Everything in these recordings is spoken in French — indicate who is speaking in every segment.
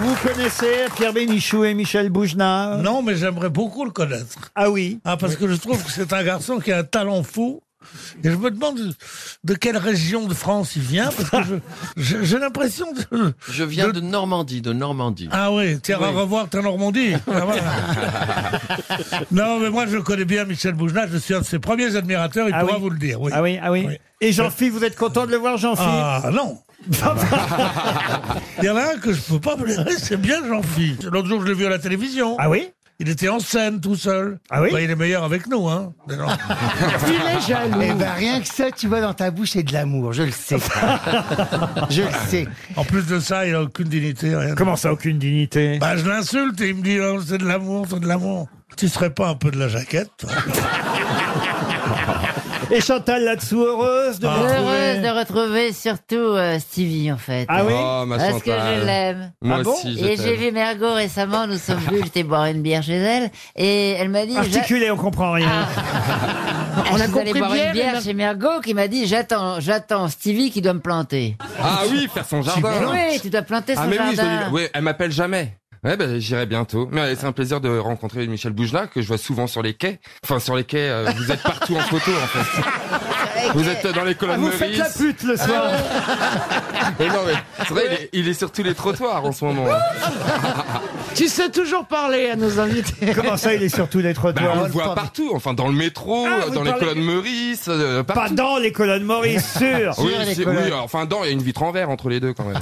Speaker 1: Vous connaissez Pierre Bénichou et Michel Boujna
Speaker 2: Non, mais j'aimerais beaucoup le connaître.
Speaker 1: Ah oui
Speaker 2: Ah, parce que je trouve que c'est un garçon qui a un talent fou. Et je me demande de quelle région de France il vient, parce que je- je- j'ai l'impression de...
Speaker 3: Je viens de Normandie, de Normandie.
Speaker 2: Ah oui, tiens, à revoir, t'es en Normandie. Ah, voilà. non, mais moi, je connais bien Michel Boujna, je suis un de ses premiers admirateurs, il
Speaker 1: Ah
Speaker 2: pourra
Speaker 1: oui.
Speaker 2: vous le dire. Oui.
Speaker 1: Ah oui, ah oui.
Speaker 2: Oui.
Speaker 1: Et Jean-Philippe, vous êtes content de le voir, Jean-Philippe
Speaker 2: Ah non Il y en a un que je peux pas blairer, c'est bien Jean-Philippe. L'autre jour, je l'ai vu à la télévision.
Speaker 1: Ah oui
Speaker 2: Il était en scène tout seul.
Speaker 1: Ah oui
Speaker 2: Bah, Il est meilleur avec nous, hein. Mais non.
Speaker 4: Il est jaloux. Eh ben, rien que ça, tu vois, dans ta bouche, c'est de l'amour. Je le sais. je le sais.
Speaker 2: En plus de ça, il a aucune dignité, rien.
Speaker 1: Comment ça, aucune dignité
Speaker 2: Bah, je l'insulte et il me dit Oh, c'est de l'amour, c'est de l'amour. Tu serais pas un peu de la jaquette toi
Speaker 1: Et Chantal, là-dessous, heureuse de vous
Speaker 5: Ah. Heureuse
Speaker 1: retrouver
Speaker 5: de retrouver surtout euh, Stevie en fait.
Speaker 1: Ah oui
Speaker 6: Oh, ma
Speaker 5: Parce que
Speaker 6: Chantal.
Speaker 5: je l'aime.
Speaker 6: Moi
Speaker 1: Ah bon
Speaker 6: aussi, je
Speaker 5: Et j'ai
Speaker 6: t'aime.
Speaker 5: vu Mergot récemment, nous sommes venus, j'étais boire une bière chez elle, et elle m'a dit... j'a-
Speaker 1: Articulé, on comprend rien.
Speaker 5: Ah, je
Speaker 4: a
Speaker 5: suis allée
Speaker 4: compris
Speaker 5: boire une
Speaker 4: bière,
Speaker 5: bière
Speaker 4: mais-
Speaker 5: chez Mergot qui m'a dit j'attends, j'attends Stevie qui doit me planter.
Speaker 6: Ah oui, faire son
Speaker 5: Mais
Speaker 6: jardin.
Speaker 5: oui, tu dois planter son
Speaker 6: Ah mais oui, je l'ai
Speaker 5: jardin.
Speaker 6: vu. Ouais, elle m'appelle jamais. Ouais, ben j'irai bientôt. Mais euh, c'est un plaisir de rencontrer Michel Boujna que je vois souvent sur les quais. Enfin sur les quais, euh, vous êtes partout en photo en fait. Vous êtes dans les
Speaker 1: Ah,
Speaker 6: colonnes
Speaker 1: vous faites
Speaker 6: Meurice. Ah.
Speaker 1: la pute le soir
Speaker 6: Et non, mais c'est vrai, il est, il est sur tous les trottoirs en ce moment.
Speaker 1: Ah,
Speaker 7: Tu sais toujours parler à nos invités.
Speaker 1: Comment ça, il est surtout les
Speaker 6: Bah,
Speaker 1: trottoirs
Speaker 6: on le voit partout, enfin dans le métro,
Speaker 1: Ah,
Speaker 6: euh,
Speaker 1: vous
Speaker 6: dans les
Speaker 1: parlez-
Speaker 6: colonnes Meurice, euh,
Speaker 1: Pas
Speaker 6: partout.
Speaker 1: dans les colonnes Maurice, sûr
Speaker 6: oui,
Speaker 5: les
Speaker 6: c'est-
Speaker 5: colonnes.
Speaker 6: oui, enfin dans, il y a une vitre en verre entre les deux quand même.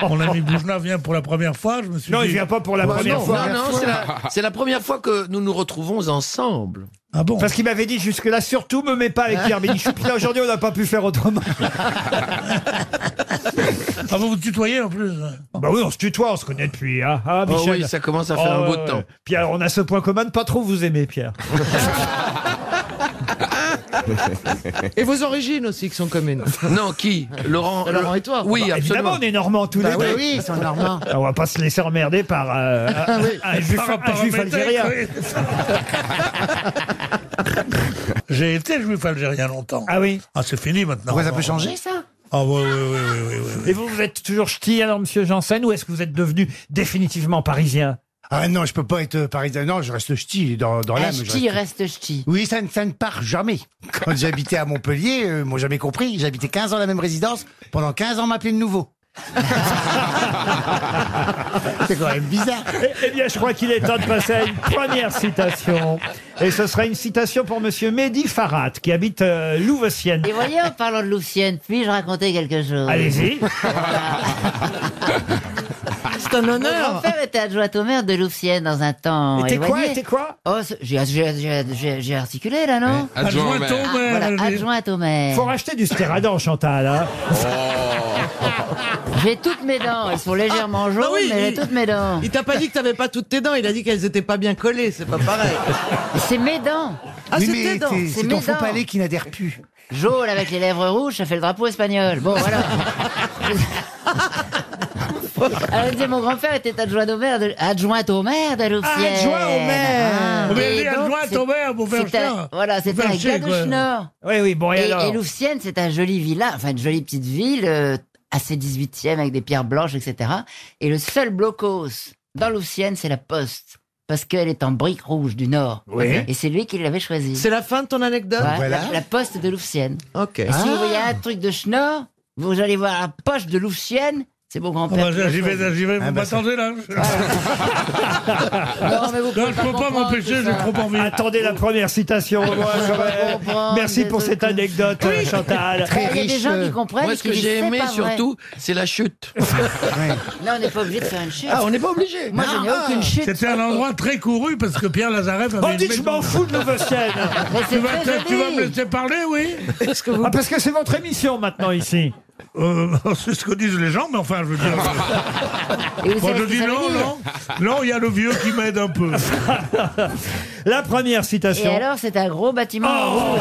Speaker 2: Mon ami Boujna vient pour la première fois, je me suis
Speaker 1: Non,
Speaker 2: dit.
Speaker 1: il vient pas pour la première
Speaker 3: non,
Speaker 1: fois.
Speaker 3: non, c'est la, c'est la première fois que nous nous retrouvons ensemble.
Speaker 2: Ah bon
Speaker 1: Parce qu'il m'avait dit jusque-là, surtout me mets pas avec Pierre Bénichou. Puis là, aujourd'hui, on n'a pas pu faire autrement.
Speaker 2: Ah, vous vous tutoyez en plus
Speaker 1: Bah oui, on se tutoie, on se connaît depuis. Ah, ah,
Speaker 3: Oh
Speaker 1: Michel.
Speaker 3: oui, ça commence à faire
Speaker 1: Oh,
Speaker 3: un beau
Speaker 1: ouais,
Speaker 3: temps.
Speaker 1: ouais. Puis alors, on a ce point commun de pas trop vous aimer, Pierre.
Speaker 7: Et vos origines aussi qui sont communes.
Speaker 3: Non, qui Laurent
Speaker 7: Laurent
Speaker 3: Le-
Speaker 7: et toi.
Speaker 3: Oui,
Speaker 1: Bah, évidemment,
Speaker 3: absolument.
Speaker 1: on est normands tous les
Speaker 4: Bah oui,
Speaker 1: deux. Ah,
Speaker 4: oui, c'est normal.
Speaker 1: On va pas se laisser emmerder par euh, un, un juif,
Speaker 2: Par
Speaker 1: un
Speaker 2: rapport à
Speaker 1: juif
Speaker 2: mes
Speaker 1: algérien.
Speaker 2: textes, oui. J'ai été juif algérien longtemps.
Speaker 1: Ah oui.
Speaker 2: Ah, c'est fini maintenant.
Speaker 4: Pourquoi ça peut changer, ça
Speaker 2: Ah oui, oui, oui, oui, oui, oui.
Speaker 1: Et vous, vous êtes toujours ch'ti alors, monsieur Janssen, ou est-ce que vous êtes devenu définitivement parisien
Speaker 4: Ah non, je peux pas être parisien. Non, je reste ch'ti dans, dans
Speaker 5: Ah,
Speaker 4: l'âme. je
Speaker 5: ch'ti
Speaker 4: reste-
Speaker 5: reste ch'ti.
Speaker 4: Oui, ça ne, ça ne part jamais. Quand j'habitais à Montpellier, euh, ils m'ont jamais compris. J'habitais 15 ans à la même résidence. Pendant 15 ans, on m'appelait de nouveau. c'est quand même bizarre.
Speaker 1: Eh- Eh bien, je crois qu'il est temps de passer à une première citation. Et ce sera une citation pour monsieur Mehdi Farhat, qui habite euh, Louveciennes.
Speaker 5: Et voyez, en parlant de Lucienne, puis-je raconter quelque chose
Speaker 1: Allez-y.
Speaker 7: C'est un
Speaker 5: Mon
Speaker 7: honneur.
Speaker 5: grand-père était adjoint au maire de Lucienne dans un temps
Speaker 1: Et t'es quoi
Speaker 5: éloigné.
Speaker 1: Et t'es quoi
Speaker 5: Oh, c'est- j'ai- j'ai- j'ai hein j'ai- j'ai articulé là, non
Speaker 6: Eh, Adjoint au
Speaker 2: Adjoint
Speaker 6: maire.
Speaker 2: au
Speaker 5: Ah,
Speaker 2: maire,
Speaker 5: Voilà,
Speaker 2: elle dit.
Speaker 5: adjointe au maire.
Speaker 1: Faut racheter du stéradon, Chantal. hein.
Speaker 8: Oh.
Speaker 5: J'ai toutes mes dents, elles sont légèrement jaunes,
Speaker 7: bah oui,
Speaker 5: mais j'ai
Speaker 7: il-
Speaker 5: toutes mes dents.
Speaker 7: Il t'a pas dit que t'avais pas toutes tes dents, il a dit qu'elles étaient pas bien collées, c'est pas pareil.
Speaker 5: C'est mes dents.
Speaker 7: Ah,
Speaker 4: Oui,
Speaker 7: c'est
Speaker 4: mais
Speaker 7: tes dents.
Speaker 4: t'es-
Speaker 5: c'est
Speaker 4: c'est ton
Speaker 5: mes
Speaker 4: faux
Speaker 5: dents.
Speaker 4: palais qui n'adhère plus.
Speaker 5: Jaune avec les lèvres rouges, ça fait le drapeau espagnol. Bon, voilà. Alors, elle disait, mon grand-père était adjoint au maire de, adjoint au maire
Speaker 4: Ah,
Speaker 5: de Louvciennes.
Speaker 1: Adjoint Ah, au maire.
Speaker 5: Ah,
Speaker 2: Mais
Speaker 5: et
Speaker 2: elle est
Speaker 5: donc,
Speaker 2: adjointe
Speaker 5: c'est-
Speaker 2: au maire pour faire
Speaker 5: c'était-
Speaker 2: ça.
Speaker 5: Voilà,
Speaker 2: Pour
Speaker 5: c'était
Speaker 2: faire
Speaker 5: un
Speaker 2: chier,
Speaker 5: gars
Speaker 2: quoi.
Speaker 5: de Schnorr.
Speaker 1: Oui, oui, bon, et,
Speaker 5: Et,
Speaker 1: alors
Speaker 5: et Louvciennes, c'est un joli village, enfin une jolie petite ville, euh, assez 18e avec des pierres blanches, etc. Et le seul blocos dans Louvciennes, c'est la poste. Parce qu'elle est en briques rouges du Nord.
Speaker 4: Oui.
Speaker 5: Et c'est lui qui l'avait choisie.
Speaker 7: C'est la fin de ton anecdote
Speaker 5: Ouais,
Speaker 4: voilà.
Speaker 5: la, la poste de Louvciennes.
Speaker 7: Ok.
Speaker 5: Et
Speaker 2: Ah.
Speaker 5: Si vous voyez un truc de Schnorr, vous allez voir la poche de Louvciennes, c'est mon
Speaker 2: Ah
Speaker 5: grand-père.
Speaker 2: bah,
Speaker 5: qui l'a
Speaker 2: j'y vais,
Speaker 5: choisi.
Speaker 2: j'y vais, vous
Speaker 4: Ah bah,
Speaker 2: m'attendez là
Speaker 5: Non, mais vous
Speaker 2: Non,
Speaker 5: pouvez
Speaker 2: je peux pas
Speaker 5: comprendre
Speaker 2: m'empêcher,
Speaker 5: tout
Speaker 2: j'ai
Speaker 5: ça.
Speaker 2: trop envie.
Speaker 1: Attendez la première citation. moi, quand même.
Speaker 5: comprendre,
Speaker 1: Euh, Merci pour
Speaker 5: des
Speaker 1: cette
Speaker 5: trucs.
Speaker 1: anecdote, euh, Chantal.
Speaker 5: Il y a des
Speaker 4: riche,
Speaker 5: gens
Speaker 4: euh,
Speaker 5: qui comprennent.
Speaker 3: Moi, ce
Speaker 5: qui
Speaker 3: que
Speaker 5: disent,
Speaker 3: j'ai
Speaker 5: c'est
Speaker 3: aimé
Speaker 5: pas vrai.
Speaker 3: surtout, c'est la chute.
Speaker 5: Non, Ah, on n'est pas obligé de faire une chute.
Speaker 3: Ah,
Speaker 5: ah.
Speaker 3: on n'est pas obligé. Ah.
Speaker 5: Moi, je n'ai aucune chute.
Speaker 2: C'était un endroit très couru parce que Pierre Lazareff avait
Speaker 1: On
Speaker 2: une
Speaker 1: dit que Oh, je
Speaker 2: maison.
Speaker 1: m'en fous de Louveciennes.
Speaker 5: Mais
Speaker 2: Tu
Speaker 5: c'est
Speaker 2: vas,
Speaker 5: très joli.
Speaker 2: tu vas me laisser parler, oui
Speaker 1: Ah, parce que c'est votre émission maintenant ici.
Speaker 2: Euh, C'est ce que disent les gens, mais enfin, je veux dire.
Speaker 5: Et vous
Speaker 2: Moi,
Speaker 5: savez
Speaker 2: je
Speaker 5: ce que
Speaker 2: dis
Speaker 5: ça veut
Speaker 2: non,
Speaker 5: dire
Speaker 2: non. Non, il y a le vieux qui m'aide un peu.
Speaker 1: La première
Speaker 5: Et
Speaker 1: citation. Oh.
Speaker 5: alors, c'est un gros bâtiment. en rouge.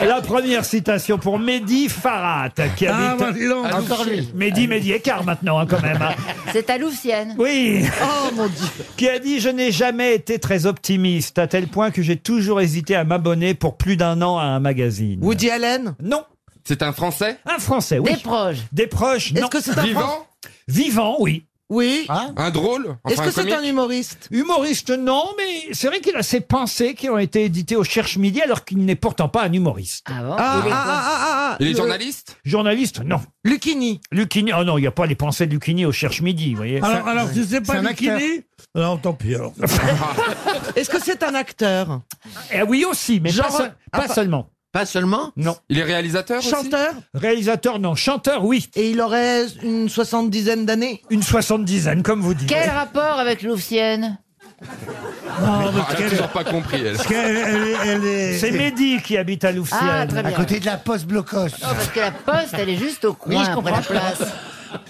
Speaker 1: La première citation pour Mehdi Farhat, qui
Speaker 2: Ah, bah,
Speaker 1: habite.
Speaker 2: dis donc.
Speaker 5: Encore lui.
Speaker 1: Mehdi, Mehdi écart maintenant, hein, quand même. hein.
Speaker 5: C'est à Oh, Louvciennes.
Speaker 1: Oui. Qui a dit Je n'ai jamais été très optimiste, à tel point que j'ai toujours hésité à m'abonner pour plus d'un an à un magazine.
Speaker 7: Woody Allen
Speaker 1: Non.
Speaker 6: C'est un Français
Speaker 1: Un Français, oui.
Speaker 5: Des proches.
Speaker 1: Des proches,
Speaker 7: Est-ce
Speaker 1: non.
Speaker 7: que c'est un Français
Speaker 6: vivant Ah.
Speaker 1: Vivant, oui.
Speaker 7: Oui.
Speaker 6: Un drôle
Speaker 7: Est-ce
Speaker 6: enfin,
Speaker 7: que
Speaker 6: un
Speaker 7: c'est
Speaker 6: comique
Speaker 7: un humoriste
Speaker 1: Humoriste, non, mais c'est vrai qu'il a ses pensées qui ont été éditées au Cherche Midi alors qu'il n'est pourtant pas un humoriste.
Speaker 5: Ah bon
Speaker 7: ah,
Speaker 5: Il est
Speaker 7: ah,
Speaker 5: quoi
Speaker 7: ah, ah, ah,
Speaker 6: Il est
Speaker 7: le-
Speaker 6: journaliste
Speaker 1: Journaliste, non.
Speaker 7: Lucchini.
Speaker 1: Lucchini, oh non, il n'y a pas les pensées de Lucchini au Cherche Midi, vous voyez.
Speaker 2: Alors, alors, tu sais pas
Speaker 4: un acteur.
Speaker 2: Lucchini Non, tant pis alors.
Speaker 7: Ah, Est-ce que c'est un acteur
Speaker 1: Eh oui aussi, mais
Speaker 7: Genre-
Speaker 1: pas, seul-
Speaker 7: ah,
Speaker 1: pas
Speaker 7: pas-
Speaker 1: seulement.
Speaker 3: Pas seulement
Speaker 1: Non.
Speaker 6: Il est réalisateur aussi
Speaker 7: Chanteur
Speaker 1: Réalisateur, non. Chanteur, oui.
Speaker 7: Et il aurait une soixante-dizaine d'années
Speaker 1: Une soixante-dizaine, comme vous dites.
Speaker 5: Quel rapport avec Louvciennes
Speaker 1: Oh,
Speaker 2: Non,
Speaker 6: Ah,
Speaker 2: parce
Speaker 6: Elle a
Speaker 2: qu'elle-
Speaker 6: toujours pas compris, elle.
Speaker 2: parce qu'elle- elle est- elle est-
Speaker 1: C'est Mehdi qui habite à Louvciennes.
Speaker 5: Ah, très
Speaker 4: À
Speaker 5: bien. Ah, bah.
Speaker 4: côté de la poste blocos.
Speaker 5: Non, parce que la poste, elle est juste au coin
Speaker 4: Oui, je
Speaker 5: après la place.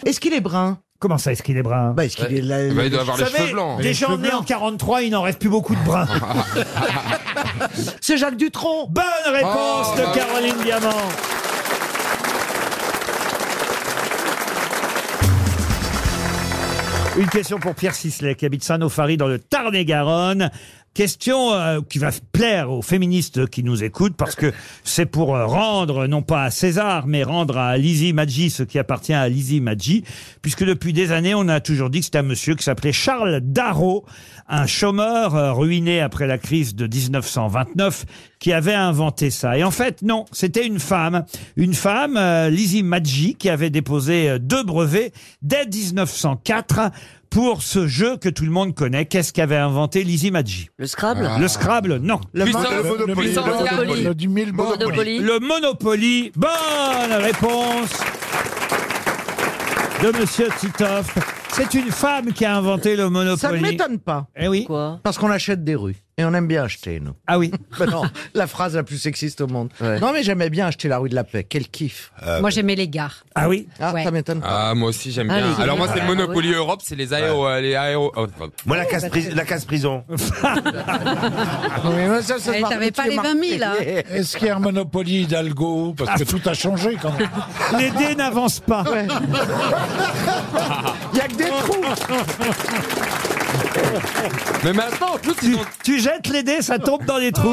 Speaker 7: Est-ce qu'il est brun
Speaker 1: Comment ça, est-ce qu'il est brun
Speaker 2: Bah, est-ce qu'il est là-
Speaker 6: Bah, il doit avoir
Speaker 1: Vous
Speaker 6: les
Speaker 1: savez,
Speaker 6: cheveux blancs.
Speaker 1: déjà on est en 43, il n'en reste plus beaucoup de bruns.
Speaker 7: C'est Jacques Dutronc
Speaker 1: Bonne réponse
Speaker 6: Oh,
Speaker 1: de
Speaker 6: bah oui.
Speaker 1: Caroline Diamant. Une question pour Pierre Sisley qui habite Saint-Nofari dans le Tarn-et-Garonne. Question euh, qui va plaire aux féministes qui nous écoutent parce que c'est pour euh, rendre non pas à César mais rendre à Lizzie Maggi ce qui appartient à Lizzie Maggi puisque depuis des années on a toujours dit que c'était un monsieur qui s'appelait Charles Darrow, un chômeur euh, ruiné après la crise de 1929 qui avait inventé ça. Et en fait non, c'était une femme, une femme euh, Lizzie Maggi qui avait déposé euh, deux brevets dès 1904 pour ce jeu que tout le monde connaît. Qu'est-ce qu'avait inventé Lizzie Maggi
Speaker 8: Le Scrabble
Speaker 6: Ah.
Speaker 1: Le Scrabble, non.
Speaker 6: Puissance- puissance quatre.
Speaker 4: du mille
Speaker 8: Monopoly.
Speaker 1: Le Monopoly, bonne réponse de Monsieur Titoff. C'est une femme qui a inventé le
Speaker 7: Ça ne
Speaker 1: Monopoly.
Speaker 7: m'étonne pas.
Speaker 1: eh oui.
Speaker 8: Quoi
Speaker 7: Parce qu'on achète des rues. Et on aime bien acheter, nous.
Speaker 1: Ah oui.
Speaker 7: Ben non, la phrase la plus sexiste au monde.
Speaker 3: Ouais.
Speaker 7: Non, mais j'aimais bien acheter la rue de la paix. Quel kiff.
Speaker 9: Euh, Moi, j'aimais les gares.
Speaker 1: Ah oui.
Speaker 7: Ah,
Speaker 9: Ouais.
Speaker 7: ça m'étonne pas.
Speaker 6: Ah, moi aussi, j'aime
Speaker 8: Ah, bah Ah,
Speaker 6: bien.
Speaker 8: les-
Speaker 6: Alors, moi, c'est le
Speaker 8: Ah, oui.
Speaker 6: Monopoly Europe, c'est les aéros. euh, les aéros. oh, oh.
Speaker 10: Moi, la casse, pris- la casse prison.
Speaker 11: Ah
Speaker 9: Eh, T'avais pas les hein. 20 000, là.
Speaker 2: Est-ce qu'il y a un Monopoly Hidalgo Parce que tout a changé quand même.
Speaker 1: Les dés n'avancent pas.
Speaker 7: Il y a que des trous.
Speaker 6: Mais maintenant, en plus,
Speaker 1: Tu,
Speaker 6: ils ont, Ah,
Speaker 1: tu jettes les dés, ça tombe dans les trous.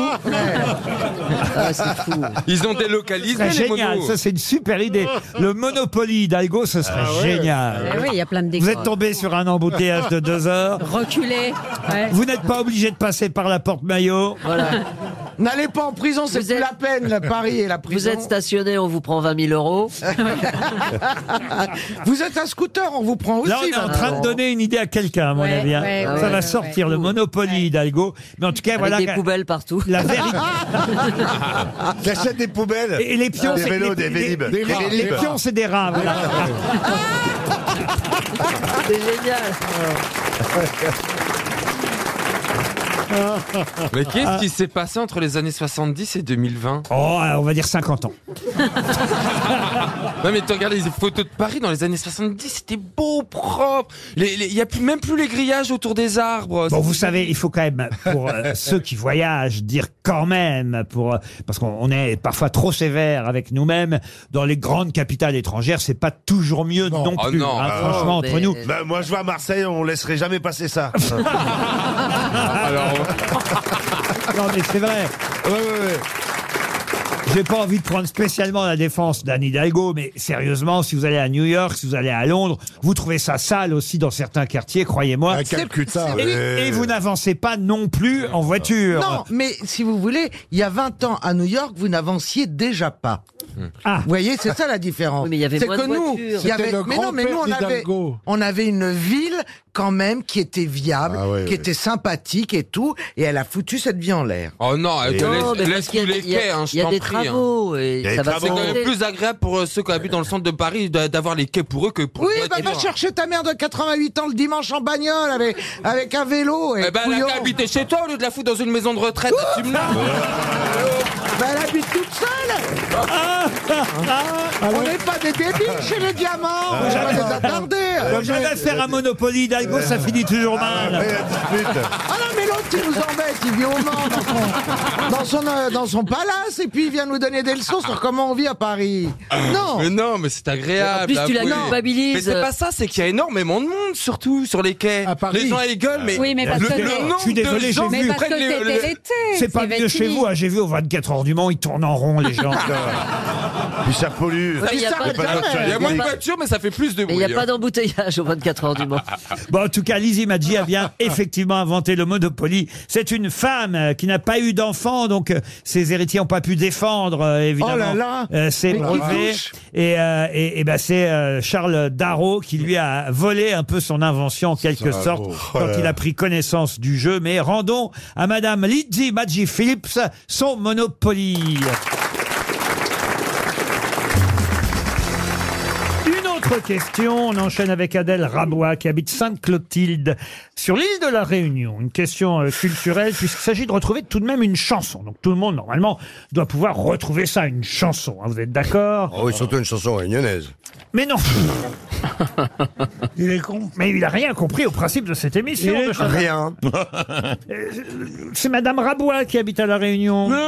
Speaker 6: ils ont
Speaker 1: C'est
Speaker 6: délocalisé les
Speaker 1: génial.
Speaker 6: monos.
Speaker 1: Ça, c'est une super idée. Le Monopoly Hidalgo, ce
Speaker 6: Ah
Speaker 1: serait génial.
Speaker 9: Eh oui, il y a plein de décors.
Speaker 1: Vous êtes tombé sur un embouteillage de deux heures.
Speaker 9: Reculé. Ouais.
Speaker 1: Vous n'êtes pas obligé de passer par la porte maillot.
Speaker 7: N'allez pas en prison, c'est
Speaker 8: Vous
Speaker 7: plus
Speaker 8: êtes-
Speaker 7: la peine, la Paris et la
Speaker 8: Vous
Speaker 7: prison.
Speaker 8: êtes stationné, on vous prend 20 000 euros.
Speaker 12: Ah,
Speaker 7: Vous êtes un scooter, on vous prend aussi.
Speaker 1: Là, on est en
Speaker 7: maintenant.
Speaker 1: train de donner une idée à quelqu'un, à mon
Speaker 9: Ouais,
Speaker 1: avis. hein.
Speaker 9: ouais, ouais,
Speaker 1: ça va
Speaker 9: ouais,
Speaker 1: sortir
Speaker 9: ouais.
Speaker 1: le Monopoly Hidalgo. Mais en tout cas,
Speaker 8: Avec
Speaker 1: voilà.
Speaker 8: des
Speaker 1: la-
Speaker 8: poubelles partout.
Speaker 1: La vérité.
Speaker 10: J'achète des poubelles.
Speaker 1: Et les pions,
Speaker 10: Des
Speaker 1: c'est-
Speaker 10: vélos,
Speaker 1: les-
Speaker 10: des Vélib.
Speaker 1: les-
Speaker 10: Des
Speaker 1: les-
Speaker 10: Vélib. Ah.
Speaker 1: les pions, c'est des rats. Ah, voilà.
Speaker 8: C'est génial.
Speaker 6: Mais qu'est-ce qui s'est passé entre les années 70 et 2020
Speaker 1: Ah. Oh, alors, on va dire 50 ans.
Speaker 6: Non mais tu regardes les photos de Paris dans les années 70, c'était beau, propre. Les- les- Il y a plus, même plus les grillages autour des arbres.
Speaker 1: Bon, vous savez, il faut quand même, pour euh, ceux qui voyagent, dire quand même, pour, euh, parce qu'on on est parfois trop sévère avec nous-mêmes. Dans les grandes capitales étrangères, c'est pas toujours mieux non,
Speaker 10: Ah
Speaker 6: Oh
Speaker 1: plus.
Speaker 6: non,
Speaker 1: hein,
Speaker 6: bah
Speaker 5: Ah,
Speaker 1: franchement,
Speaker 8: non,
Speaker 1: entre
Speaker 8: mais-
Speaker 1: nous.
Speaker 10: Bah, moi, je vais à Marseille, on laisserait jamais passer ça.
Speaker 6: Alors,
Speaker 1: Non, mais c'est vrai.
Speaker 10: ouais, ouais, ouais.
Speaker 1: J'ai pas envie de prendre spécialement la défense d'Anne Hidalgo, mais sérieusement, si vous allez à New York, si vous allez à Londres, vous trouvez ça sale aussi dans certains quartiers, croyez-moi.
Speaker 10: Calcutta.
Speaker 1: Et, et vous n'avancez pas non plus en voiture.
Speaker 7: Non, mais si vous voulez, il y a 20 ans à New York, vous n'avanciez déjà pas.
Speaker 1: Ah.
Speaker 7: Vous voyez, c'est ça la différence.
Speaker 8: Oui, mais il y avait
Speaker 7: c'est
Speaker 8: moins
Speaker 7: que
Speaker 8: de
Speaker 7: nous,
Speaker 8: voitures.
Speaker 7: il y avait,
Speaker 2: C'était le
Speaker 7: mais non, mais nous, on
Speaker 2: grand-père
Speaker 7: avait,
Speaker 2: d'Hidalgo.
Speaker 7: on avait une ville quand même qui était viable,
Speaker 10: Ah ouais,
Speaker 7: qui
Speaker 10: ouais.
Speaker 7: était sympathique et tout, et elle a foutu cette vie en l'air.
Speaker 6: oh non, euh, te
Speaker 8: Non, mais
Speaker 6: laisse,
Speaker 8: parce
Speaker 6: laisse
Speaker 8: qu'il y a-
Speaker 6: tous les
Speaker 8: il y a-
Speaker 6: quais, hein,
Speaker 8: Il
Speaker 6: je
Speaker 8: y a
Speaker 6: t'en
Speaker 8: des
Speaker 6: prie. hein.
Speaker 8: travaux
Speaker 10: y a
Speaker 8: et
Speaker 10: des
Speaker 8: ça va
Speaker 10: travaux.
Speaker 6: C'est quand même
Speaker 8: s'arrêter.
Speaker 6: plus agréable pour euh, ceux qui habitent dans le centre de Paris d'a- d'avoir les quais pour eux que pour
Speaker 7: Oui,
Speaker 6: les
Speaker 7: bah, va
Speaker 6: voitures.
Speaker 7: chercher ta mère de 88 ans le dimanche en bagnole avec, avec un vélo. Et
Speaker 6: Eh ben, elle
Speaker 7: couillon.
Speaker 6: a qu'à habiter chez toi au lieu de la foutre dans une maison de retraite, assume-la.
Speaker 7: Bah, elle habite toute seule. on n'est pas des débiles chez les diamants. on
Speaker 13: Ah.
Speaker 7: va
Speaker 1: j'avais-
Speaker 7: les attarder.
Speaker 1: Quand j'allais faire un Monopoly Hidalgo, ça finit toujours mal.
Speaker 7: Ah non, mais l'autre, il nous embête, il vit au Mans, dans son, dans, son, euh, dans son palace, et puis il vient nous donner des leçons sur comment on vit à Paris. Non
Speaker 6: Ah, Mais non, mais c'est agréable.
Speaker 8: En plus, tu la
Speaker 6: avouez.
Speaker 8: culpabilises.
Speaker 6: Mais c'est pas ça, c'est qu'il y a énormément de monde, surtout sur les quais.
Speaker 2: À Paris.
Speaker 6: Les gens ils gueulent, mais,
Speaker 9: Oui, mais parce
Speaker 6: le,
Speaker 9: que-
Speaker 6: le
Speaker 9: Je suis
Speaker 6: nombre
Speaker 1: désolé,
Speaker 6: de gens
Speaker 1: j'ai
Speaker 9: Mais
Speaker 6: qui
Speaker 1: vu.
Speaker 9: parce que
Speaker 6: prennent
Speaker 9: c'était
Speaker 6: le- le-
Speaker 9: l'été.
Speaker 1: C'est pas mieux
Speaker 9: Vestini.
Speaker 1: chez vous. hein. J'ai vu aux 24 heures du Mans, ils tournent en rond, les gens.
Speaker 13: Puis ça pollue.
Speaker 3: Il y a pas de-
Speaker 12: Il y a moins de voitures, mais ça fait plus de
Speaker 3: Mais il
Speaker 12: bruit. hein.
Speaker 3: n'y a pas d'embouteillage aux 24 heures du mois.
Speaker 1: Bon, en tout cas, Lizzie Maggi a bien effectivement inventé le Monopoly. C'est une femme euh, qui n'a pas eu d'enfant, donc euh, ses héritiers n'ont pas pu défendre, euh, évidemment,
Speaker 14: Oh là là
Speaker 1: euh, ses
Speaker 14: Mais qui
Speaker 1: brevets.
Speaker 14: touche
Speaker 1: Et, euh, et, et ben, c'est euh, Charles Darrow qui lui a volé un peu son invention, en quelque
Speaker 13: Ça,
Speaker 1: sorte,
Speaker 13: oh,
Speaker 1: quand
Speaker 13: oh là
Speaker 1: il
Speaker 13: là.
Speaker 1: a pris connaissance du jeu. Mais rendons à Madame Lizzie Maggi Phillips son Monopoly. Une autre question, on enchaîne avec Adèle Rabois qui habite Sainte-Clotilde sur l'île de la Réunion. Une question euh, culturelle puisqu'il s'agit de retrouver tout de même une chanson. Donc tout le monde normalement doit pouvoir retrouver ça, une chanson. hein, vous êtes d'accord
Speaker 13: Oh oui, surtout une chanson réunionnaise.
Speaker 1: Mais non,
Speaker 2: Il est con.
Speaker 1: mais il a rien compris au principe de cette émission.
Speaker 2: Il est
Speaker 1: de Chantal.
Speaker 13: Rien.
Speaker 1: C'est Madame Rabois qui habite à la Réunion.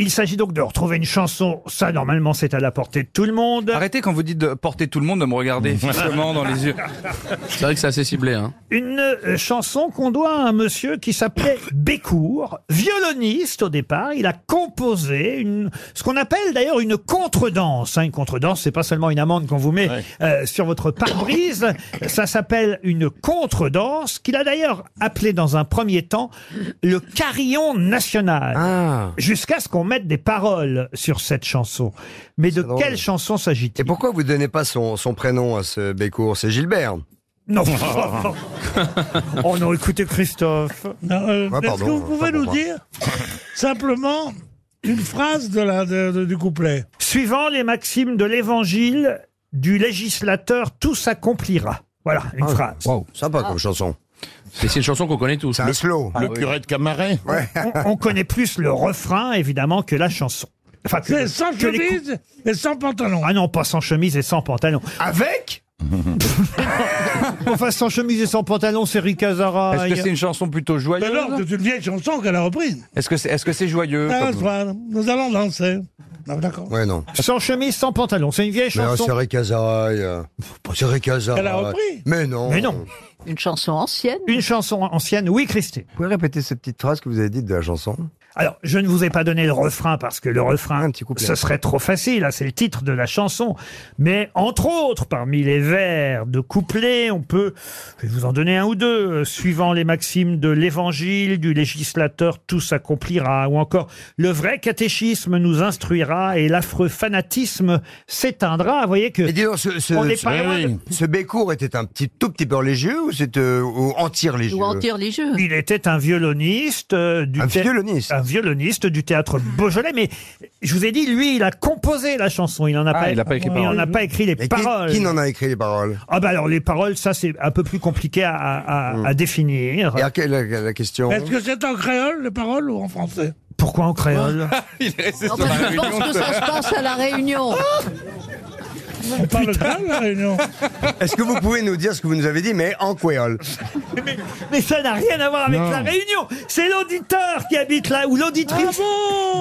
Speaker 1: Il s'agit donc de retrouver une chanson. Ça normalement c'est à la portée de tout le monde.
Speaker 15: Arrêtez quand vous dites de porter tout le monde, de me regarder fixement dans les yeux.
Speaker 4: C'est vrai que c'est assez ciblé. Hein.
Speaker 1: une euh, chanson qu'on doit à un monsieur qui s'appelait Bécourt, violoniste au départ. Il a composé une, ce qu'on appelle d'ailleurs une contredanse. hein. Une contredanse, c'est pas seulement une amende qu'on vous met euh, sur votre pare-brise. Ça s'appelle une contredanse qu'il a d'ailleurs appelé dans un premier temps le carillon national. Jusqu'à ce qu'on mette des paroles sur cette chanson. Mais de
Speaker 13: drôle.
Speaker 1: quelle chanson s'agit-il
Speaker 13: Et pourquoi vous donnez pas son, son prénom à ce Bécourt C'est Gilbert.
Speaker 1: Non. oh non, écoutez Christophe.
Speaker 2: Non, euh,
Speaker 13: Ah,
Speaker 2: Est-ce
Speaker 13: pardon,
Speaker 2: que vous
Speaker 13: pas
Speaker 2: pouvez
Speaker 13: pour
Speaker 2: nous
Speaker 13: moi.
Speaker 2: dire simplement une phrase de la, de- de- du couplet
Speaker 1: Suivant les maximes de l'évangile du législateur, tout s'accomplira. Voilà, une phrase.
Speaker 13: Ah, Sympa comme chanson.
Speaker 4: C'est une chanson qu'on connaît tous.
Speaker 13: C'est un slow. Ah
Speaker 16: Le curé de Camaret
Speaker 1: On, on connaît plus le refrain, évidemment, que la chanson. Enfin, que,
Speaker 2: C'est sans
Speaker 1: que les cou-
Speaker 2: chemise et sans pantalon.
Speaker 1: Ah non, pas sans chemise et sans pantalon.
Speaker 13: Avec
Speaker 1: Enfin, sans chemise et sans pantalon, c'est Ricazara.
Speaker 15: Est-ce que c'est une chanson plutôt
Speaker 1: Ben
Speaker 2: Mais non,
Speaker 15: joyeuse
Speaker 2: c'est une vieille chanson qu'elle a reprise.
Speaker 15: Est-ce que c'est est-ce que c'est
Speaker 13: Euh,
Speaker 15: joyeux
Speaker 1: Ah,
Speaker 2: Un
Speaker 15: comme-
Speaker 2: soir, nous allons danser. Ah, D'accord.
Speaker 13: Ouais, non.
Speaker 1: Sans chemise, sans pantalon, c'est une vieille
Speaker 15: euh,
Speaker 13: Mais
Speaker 1: chanson.
Speaker 13: c'est Récazaï. euh, C'est Récazaï.
Speaker 2: Elle a repris.
Speaker 13: Mais non.
Speaker 1: Mais non,
Speaker 3: Une chanson ancienne.
Speaker 1: une chanson ancienne, oui, Christy.
Speaker 13: Vous pouvez répéter cette petite phrase que vous avez dite de la chanson
Speaker 1: Alors, je ne vous ai pas donné le refrain parce que le refrain,
Speaker 13: Un petit couplet.
Speaker 1: ce serait trop facile. hein, c'est le titre de la chanson. Mais entre autres, parmi les vers de couplet, on peut, je vais vous en donner un ou deux, euh, suivant les maximes de l'évangile, du législateur, tout s'accomplira. Ou encore, le vrai catéchisme nous instruira et l'affreux fanatisme s'éteindra. Vous voyez que
Speaker 13: Et dis donc, ce, ce,
Speaker 1: on n'est
Speaker 13: ce-
Speaker 1: pas
Speaker 16: oui,
Speaker 1: loin de-
Speaker 16: oui.
Speaker 13: ce Bécourt était un petit tout petit peu religieux ou c'est euh, ou anti-religieux
Speaker 3: Ou en tire les jeux.
Speaker 1: Il était un violoniste euh, du
Speaker 13: Un
Speaker 1: thé-
Speaker 13: violoniste.
Speaker 1: un violoniste du théâtre Beaujolais, mais je vous ai dit, lui, il a composé la chanson. Il n'en a
Speaker 15: Ah,
Speaker 1: pas,
Speaker 15: il a pas écrit
Speaker 1: il
Speaker 15: paroles.
Speaker 1: en a pas écrit les
Speaker 13: Mais qui,
Speaker 1: paroles.
Speaker 13: qui n'en a écrit les paroles
Speaker 1: Ah bah alors les paroles, ça c'est un peu plus compliqué à, à- à- à définir.
Speaker 13: Et à quelle la, la question
Speaker 2: Est-ce que c'est en créole, les paroles, ou en français
Speaker 1: Pourquoi en créole
Speaker 15: Il est resté
Speaker 3: Non,
Speaker 15: sur la
Speaker 3: parce que je
Speaker 15: réunion.
Speaker 3: pense que ça se passe à la Réunion.
Speaker 2: On parle créole,
Speaker 1: hein,
Speaker 2: la Réunion.
Speaker 13: Est-ce que vous pouvez nous dire ce que vous nous avez dit, mais en créole
Speaker 1: mais, mais ça n'a rien à voir avec
Speaker 16: Non.
Speaker 1: la Réunion. C'est l'auditeur qui habite là ou l'auditrice.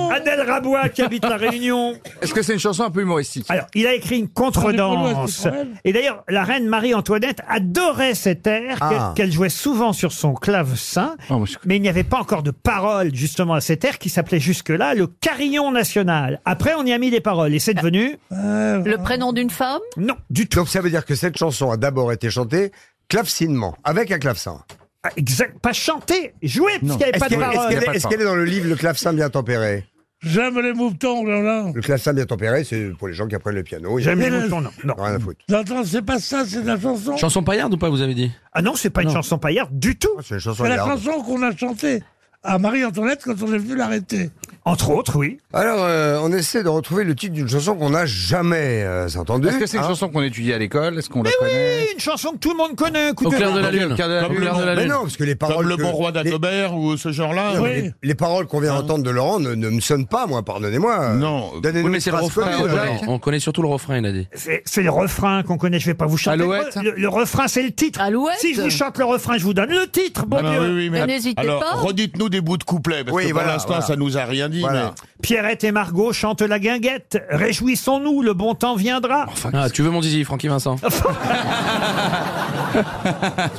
Speaker 3: Ah
Speaker 1: Adèle Rabois qui habite la Réunion.
Speaker 15: Est-ce que c'est une chanson un peu humoristique
Speaker 1: Alors, il a écrit une
Speaker 2: Ah, mais pour nous,
Speaker 1: contredanse.
Speaker 2: c'est pour elle.
Speaker 1: Et d'ailleurs, la reine Marie-Antoinette adorait cet air qu'elle-
Speaker 13: Ah.
Speaker 1: qu'elle jouait souvent sur son clavecin.
Speaker 15: Oh, moi, je-
Speaker 1: Mais il n'y avait pas encore de paroles, justement, à cet air qui s'appelait jusque-là le carillon national. Après, on y a mis des paroles. Et c'est devenu
Speaker 2: Euh,
Speaker 3: Le prénom d'une femme.
Speaker 1: Non, du tout.
Speaker 13: Donc ça veut dire que cette chanson a d'abord été chantée clavecinement, avec un clavecin.
Speaker 1: Ah, Exact. Pas chanter, jouer, parce qu'il n'y avait
Speaker 13: Est-ce
Speaker 1: pas de
Speaker 13: qu'elle est,
Speaker 1: paroles.
Speaker 13: qu'elle
Speaker 15: Il y a
Speaker 13: est-
Speaker 15: pas de
Speaker 13: est-ce qu'elle est dans le livre Le clavecin bien tempéré
Speaker 2: J'aime les moutons, là, là.
Speaker 13: Le clavecin bien tempéré, c'est pour les gens qui apprennent le piano.
Speaker 1: J'aime les
Speaker 2: Mais là-
Speaker 1: moutons, non. non.
Speaker 13: Rien à foutre.
Speaker 2: J'entends, c'est pas ça, c'est la chanson.
Speaker 4: Chanson paillarde ou pas, vous avez dit
Speaker 1: Ah non, c'est pas une chanson paillarde du tout.
Speaker 13: Ah, C'est une chanson
Speaker 2: C'est la
Speaker 13: larme.
Speaker 2: chanson qu'on a chantée à Marie-Antoinette quand on est venu l'arrêter.
Speaker 1: Entre autres, oui.
Speaker 13: Alors, euh, on essaie de retrouver le titre d'une chanson qu'on n'a jamais euh, entendue.
Speaker 15: Est-ce que c'est une
Speaker 13: hein.
Speaker 15: chanson qu'on étudie à l'école Est-ce qu'on la connaît
Speaker 1: Eh Une chanson que tout le monde connaît.
Speaker 4: Au
Speaker 1: écoutez.
Speaker 4: clair de la
Speaker 16: Comme
Speaker 4: lune.
Speaker 16: le-
Speaker 15: Au clair de la
Speaker 13: Mais
Speaker 15: lune.
Speaker 13: non, parce que les paroles.
Speaker 16: Comme le
Speaker 13: que-
Speaker 16: bon roi
Speaker 13: les-
Speaker 16: d'Adobert ou ce genre-là
Speaker 2: Oui.
Speaker 13: les, les paroles qu'on vient d'entendre de Laurent ne, ne me sonnent pas, moi, pardonnez-moi.
Speaker 16: Non.
Speaker 13: Donnez-nous
Speaker 15: Oui, mais
Speaker 13: une
Speaker 15: c'est le
Speaker 13: phrase
Speaker 15: refrain,
Speaker 13: connue,
Speaker 15: ouais.
Speaker 13: alors.
Speaker 4: On connaît surtout le refrain, il a dit.
Speaker 1: C'est c'est le refrain qu'on connaît, je vais pas vous chanter.
Speaker 15: Alouette
Speaker 1: Le, le refrain, c'est le titre.
Speaker 3: Alouette
Speaker 1: Si je vous chante le refrain, je vous donne le titre, bon
Speaker 16: Ah non,
Speaker 1: Dieu.
Speaker 16: oui, oui, mais-
Speaker 3: Mais n'hésitez
Speaker 16: Alors,
Speaker 3: pas.
Speaker 16: redites-nous des bouts de couplets, parce
Speaker 13: Oui,
Speaker 16: que
Speaker 13: voilà,
Speaker 16: pour l'instant,
Speaker 13: voilà.
Speaker 16: ça nous a rien dit.
Speaker 13: Voilà.
Speaker 1: Pierrette et Margot chantent la guinguette. Réjouissons-nous, le bon temps viendra.
Speaker 4: Ah, tu veux mon zizi, Francky Vincent C'est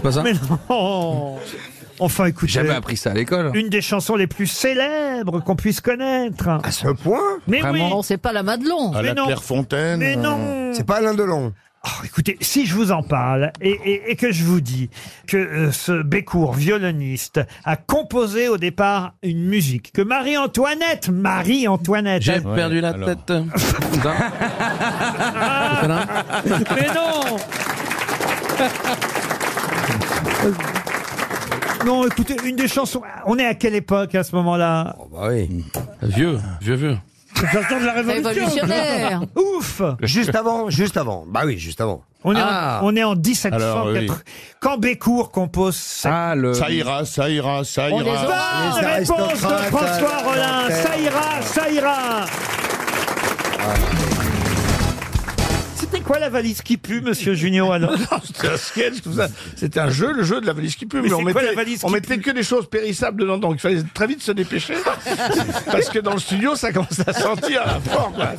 Speaker 4: pas ça
Speaker 1: Mais non. Enfin, écoutez.
Speaker 2: Jamais appris ça à l'école.
Speaker 1: Une des chansons les plus célèbres qu'on puisse connaître. À
Speaker 13: ce point
Speaker 1: Mais oui.
Speaker 12: Bon, c'est pas la Madelon.
Speaker 1: Mais non. Mais non. Oh,
Speaker 13: C'est pas Alain Delon.
Speaker 1: écoutez, si je vous en parle et, et- et que je vous dis que euh, ce Bécourt, violoniste, a composé au départ une musique que Marie-Antoinette, Marie-Antoinette.
Speaker 2: J'ai perdu la tête.
Speaker 3: Ah.
Speaker 1: Mais non Non, écoutez, une des chansons. On est à quelle époque à ce moment-là
Speaker 2: Bah oui.
Speaker 4: Mmh.
Speaker 2: Vieux, vieux, vieux.
Speaker 1: de la
Speaker 2: Révolution. Révolutionnaire.
Speaker 1: Ouf
Speaker 13: Juste avant, juste avant. Bah oui, juste avant.
Speaker 1: On est,
Speaker 13: Ah.
Speaker 1: en, on est en 1700.
Speaker 13: Alors, oui. Ah,
Speaker 1: Quand Bécourt compose cette...
Speaker 15: Ça ira, ça ira, ça
Speaker 1: On
Speaker 15: ira.
Speaker 1: les a. Bonne réponse de
Speaker 13: euh,
Speaker 1: François Rollin. Ça ira, ça ira. C'était quoi la valise qui pue, monsieur Junior alors
Speaker 15: C'était un sketch, tout ça. C'était un jeu, le jeu de la valise qui pue.
Speaker 1: Mais
Speaker 15: Mais,
Speaker 1: c'est
Speaker 15: on
Speaker 1: quoi
Speaker 15: mettait,
Speaker 1: la valise
Speaker 15: on
Speaker 1: qui
Speaker 15: mettait que des choses périssables dedans, donc il fallait très vite se dépêcher. parce que dans le studio, ça commence à sentir la fort, quoi.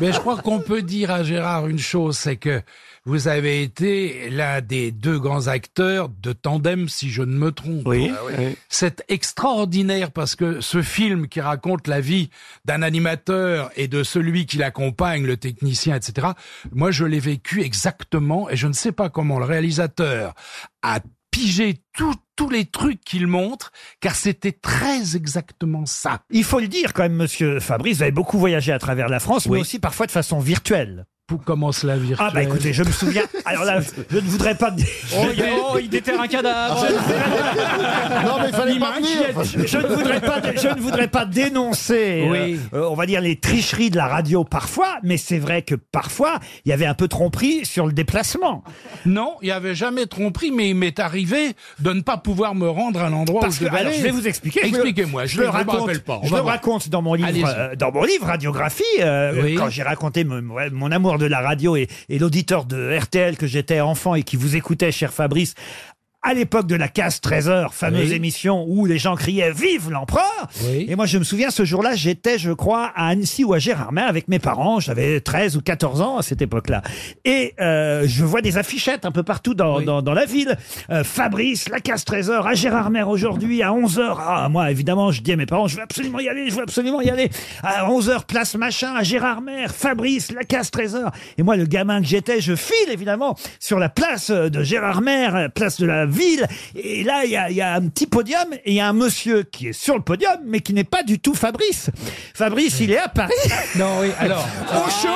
Speaker 11: Mais je crois qu'on peut dire à Gérard une chose, c'est que vous avez été l'un des deux grands acteurs de Tandem, si je ne me trompe.
Speaker 4: Oui. Ah oui.
Speaker 11: C'est extraordinaire parce que ce film qui raconte la vie d'un animateur et de celui qui l'accompagne, le technicien, etc., moi je l'ai vécu exactement et je ne sais pas comment le réalisateur a pigé tout- tous les trucs qu'il montre, car c'était très exactement ça.
Speaker 1: Il faut le dire quand même, monsieur Fabrice, vous avez beaucoup voyagé à travers la France, mais
Speaker 11: Oui.
Speaker 1: aussi parfois de façon virtuelle.
Speaker 11: Pour comment cela virtuelle
Speaker 1: Ah bah écoutez, je me souviens. Alors là, je ne voudrais pas.
Speaker 4: Oh, il- oh, il déterre un
Speaker 11: Ah
Speaker 1: Ah,
Speaker 4: cadavre.
Speaker 1: Non, mais fallait pas venir. Je ne voudrais pas, je ne voudrais pas dénoncer,
Speaker 4: Oui.
Speaker 1: euh, euh, on va dire, les tricheries de la radio parfois, mais c'est vrai que parfois, il y avait un peu tromperie sur le déplacement.
Speaker 11: Non, il n'y avait jamais tromperie, mais il m'est arrivé de ne pas pouvoir me rendre à l'endroit où
Speaker 1: Parce
Speaker 11: je
Speaker 1: que,
Speaker 11: devais
Speaker 1: alors,
Speaker 11: aller.
Speaker 1: je vais vous expliquer. je le-
Speaker 11: Expliquez-moi, je
Speaker 1: le
Speaker 11: ne me
Speaker 1: raconte-
Speaker 11: rappelle pas. On
Speaker 1: Je
Speaker 11: va
Speaker 1: le
Speaker 11: voir.
Speaker 1: raconte dans mon livre,
Speaker 11: Allez-y.
Speaker 1: euh, dans mon livre Radiographie, euh,
Speaker 11: Oui.
Speaker 1: quand j'ai raconté mon, ouais, mon amour de la radio et, et l'auditeur de RTL que j'étais enfant et qui vous écoutait, cher Fabrice. À l'époque de la casse 13h, fameuse
Speaker 11: Oui.
Speaker 1: émission où les gens criaient Vive l'empereur
Speaker 11: Oui.
Speaker 1: Et moi, je me souviens, ce jour-là, j'étais, je crois, à Annecy ou à Gérardmer avec mes parents. J'avais 13 ou 14 ans à cette époque-là. Et euh, je vois des affichettes un peu partout dans, dans, dans la ville. Euh, Fabrice, la casse trésor, à Gérardmer aujourd'hui, à 11h. Ah, moi, évidemment, je dis à mes parents, je veux absolument y aller, je veux absolument y aller. À 11h, place machin, à Gérardmer, Fabrice, la casse trésor. Et moi, le gamin que j'étais, je file, évidemment, sur la place euh, de Gérardmer, euh, place de la ville. Et là, il y a, il y a un petit podium et il y a un monsieur qui est sur le podium, mais qui n'est pas du tout Fabrice. Fabrice, il est à Paris.
Speaker 11: Non, oui, alors.
Speaker 1: Au chaud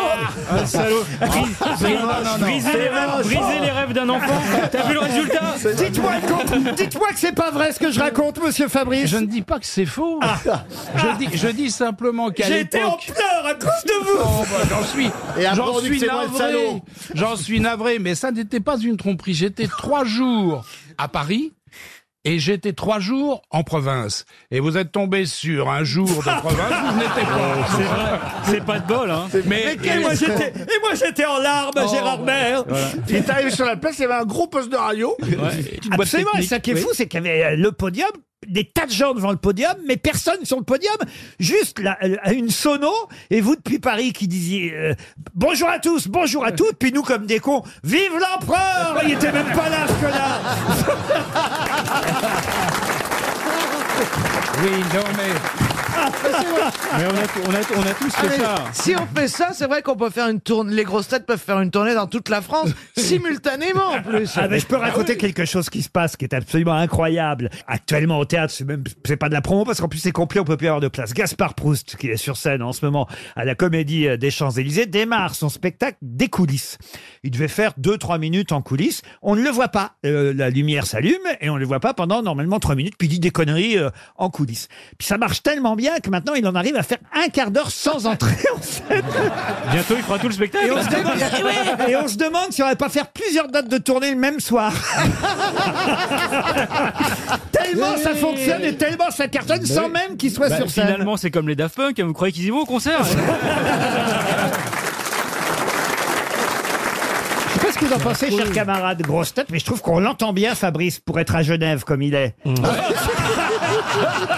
Speaker 4: Ah, salaud. Brisez-
Speaker 1: Non, non, non.
Speaker 4: Briser les rêves, briser les rêves d'un enfant. T'as vu le résultat
Speaker 1: Dites-moi que- dites-moi que c'est pas vrai ce que je raconte, monsieur Fabrice.
Speaker 11: Je ne dis pas que c'est faux. Je, dis, je dis simplement qu'à
Speaker 1: J'ai été Ah. en
Speaker 11: l'époque...
Speaker 1: pleurs à cause de vous
Speaker 11: Oh, bah, j'en suis,
Speaker 1: Et après,
Speaker 11: j'en
Speaker 1: on dit que
Speaker 11: suis
Speaker 1: c'est moi le
Speaker 11: navré.
Speaker 1: salaud.
Speaker 11: J'en suis navré, mais ça n'était pas une tromperie. J'étais trois jours à Paris. Et j'étais trois jours en province. Et vous êtes tombé sur un jour
Speaker 1: Ah.
Speaker 11: de province, vous n'étiez pas. C'est vrai,
Speaker 4: c'est pas de bol, hein.
Speaker 11: Mais,
Speaker 1: Et moi j'étais, et moi j'étais en larmes,
Speaker 11: Oh,
Speaker 1: Gérard Maire.
Speaker 15: Il est arrivé sur la place, il y avait un gros poste de radio.
Speaker 11: boîte
Speaker 1: Absolument. Et
Speaker 11: technique,
Speaker 1: ça qui est
Speaker 11: oui.
Speaker 1: fou, c'est qu'il y avait euh, le podium, des tas de gens devant le podium, mais personne sur le podium. Juste là, euh, à une sono. Et vous depuis Paris qui disiez euh, bonjour à tous, bonjour à toutes. Puis nous comme des cons, vive l'empereur. Il était même pas là, ce connard.
Speaker 11: Oui, non, mais.
Speaker 1: Ah,
Speaker 4: Mais on a, on a- on a tous fait
Speaker 7: Ah, mais
Speaker 4: ça.
Speaker 7: si on fait ça, c'est vrai qu'on peut faire une tournée. Les grosses têtes peuvent faire une tournée dans toute la France simultanément en plus.
Speaker 1: Ah, mais je peux raconter quelque chose qui se passe qui est absolument incroyable. Actuellement au théâtre, c'est même c'est pas de la promo parce qu'en plus c'est complet, on peut plus avoir de place. Gaspard Proust qui est sur scène en ce moment à la Comédie euh, des Champs-Élysées démarre son spectacle des coulisses. Il devait faire 2-3 minutes en coulisses, on ne le voit pas. Euh, la lumière s'allume et on ne le voit pas pendant normalement 3 minutes puis il dit des conneries euh, en coulisses. Puis ça marche tellement bien que maintenant il en arrive à faire un quart d'heure sans entrer en scène.
Speaker 4: Bientôt, il fera tout le spectacle.
Speaker 1: Et on se demande, et on se demande si on va pas faire plusieurs dates de tournée le même soir. tellement ça fonctionne et tellement ça cartonne sans même qu'il soit
Speaker 4: Bah,
Speaker 1: sur scène.
Speaker 4: finalement, c'est comme les Daft Punk. Vous croyez qu'ils y vont au concert
Speaker 1: Je sais pas ce que vous en pensez, chers camarades, grosse tête, mais je trouve qu'on l'entend bien, Fabrice, pour être à Genève comme il est.
Speaker 4: Mmh.
Speaker 1: Ah.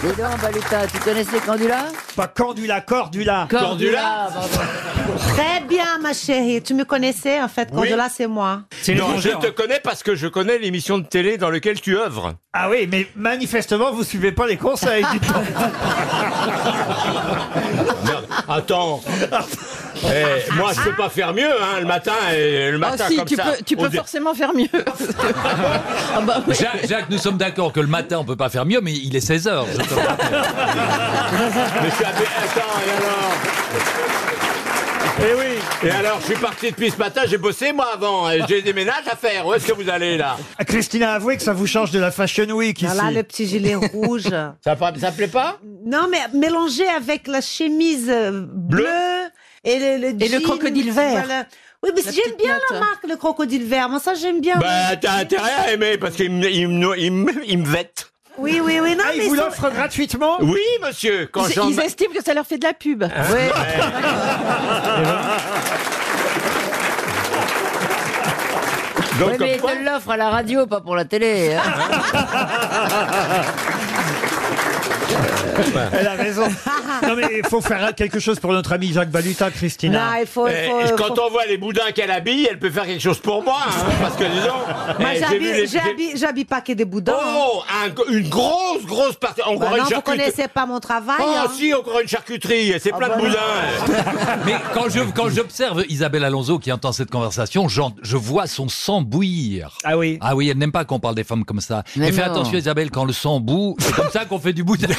Speaker 3: Dis donc, Baluta, tu connaissais Candula
Speaker 1: Pas Candula, Cordula.
Speaker 3: Cordula, pardon.
Speaker 17: Très bien, ma chérie. Tu me connaissais, en fait, quand
Speaker 3: Oui.
Speaker 17: de là, c'est moi.
Speaker 3: Non,
Speaker 4: hein.
Speaker 3: je te connais parce que je connais l'émission de télé dans laquelle tu œuvres.
Speaker 1: Ah oui, mais manifestement, vous suivez pas les conseils.
Speaker 4: Attends. Eh, moi, je peux pas faire mieux, hein, le matin et le matin
Speaker 15: Ah si,
Speaker 4: comme
Speaker 15: tu
Speaker 4: ça.
Speaker 15: peux, tu peux
Speaker 4: On dit-
Speaker 15: forcément faire mieux. Ah bah oui.
Speaker 18: Jacques, Jacques, nous sommes d'accord que le matin, on peut pas faire mieux, mais il est 16h.
Speaker 4: Mais je suis habillé- Attends, et alors
Speaker 3: Eh oui.
Speaker 4: Et alors, je suis parti depuis ce matin, j'ai bossé moi avant, et j'ai des ménages à faire. Où est-ce que vous allez là
Speaker 1: Ah, Christina, avouez que ça vous change de la Fashion Week ici.
Speaker 17: Voilà le petit gilet rouge. Mm.
Speaker 4: Ça, pas- ça plaît pas
Speaker 17: Non, mais mélangé avec la chemise euh, bleue et le, le
Speaker 15: Et le
Speaker 17: jean,
Speaker 15: crocodile vert.
Speaker 17: voilà. Oui, mais
Speaker 15: La
Speaker 17: j'aime
Speaker 15: petite
Speaker 17: bien la
Speaker 15: note.
Speaker 17: marque, le crocodile vert. Moi, ça, j'aime bien.
Speaker 4: Bah, t'as intérêt à aimer parce qu'il me, il me, il me- il me vête.
Speaker 17: Oui, oui, oui. Non,
Speaker 1: Ah, il
Speaker 17: mais
Speaker 1: vous
Speaker 17: ça-
Speaker 1: l'offre gratuitement
Speaker 4: Oui, monsieur, quand
Speaker 15: ils,
Speaker 4: j'en-
Speaker 15: ils estiment que ça leur fait de la pub.
Speaker 4: Ouais.
Speaker 5: Oui, mais ils te l'offrent à la radio, pas pour la télé.
Speaker 1: Ah,
Speaker 5: hein.
Speaker 1: Elle a raison. Non mais il faut faire quelque chose pour notre ami Jacques Baluta, Christina.
Speaker 4: Eh, quand on voit les boudins qu'elle habille, elle peut faire quelque chose pour moi, hein, parce que disons.
Speaker 17: Moi,
Speaker 4: eh, j'ai vu les-
Speaker 17: j'habille-
Speaker 4: j'ai-
Speaker 17: j'habille- j'habille pas que des boudins. hein.
Speaker 4: Oh, un- une grosse, grosse partie.
Speaker 17: Bah
Speaker 4: Encore
Speaker 17: non,
Speaker 4: une
Speaker 17: vous
Speaker 4: charcuterie.
Speaker 17: connaissez pas mon travail.
Speaker 4: Oh,
Speaker 17: hein.
Speaker 4: si, encore une charcuterie, c'est
Speaker 19: Ah,
Speaker 4: plein de boudins.
Speaker 18: Mais quand je quand j'observe Isabelle Alonso qui entend cette conversation, j'en- je vois son sang bouillir.
Speaker 1: Ah oui.
Speaker 18: Ah oui, elle n'aime pas qu'on parle des femmes comme ça.
Speaker 1: Mais
Speaker 18: Mais fais
Speaker 1: non.
Speaker 18: attention Isabelle, quand le sang bout, c'est comme ça qu'on fait du boudin.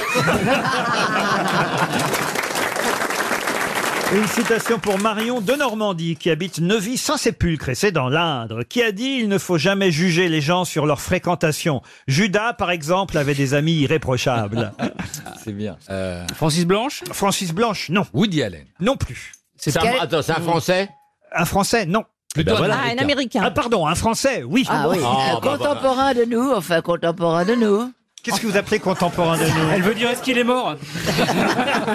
Speaker 1: Une citation pour Marion de Normandie qui habite Neuvy-Saint-Sépulcre et c'est dans l'Indre qui a dit il ne faut jamais juger les gens sur leur fréquentation. Judas par exemple avait des amis irréprochables.
Speaker 18: Ah, c'est bien. Euh,
Speaker 1: Francis Blanche Francis Blanche non.
Speaker 18: Woody Allen
Speaker 1: non plus.
Speaker 4: C'est un- Quel- attends, c'est un Français
Speaker 1: Un français non.
Speaker 4: Plutôt
Speaker 18: ben voilà.
Speaker 5: Ah, un Américain.
Speaker 1: Ah pardon, un français oui.
Speaker 5: Ah oui, un contemporain de nous, enfin contemporain de nous.
Speaker 1: bah, Qu'est-ce que vous appelez contemporain de nous
Speaker 3: Elle veut dire est-ce qu'il est mort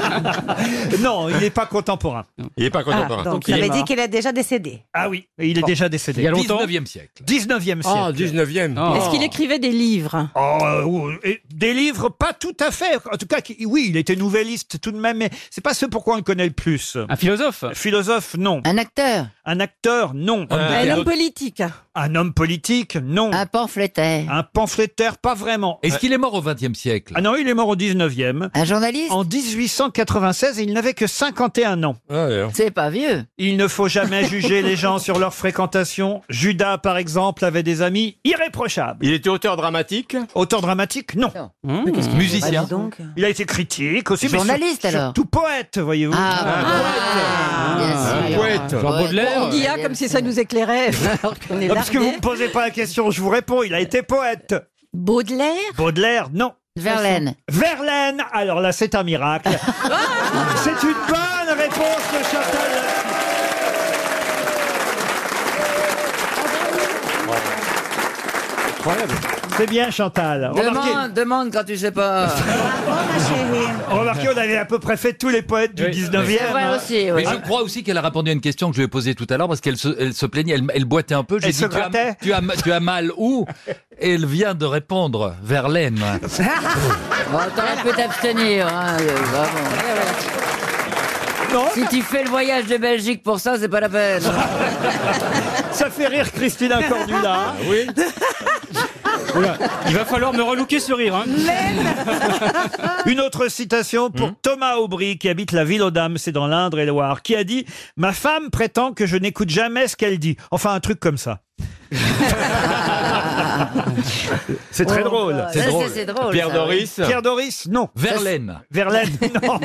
Speaker 1: Non, il n'est pas contemporain.
Speaker 4: Il n'est pas
Speaker 17: Ah, donc, ça veut
Speaker 19: Bah.
Speaker 17: dire qu'il est déjà décédé.
Speaker 1: Ah oui, il est
Speaker 17: Bon.
Speaker 1: déjà décédé.
Speaker 17: Il y a longtemps
Speaker 18: 19e siècle.
Speaker 1: 19e siècle.
Speaker 18: Ah,
Speaker 4: 19e.
Speaker 3: Oh.
Speaker 15: Est-ce qu'il écrivait des livres
Speaker 1: Oh, euh, ou- et des livres pas tout à fait. En tout cas, qui- oui, il était nouvelliste tout de même, mais c'est pas ce pourquoi on le connaît le plus. Un philosophe Philosophe, non.
Speaker 5: Un acteur
Speaker 1: Un acteur, non.
Speaker 15: Un homme politique.
Speaker 1: Un homme politique, non. Euh, Un
Speaker 5: pamphlétaire
Speaker 1: Un pamphlétaire, pas vraiment.
Speaker 18: Est-ce qu'il est mort au 20e siècle
Speaker 1: Ah non, il est mort au 19e.
Speaker 5: Un journaliste
Speaker 1: En 1896, et il n'avait que 51 ans.
Speaker 5: C'est pas vieux.
Speaker 1: Il ne faut jamais juger les gens sur leur fréquentation. Judas, par exemple, avait des amis irréprochables.
Speaker 4: Il était auteur dramatique
Speaker 1: Auteur dramatique, non. Hmm.
Speaker 4: Mais qu'est-ce qu'il- Musicien.
Speaker 1: Bah, dis donc. Il a été critique aussi. mais
Speaker 5: Journaliste,
Speaker 1: sur-
Speaker 5: alors.
Speaker 1: Surtout poète, voyez-vous.
Speaker 17: Ah.
Speaker 5: bien sûr.
Speaker 1: poète. Jean Baudelaire.
Speaker 15: On dit
Speaker 17: hein,
Speaker 15: ah, comme si ça nous éclairait. alors qu'on est
Speaker 1: Non, parce que vous
Speaker 15: largués.
Speaker 1: ne me posez pas la question, je vous réponds. Il a été poète.
Speaker 15: Baudelaire
Speaker 1: Baudelaire, non.
Speaker 5: Verlaine.
Speaker 1: Verlaine. Alors là, c'est un miracle. c'est une bonne réponse de Chantal.
Speaker 4: Incroyable.
Speaker 1: C'est bien, Chantal. Remarquez,
Speaker 5: Demande, demande quand tu sais pas.
Speaker 1: remarquez, on avait à peu près fait tous les poètes du 19e. hein.
Speaker 18: Mais je crois aussi qu'elle a répondu à une question que je lui ai posée tout à l'heure parce qu'elle se, elle se plaignait, elle, elle boitait un peu. J'ai
Speaker 1: Elle
Speaker 18: dit
Speaker 1: se
Speaker 18: tu as,
Speaker 1: grattait.
Speaker 18: tu, as, tu as mal où Et elle vient de répondre vers l'aine.
Speaker 5: Bon, t'aurais pu t'abstenir. hein, euh, vraiment. Si tu fais le voyage de Belgique pour ça, c'est pas la peine.
Speaker 1: Ça fait rire Christina Cordula.
Speaker 3: Oui. Oula, Il va falloir me relooker ce rire. hein.
Speaker 1: Une autre citation pour Thomas Aubry, qui habite la ville aux Dames, c'est dans l'Indre-et-Loire, qui a dit « Ma femme prétend que je n'écoute jamais ce qu'elle dit. » Enfin, un truc comme ça. c'est très
Speaker 5: Oh,
Speaker 1: drôle.
Speaker 5: God. C'est Ça, drôle. c'est drôle, Pierre ça, oui. Doris
Speaker 1: Pierre Doris, non.
Speaker 18: Verlaine.
Speaker 1: Verlaine, non.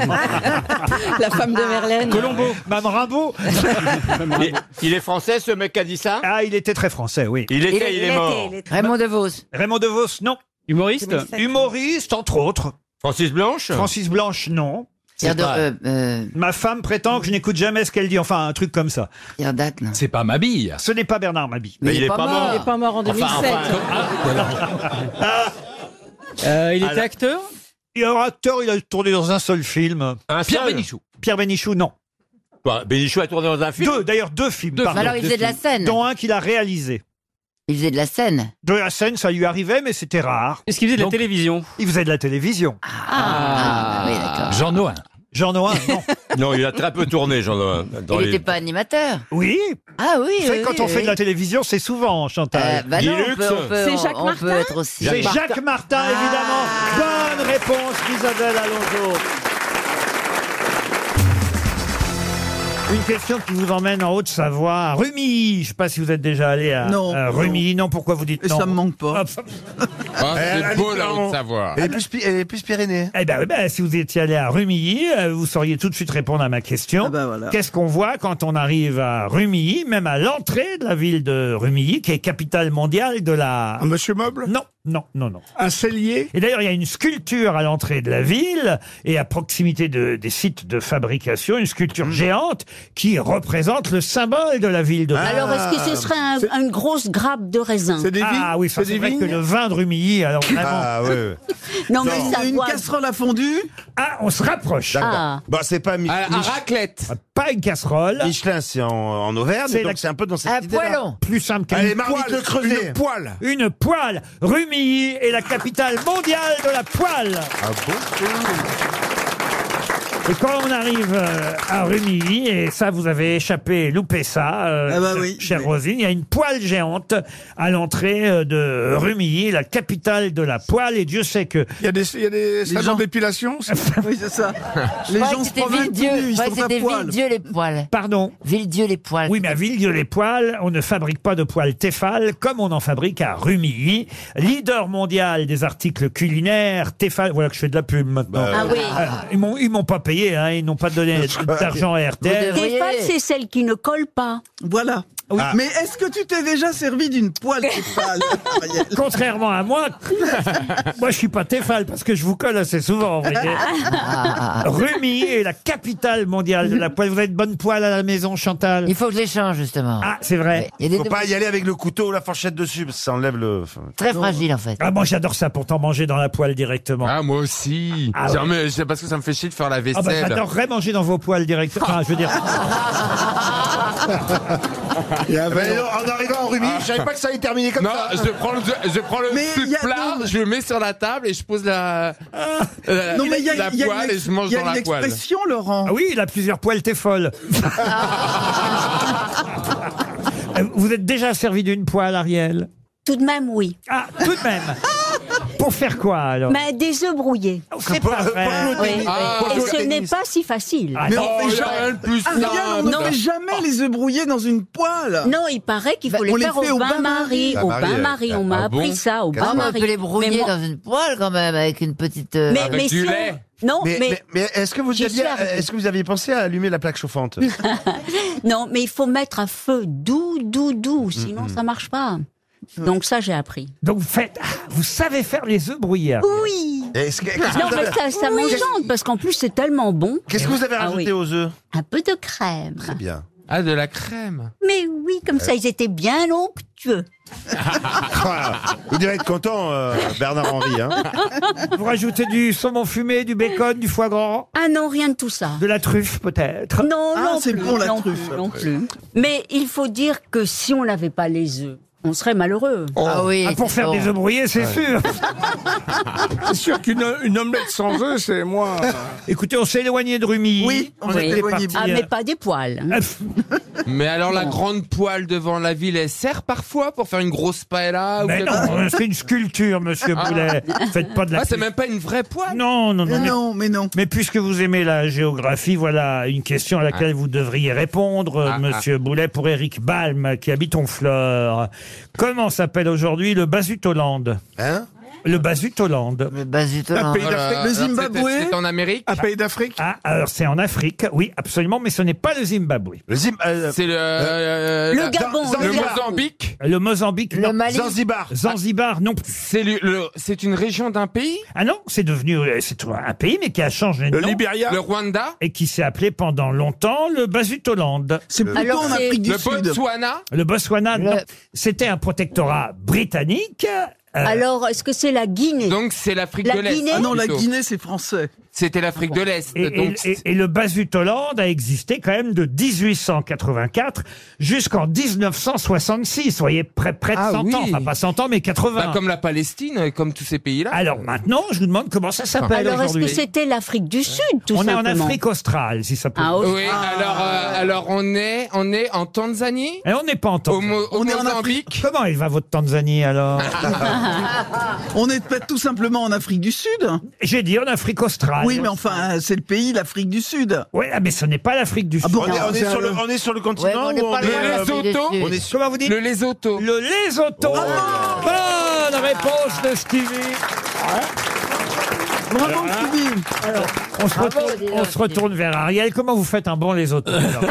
Speaker 15: La femme de Verlaine.
Speaker 1: Colombo. Mme Rimbaud.
Speaker 4: Il, il est français, ce mec qui a dit ça
Speaker 1: Ah, il était très français, oui.
Speaker 4: Il était, il, est mort.
Speaker 5: Raymond DeVos.
Speaker 1: Raymond DeVos, non.
Speaker 3: Humoriste
Speaker 1: Humoriste, entre autres.
Speaker 4: Francis Blanche
Speaker 1: Francis Blanche, non.
Speaker 5: Pierre de- euh,
Speaker 1: Ma femme prétend que je n'écoute jamais ce qu'elle dit. Enfin, un truc comme ça.
Speaker 5: Pierre Dac, non.
Speaker 18: C'est pas ma bille.
Speaker 1: Ce n'est pas Bernard Mabie.
Speaker 4: Mais il est pas mort. ah,
Speaker 15: Il n'est pas mort en 2007.
Speaker 5: Euh,
Speaker 3: il
Speaker 1: était
Speaker 3: acteur
Speaker 1: Il est acteur, il a tourné dans un seul film.
Speaker 4: Un
Speaker 18: Pierre
Speaker 4: seul
Speaker 18: Bénichou.
Speaker 1: Pierre Bénichou, non.
Speaker 4: Bah, Bénichou a tourné dans un film.
Speaker 1: Deux, d'ailleurs deux films.
Speaker 5: Deux
Speaker 1: pardon.
Speaker 5: films. Alors, il faisait de la scène.
Speaker 1: Dont un qu'il a réalisé.
Speaker 5: Il faisait de la scène.
Speaker 1: De la scène, ça lui arrivait, mais c'était rare.
Speaker 3: Est-ce qu'il faisait de la télévision
Speaker 1: Il faisait de la télévision.
Speaker 5: Ah, oui, d'accord.
Speaker 18: Jean Noël.
Speaker 1: Jean Noin, non.
Speaker 16: Non, il a très peu tourné, Jean-Noël. dans
Speaker 5: Il
Speaker 16: les-
Speaker 5: n'était pas animateur.
Speaker 1: Oui.
Speaker 5: Ah oui.
Speaker 1: Vous savez,
Speaker 5: oui,
Speaker 1: quand on
Speaker 5: oui,
Speaker 1: fait de la
Speaker 5: oui.
Speaker 1: télévision, c'est souvent, Chantal.
Speaker 5: Euh, bah non, on peut- on peut- C'est on- Jacques on Martin peut être aussi-
Speaker 1: C'est
Speaker 5: Jacques
Speaker 1: Jacques Martin, évidemment. Bonne réponse d'Isabelle Alonso. Une question qui vous emmène en Haute-Savoie, à Rumi. Je ne sais pas si vous êtes déjà allé à,
Speaker 20: Non.
Speaker 1: à Euh, Rumi. Non, pourquoi vous dites non
Speaker 20: Ça me manque pas. Eh
Speaker 1: Ah, c'est Elle a beau, dit la non. Haute-Savoie. Elle est plus
Speaker 20: Pyrénées.
Speaker 1: Eh ben, oui, ben, si vous étiez allé à Rumilly, euh, vous sauriez tout de suite répondre à ma question. Qu'est-ce qu'on voit quand on arrive à Rumilly, même à l'entrée de la ville de Rumilly, qui est capitale mondiale de la... Un monsieur meuble Non, non, non, non. Un cellier Et d'ailleurs, il y a une sculpture à l'entrée de la ville et à proximité de- des sites de fabrication, une sculpture géante qui représente le symbole de la ville
Speaker 20: Ah.
Speaker 1: de Rumilly.
Speaker 19: Alors, est-ce que ce serait un- une grosse grappe de raisin
Speaker 1: Ah oui, ça, Ah. c'est vrai que le vin de Rumilly, alors vraiment...
Speaker 21: Ah, ouais, ouais.
Speaker 19: Non, mais ça
Speaker 20: Une
Speaker 19: voit-
Speaker 20: casserole à fondue
Speaker 1: Ah, on se rapproche.
Speaker 21: D'accord.
Speaker 19: Ah.
Speaker 21: Bon, c'est pas Mich-
Speaker 1: Ah, un
Speaker 21: Mich-
Speaker 1: raclette. Pas une casserole.
Speaker 21: Michelin, c'est en, en Auvergne,
Speaker 1: C'est
Speaker 21: donc
Speaker 1: la-
Speaker 21: c'est un peu dans cette
Speaker 1: Un
Speaker 21: idée-là.
Speaker 1: poêlon. Plus simple qu'un
Speaker 21: Allez, marmite le creuset.
Speaker 1: Une poêle. Une poêle. Rumilly est la capitale mondiale de la poêle.
Speaker 21: Ah bon
Speaker 1: Et quand on arrive euh, à Rumilly, et ça vous avez échappé, loupé ça, euh,
Speaker 20: Ah bah
Speaker 1: ch-
Speaker 20: oui,
Speaker 1: chère Rosine, il y a une poêle géante à l'entrée euh, de Rumilly, la capitale de la poêle, et Dieu sait que...
Speaker 13: Il y a des, il y a des salons d'épilation
Speaker 20: Oui, c'est ça.
Speaker 5: Je croyais que c'était Villedieu. Je croyais que c'était Villedieu les poils.
Speaker 1: Pardon
Speaker 5: Villedieu les poils.
Speaker 1: Oui, mais à Villedieu les poils, on ne fabrique pas de poils Tefal comme on en fabrique à Rumilly. Leader mondial des articles culinaires, Tefal. Voilà que je fais de la pub maintenant.
Speaker 21: Bah
Speaker 1: Euh,
Speaker 19: Ah oui.
Speaker 1: ils m'ont ils m'ont pas payé, hein, ils n'ont pas donné d'argent à RTL.
Speaker 19: Tefal, c'est celle qui ne colle pas.
Speaker 20: Voilà. Ah.
Speaker 1: Oui.
Speaker 20: Mais est-ce que tu t'es déjà servi d'une poêle Tefal Ariel
Speaker 1: Contrairement à moi, moi je suis pas Tefal parce que je vous colle assez souvent. Vous voyez.
Speaker 5: Ah.
Speaker 1: Rumilly est la capitale mondiale de la poêle. Vous avez de bonnes poêles à la maison, Chantal
Speaker 5: Il faut que je les change, justement.
Speaker 1: Ah, c'est vrai.
Speaker 5: Il y a des
Speaker 21: Faut pas y aller avec le couteau ou la fourchette dessus, parce que ça enlève le.
Speaker 5: Très fragile, en fait.
Speaker 1: Ah, moi j'adore ça, pourtant manger dans la poêle directement.
Speaker 6: Ah, moi aussi.
Speaker 1: Ah
Speaker 6: Genre,
Speaker 1: ouais.
Speaker 6: mais c'est parce que ça me fait chier de faire la
Speaker 1: Ah bah
Speaker 6: vaisselle.
Speaker 1: j'adorerais manger dans vos poils directement. Enfin, je veux dire.
Speaker 21: Mais non,
Speaker 1: Euh,
Speaker 21: en arrivant en Rubis, je savais pas que ça allait terminer comme
Speaker 6: Ah. non,
Speaker 21: ça.
Speaker 6: je prends le, je prends le
Speaker 20: Mais
Speaker 6: plus
Speaker 20: il y a-
Speaker 6: plat, je le mets sur la table et je pose la, la,
Speaker 20: Non, mais il y a,
Speaker 6: Euh, la
Speaker 20: il y a
Speaker 6: poêle
Speaker 20: une,
Speaker 6: et
Speaker 20: ex-
Speaker 6: je mange
Speaker 20: il y a
Speaker 6: dans
Speaker 20: une
Speaker 6: la poêle.
Speaker 20: expression, Laurent.
Speaker 1: Ah oui, il a plusieurs poils, t'es folle. Euh, Vous êtes déjà servi d'une poêle, Ariel
Speaker 19: Tout de même, oui.
Speaker 1: Ah, tout de même. Pour faire quoi alors
Speaker 19: Mais des œufs brouillés.
Speaker 1: Ah, C'est pas vrai.
Speaker 19: Oui.
Speaker 1: Ah,
Speaker 19: Et
Speaker 1: pour le
Speaker 19: ce n'est
Speaker 1: tennis.
Speaker 19: pas si facile.
Speaker 1: Ah, non,
Speaker 20: on fait
Speaker 1: il y a
Speaker 20: jamais-
Speaker 1: rien de plus
Speaker 19: Ah,
Speaker 20: Ariel, on ne
Speaker 19: simple.
Speaker 20: met
Speaker 4: Ah.
Speaker 20: jamais les œufs brouillés dans une poêle.
Speaker 19: Non, il paraît qu'il faut
Speaker 20: Bah,
Speaker 19: les
Speaker 20: on les
Speaker 19: faire
Speaker 20: fait
Speaker 19: au bain-marie. Au
Speaker 21: Bain-marie,
Speaker 19: bain-marie, on m'a
Speaker 21: ah bon
Speaker 19: appris ça, au
Speaker 5: Ah, mais on
Speaker 19: bain-marie.
Speaker 5: peut les
Speaker 19: Mais
Speaker 5: brouiller
Speaker 19: moi-
Speaker 5: dans une poêle quand même avec une petite. euh,
Speaker 19: Mais- Avec mais du si on- lait. Non,
Speaker 21: mais,
Speaker 19: mais-
Speaker 21: mais, mais est-ce que vous
Speaker 19: J'y
Speaker 21: aviez,
Speaker 19: suis arrivée.
Speaker 15: euh,
Speaker 21: est-ce que vous aviez pensé à allumer la plaque chauffante
Speaker 19: Non, mais il faut mettre un feu doux, doux, doux, sinon ça marche pas. Donc ça, j'ai appris.
Speaker 1: Donc vous faites, ah, vous savez faire les œufs brouillés. Ariel.
Speaker 19: Oui
Speaker 21: Est-ce que- qu'est-ce que
Speaker 19: Non,
Speaker 21: vous
Speaker 19: mais
Speaker 21: avez-
Speaker 19: ça, ça m'enchante, parce qu'en plus, c'est tellement bon.
Speaker 21: Qu'est-ce que vous avez
Speaker 19: Ah
Speaker 21: rajouté
Speaker 19: oui.
Speaker 21: aux œufs
Speaker 19: Un peu de crème.
Speaker 21: Bien.
Speaker 6: Ah, de la crème.
Speaker 19: Mais oui, comme ça, ils étaient bien onctueux.
Speaker 21: Ah, vous devez être content, euh, Bernard Henry. Hein.
Speaker 1: Vous rajoutez du saumon fumé, du bacon, du foie gras,
Speaker 19: Ah non, rien de tout ça.
Speaker 1: de la truffe peut-être.
Speaker 19: Non,
Speaker 20: Ah,
Speaker 19: non
Speaker 20: c'est
Speaker 19: plus,
Speaker 20: bon, la
Speaker 19: non
Speaker 20: truffe.
Speaker 19: plus, non plus. Mais il faut dire que si on n'avait pas les œufs, on serait malheureux.
Speaker 21: Oh.
Speaker 5: Ah oui.
Speaker 1: Ah, pour
Speaker 5: c'est
Speaker 1: faire
Speaker 5: bon.
Speaker 1: des œufs brouillés, c'est sûr.
Speaker 13: C'est sûr qu'une une omelette sans œufs, c'est moins.
Speaker 1: Écoutez, on s'est éloigné de Rumi.
Speaker 20: Oui, on s'est
Speaker 1: était
Speaker 20: éloigné.
Speaker 1: parti,
Speaker 19: Ah,
Speaker 1: euh,
Speaker 19: mais pas des poils. hein.
Speaker 6: Mais alors, la grande poêle devant la ville, elle sert parfois pour faire une grosse paella ou
Speaker 1: Mais
Speaker 6: quelque chose
Speaker 1: non, c'est une sculpture, monsieur
Speaker 6: Ah.
Speaker 1: Boulet. Faites pas de la
Speaker 6: Ah, c'est même pas une vraie poêle.
Speaker 1: Non, non, non.
Speaker 20: Mais
Speaker 1: mais-
Speaker 20: non, mais non.
Speaker 1: Mais puisque vous aimez la géographie, voilà une question à
Speaker 6: Ah.
Speaker 1: laquelle vous devriez répondre, euh, monsieur Boulet, pour Éric Balm, qui habite Honfleur. Comment s'appelle aujourd'hui le Basutolande
Speaker 21: Hein
Speaker 1: Le Basutolande.
Speaker 5: Le Basutolande.
Speaker 13: pays d'Afrique, le Zimbabwe.
Speaker 6: C'est en Amérique.
Speaker 13: Un pays d'Afrique
Speaker 1: Ah, alors c'est en Afrique, oui, absolument, mais ce n'est pas le Zimbabwe.
Speaker 21: Le Zim- euh,
Speaker 6: C'est le. euh,
Speaker 19: Le
Speaker 6: la-
Speaker 19: Gabon,
Speaker 6: Le
Speaker 19: le Gabon.
Speaker 6: Mozambique.
Speaker 1: Le Mozambique,
Speaker 5: Le
Speaker 1: non.
Speaker 5: Mali.
Speaker 21: Zanzibar.
Speaker 1: Zanzibar, non plus.
Speaker 6: C'est le- le- c'est une région d'un pays
Speaker 1: Ah non, c'est devenu euh, c'est un pays, mais qui a changé de
Speaker 13: Le
Speaker 1: nom
Speaker 13: Libéria
Speaker 6: Le Rwanda
Speaker 1: et qui s'est appelé pendant longtemps le Basutolande.
Speaker 20: C'est plutôt
Speaker 19: Alors,
Speaker 20: en
Speaker 19: c'est-
Speaker 20: Afrique du
Speaker 6: Le
Speaker 20: Sud.
Speaker 6: Botswana
Speaker 1: Le Botswana,
Speaker 5: Le-
Speaker 1: non. c'était un protectorat britannique euh,
Speaker 19: Alors, est-ce que c'est la Guinée
Speaker 6: Donc c'est l'Afrique
Speaker 19: La
Speaker 6: de l'Est. hein,
Speaker 19: Guinée Ah non, la Guinée,
Speaker 1: c'est français.
Speaker 6: C'était l'Afrique de l'Est.
Speaker 1: Et, et-
Speaker 6: donc
Speaker 1: et- et le Basutoland a existé quand même de 1884 jusqu'en 1966. Vous voyez, près, près
Speaker 19: Ah
Speaker 1: de 100 ans. Enfin, pas 100 ans, mais 80.
Speaker 6: Ah Bah, comme la Palestine, euh, comme tous ces pays-là.
Speaker 1: Alors maintenant, je vous demande comment ça s'appelle
Speaker 19: Alors, est-ce que
Speaker 1: aujourd'hui.
Speaker 19: c'était l'Afrique du Sud, tout
Speaker 1: On est en
Speaker 19: simplement
Speaker 1: Afrique australe, si ça peut. Ah.
Speaker 19: Ah,
Speaker 6: Oui, alors, euh, alors on, est, on est en Tanzanie
Speaker 1: Et on n'est pas en Tanzanie.
Speaker 6: au On est en
Speaker 1: Afrique. Comment il va votre Tanzanie alors
Speaker 3: On est peut-être tout simplement en Afrique du Sud.
Speaker 1: J'ai dit en Afrique australe.
Speaker 3: Oui, mais enfin, c'est le pays, l'Afrique du Sud. Ah
Speaker 1: Oui, mais ce n'est pas l'Afrique du
Speaker 3: Sud.
Speaker 22: On est, on est sur le, on est sur le continent
Speaker 3: Ouais, mais on
Speaker 22: ou
Speaker 3: est
Speaker 22: on
Speaker 3: pas
Speaker 22: est,
Speaker 3: là,
Speaker 22: euh,
Speaker 3: on est dessus.
Speaker 1: on
Speaker 22: est
Speaker 1: sur- Comment vous dites
Speaker 6: Le Lesotho.
Speaker 1: Le Lesotho. Oh. Bonne réponse de Stevie.
Speaker 3: Bravo, Stevie.
Speaker 1: Ah. On se,
Speaker 3: Bravo,
Speaker 1: retourne,
Speaker 3: Ah dis
Speaker 1: on se
Speaker 3: donc.
Speaker 1: retourne vers Ariel. Comment vous faites un bon Lesotho alors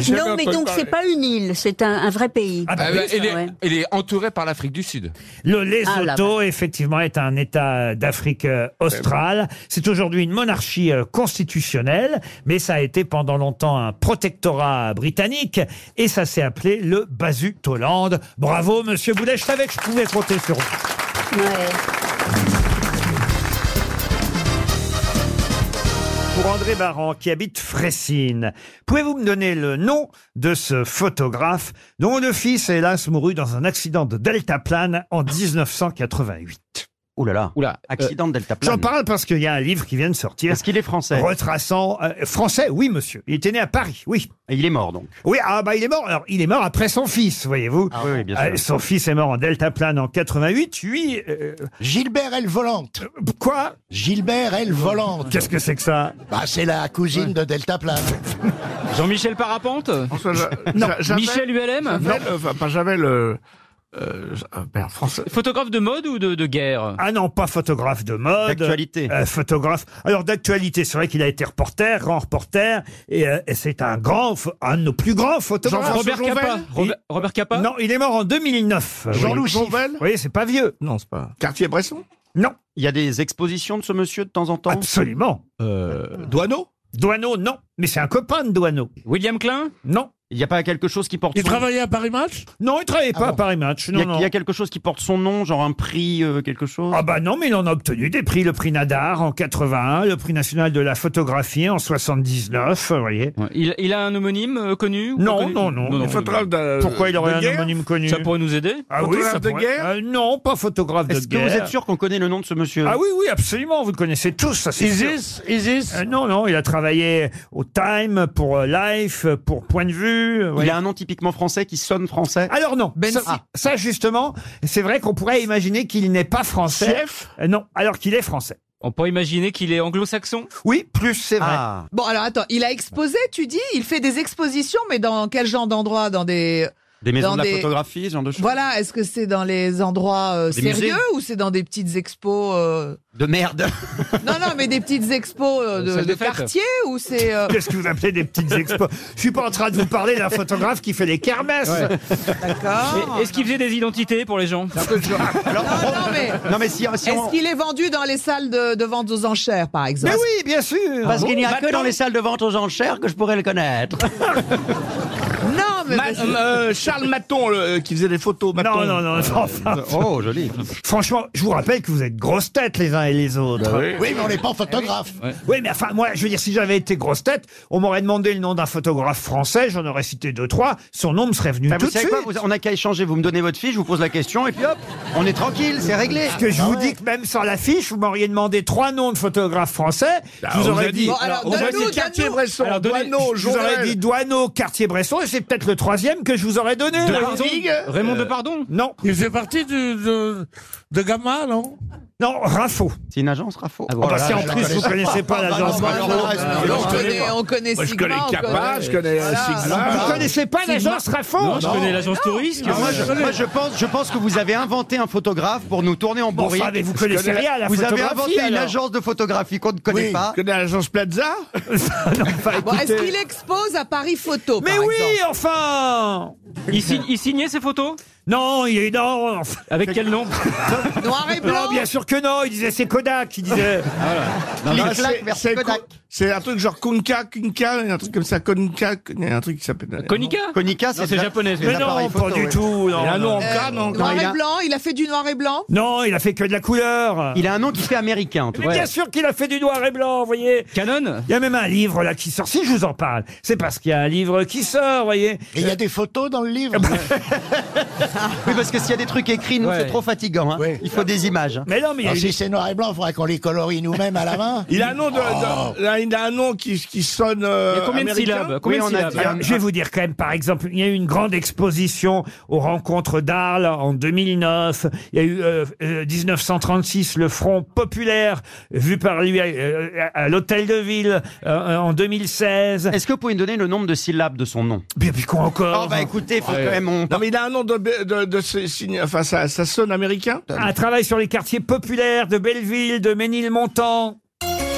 Speaker 6: Jamais
Speaker 19: non, mais
Speaker 6: entendu
Speaker 19: donc
Speaker 6: parler.
Speaker 19: c'est pas une île, c'est un, un vrai pays.
Speaker 6: Ah bah, il, est, il est entouré par l'Afrique du Sud.
Speaker 1: Le
Speaker 19: Ah,
Speaker 1: Lesotho,
Speaker 19: là-bas.
Speaker 1: effectivement, est un État d'Afrique euh, australe. C'est aujourd'hui une monarchie euh, constitutionnelle, mais ça a été pendant longtemps un protectorat britannique, et ça s'est appelé le Basutoland. Bravo, Monsieur Boulet, je savais que je pouvais compter sur vous. Pour André Barran, qui habite Fressines, pouvez-vous me donner le nom de ce photographe dont le fils, hélas, mourut dans un accident de deltaplane en 1988
Speaker 15: Ouh là là. Accident de deltaplane.
Speaker 1: J'en parle parce qu'il y a un livre qui vient de sortir.
Speaker 15: Est-ce qu'il est français
Speaker 1: Retraçant. euh, français, oui, monsieur. Il était né à Paris, oui.
Speaker 15: Il est mort donc.
Speaker 1: Oui, ah bah il est mort. Alors, il est mort après son fils, voyez-vous. Euh,
Speaker 15: Ah oui, oui, bien sûr.
Speaker 1: son fils est mort en deltaplane en 88. Lui.
Speaker 23: Gilbert elle volante.
Speaker 1: Euh, Quoi
Speaker 23: Gilbert elle volante.
Speaker 1: Qu'est-ce que c'est que ça
Speaker 23: Bah c'est la cousine de Delta Plane.
Speaker 4: Jean-Michel Parapente
Speaker 23: Non.
Speaker 4: Javel- Michel ULM
Speaker 24: Javel, euh, enfin, pas Javel, euh, euh, euh, merde, français.
Speaker 4: Photographe de mode ou de, de guerre
Speaker 1: Ah non, pas photographe de mode.
Speaker 4: D'actualité.
Speaker 1: Euh, photographe. Alors d'actualité, c'est vrai qu'il a été reporter, grand reporter, et, euh, et c'est un grand, pho- un de nos plus grands photographes.
Speaker 4: Jean-François Robert Capa.
Speaker 1: Il-
Speaker 4: Robert- Robert Capa
Speaker 1: Non, il est mort en 2009.
Speaker 15: Jean-Louis
Speaker 1: Jouvel. Oui, c'est pas vieux.
Speaker 15: Non, c'est pas.
Speaker 1: Cartier-Bresson Non.
Speaker 15: Il y a des expositions de ce monsieur de temps Euh, en temps
Speaker 1: Absolument.
Speaker 15: Douaneau
Speaker 1: Douaneau, non. Mais c'est un copain de Douaneau.
Speaker 15: William Klein
Speaker 1: Non.
Speaker 15: Il n'y a pas quelque chose qui porte
Speaker 25: Il
Speaker 15: son
Speaker 25: travaillait à Paris Match
Speaker 1: Non, il travaillait
Speaker 15: Ah
Speaker 1: pas
Speaker 15: bon.
Speaker 1: à Paris Match.
Speaker 15: Il y,
Speaker 1: Non,
Speaker 15: a,
Speaker 1: non.
Speaker 15: il y a quelque chose qui porte son nom, genre un prix, euh, quelque chose
Speaker 1: Ah bah non, mais il en a obtenu des prix, le prix Nadar en 81, le prix national de la photographie en 79, vous voyez.
Speaker 4: il, il a un homonyme euh, connu ou pas
Speaker 1: Non,
Speaker 4: connu
Speaker 1: non, non.
Speaker 4: non.
Speaker 1: Euh, Pourquoi il aurait un homonyme connu
Speaker 4: Ça pourrait nous aider
Speaker 1: Ah oui, ça pourrait- Euh, Non, pas photographe de guerre.
Speaker 15: Est-ce que vous êtes sûr qu'on connaît le nom de ce monsieur
Speaker 1: Ah oui, oui, absolument, vous le connaissez tous, ça c'est Euh,
Speaker 25: Isis, Isis.
Speaker 1: Non, non, il a travaillé au Time, pour euh, Life, euh, pour Point de Vue. euh, ouais.
Speaker 15: Il a un nom typiquement français qui sonne français.
Speaker 1: Alors non,
Speaker 15: Ben
Speaker 1: ça,
Speaker 15: Si.
Speaker 1: ça, justement, c'est vrai qu'on pourrait imaginer qu'il n'est pas français. Euh, Non, alors qu'il est français.
Speaker 4: On peut imaginer qu'il est anglo-saxon Ah.
Speaker 1: Oui, plus c'est vrai.
Speaker 26: Bon, alors attends, il a exposé, tu dis Il fait des expositions, mais dans quel genre d'endroit Dans des.
Speaker 15: Des maisons
Speaker 26: dans
Speaker 15: de la
Speaker 26: des-
Speaker 15: photographie, ce genre de choses.
Speaker 26: Voilà, est-ce que c'est dans les endroits euh,
Speaker 15: Des
Speaker 26: sérieux
Speaker 15: musées
Speaker 26: ou c'est dans des petites expos euh,
Speaker 15: De merde.
Speaker 26: Non, non, mais des petites expos euh, de,
Speaker 1: Salle de
Speaker 26: de
Speaker 1: fête.
Speaker 26: quartier ou c'est. euh,
Speaker 1: Qu'est-ce que vous appelez des petites expos Je suis pas en train de vous parler d'un photographe qui fait des kermesses.
Speaker 4: Et- Est-ce qu'il faisait des identités pour les gens
Speaker 26: Non, mais.
Speaker 15: Non, mais si,
Speaker 26: Est-ce
Speaker 15: si on-
Speaker 26: qu'il est vendu dans les salles de, de vente aux enchères, par exemple
Speaker 1: Mais oui, bien sûr.
Speaker 15: Parce
Speaker 1: Ah
Speaker 15: qu'il
Speaker 1: bon
Speaker 15: n'y a que
Speaker 1: Maintenant-
Speaker 15: dans les salles de vente aux enchères que je pourrais le connaître.
Speaker 26: Non, mais.
Speaker 24: Ma- euh, Charles Maton, le- euh, qui faisait des photos. Maton. Euh,
Speaker 1: Non, non, non, non, enfin.
Speaker 15: Oh, joli.
Speaker 1: Franchement, je vous rappelle que vous êtes grosses têtes les uns et les autres.
Speaker 24: Bah oui.
Speaker 1: Ah oui.
Speaker 23: Oui mais on n'est pas photographe.
Speaker 1: mais enfin, moi, je veux dire, si j'avais été grosse tête, on m'aurait demandé le nom d'un photographe français, j'en aurais cité deux, trois, son nom me serait venu
Speaker 15: Bah,
Speaker 1: tout
Speaker 15: vous
Speaker 1: de
Speaker 15: savez
Speaker 1: suite.
Speaker 15: quoi vous- On n'a qu'à échanger. Vous me donnez votre fiche, je vous pose la question, et puis hop, on est tranquille, c'est réglé. Ah
Speaker 1: Parce que je vous dis que même sans l'affiche, vous m'auriez demandé trois noms de photographes français. je vous
Speaker 24: on
Speaker 1: aurais
Speaker 24: a dit-
Speaker 1: dit,
Speaker 24: Bon, alors,
Speaker 1: on aurait
Speaker 24: donne-nous,
Speaker 1: dit
Speaker 24: donne-nous. Cartier-Bresson,
Speaker 1: Alors, donnez-
Speaker 24: Douaneau,
Speaker 1: je vous aurais
Speaker 24: Jaurès.
Speaker 1: dit Douaneau, Cartier-Bresson, et c'est peut-être le troisième que je vous aurais donné. alors.
Speaker 4: Raymond Depardon
Speaker 1: Non.
Speaker 25: Il faisait partie du- de, de Gamma, non
Speaker 1: Non, Raffo.
Speaker 15: C'est une agence, Rafo.
Speaker 1: Ah bah, si en plus vous connaissez pas l'agence Raffo. Euh,
Speaker 26: on connaît, on connaît
Speaker 24: Moi, je
Speaker 26: Sigma,
Speaker 24: connais
Speaker 26: on
Speaker 24: Kappa, je connais euh, Sigma.
Speaker 1: Vous connaissez pas l'agence Raffo
Speaker 4: Non, je connais l'agence touriste.
Speaker 15: Ah, moi, je, moi, je pense, je pense que vous avez inventé un photographe pour nous tourner en
Speaker 1: Bon,
Speaker 15: bourrique.
Speaker 1: enfin, mais vous connaissez
Speaker 15: Je connais-
Speaker 1: rien à la
Speaker 15: Vous avez
Speaker 1: photographie,
Speaker 15: inventé une
Speaker 1: alors.
Speaker 15: agence de photographie qu'on ne connaît
Speaker 24: Oui,
Speaker 15: pas.
Speaker 24: je connais l'agence Plaza.
Speaker 26: Bon, Est-ce qu'il expose à Paris Photo
Speaker 1: Mais
Speaker 26: par
Speaker 1: oui,
Speaker 26: exemple
Speaker 1: enfin
Speaker 4: Il, signe- il signait ses photos
Speaker 1: Non, il est non. enfin,
Speaker 4: Avec quel nom
Speaker 26: Noir et blanc
Speaker 1: Non, bien sûr que non. Il disait c'est Kodak. Il disait.
Speaker 24: Non,
Speaker 15: Clic,
Speaker 24: c'est-
Speaker 15: clac, merci
Speaker 24: c'est
Speaker 15: Kodak.
Speaker 24: co-
Speaker 15: C'est un truc genre Kunka, Kunka, un truc comme ça, Konka, un truc qui s'appelle. euh,
Speaker 16: Konica Non,
Speaker 15: Konica,
Speaker 16: c'est
Speaker 15: la-
Speaker 16: japonais,
Speaker 15: c'est
Speaker 1: Mais
Speaker 15: un
Speaker 1: non,
Speaker 15: appareil photo,
Speaker 1: pas du
Speaker 15: ouais.
Speaker 1: tout.
Speaker 15: Il a un
Speaker 4: Euh,
Speaker 15: nom en
Speaker 1: non.
Speaker 15: K, non
Speaker 1: non,
Speaker 18: Noir
Speaker 1: il
Speaker 18: et
Speaker 1: a-
Speaker 18: blanc, il a fait du noir et blanc.
Speaker 1: Non, il a fait que de la couleur.
Speaker 4: Il a un nom qui fait américain, en tout
Speaker 1: Mais
Speaker 4: cas.
Speaker 1: bien sûr qu'il a fait du noir et blanc, vous voyez.
Speaker 16: Canon
Speaker 1: Il y a même un livre là qui sort. Si je vous en parle, c'est parce qu'il y a un livre qui sort, vous voyez. Ah bah,
Speaker 15: Et il y a des photos dans le livre
Speaker 4: Oui, parce que s'il y a des trucs écrits, nous, c'est trop fatigant. hein. Il faut des images. hein.
Speaker 1: Mais non, mais
Speaker 15: Alors, Ah, si c'est noir et blanc, il faudrait qu'on les Oh. colorie nous-mêmes à la main. Il a un nom de, de- là, il a un nom qui, qui sonne. euh,
Speaker 16: Il y a combien de
Speaker 15: américain
Speaker 16: syllabes Combien de syllabes
Speaker 1: Alors, hein, je vais vous dire quand même, par exemple, il y a eu une grande exposition aux rencontres d'Arles en 2009. Il y a eu euh, euh, 1936 le Front populaire vu par lui à, euh, à l'Hôtel de Ville euh, en 2016.
Speaker 4: Est-ce que vous pouvez me donner le nombre de syllabes de son nom
Speaker 1: Bien, puis quoi encore
Speaker 4: Oh, bah écoutez, faut
Speaker 15: Ouais.
Speaker 4: quand même. on-
Speaker 15: Non, mais il a un nom de, de, de ce signe- enfin, ça, ça sonne américain.
Speaker 1: Un travail Ah, sur les quartiers populaires de Belleville, de Ménilmontant.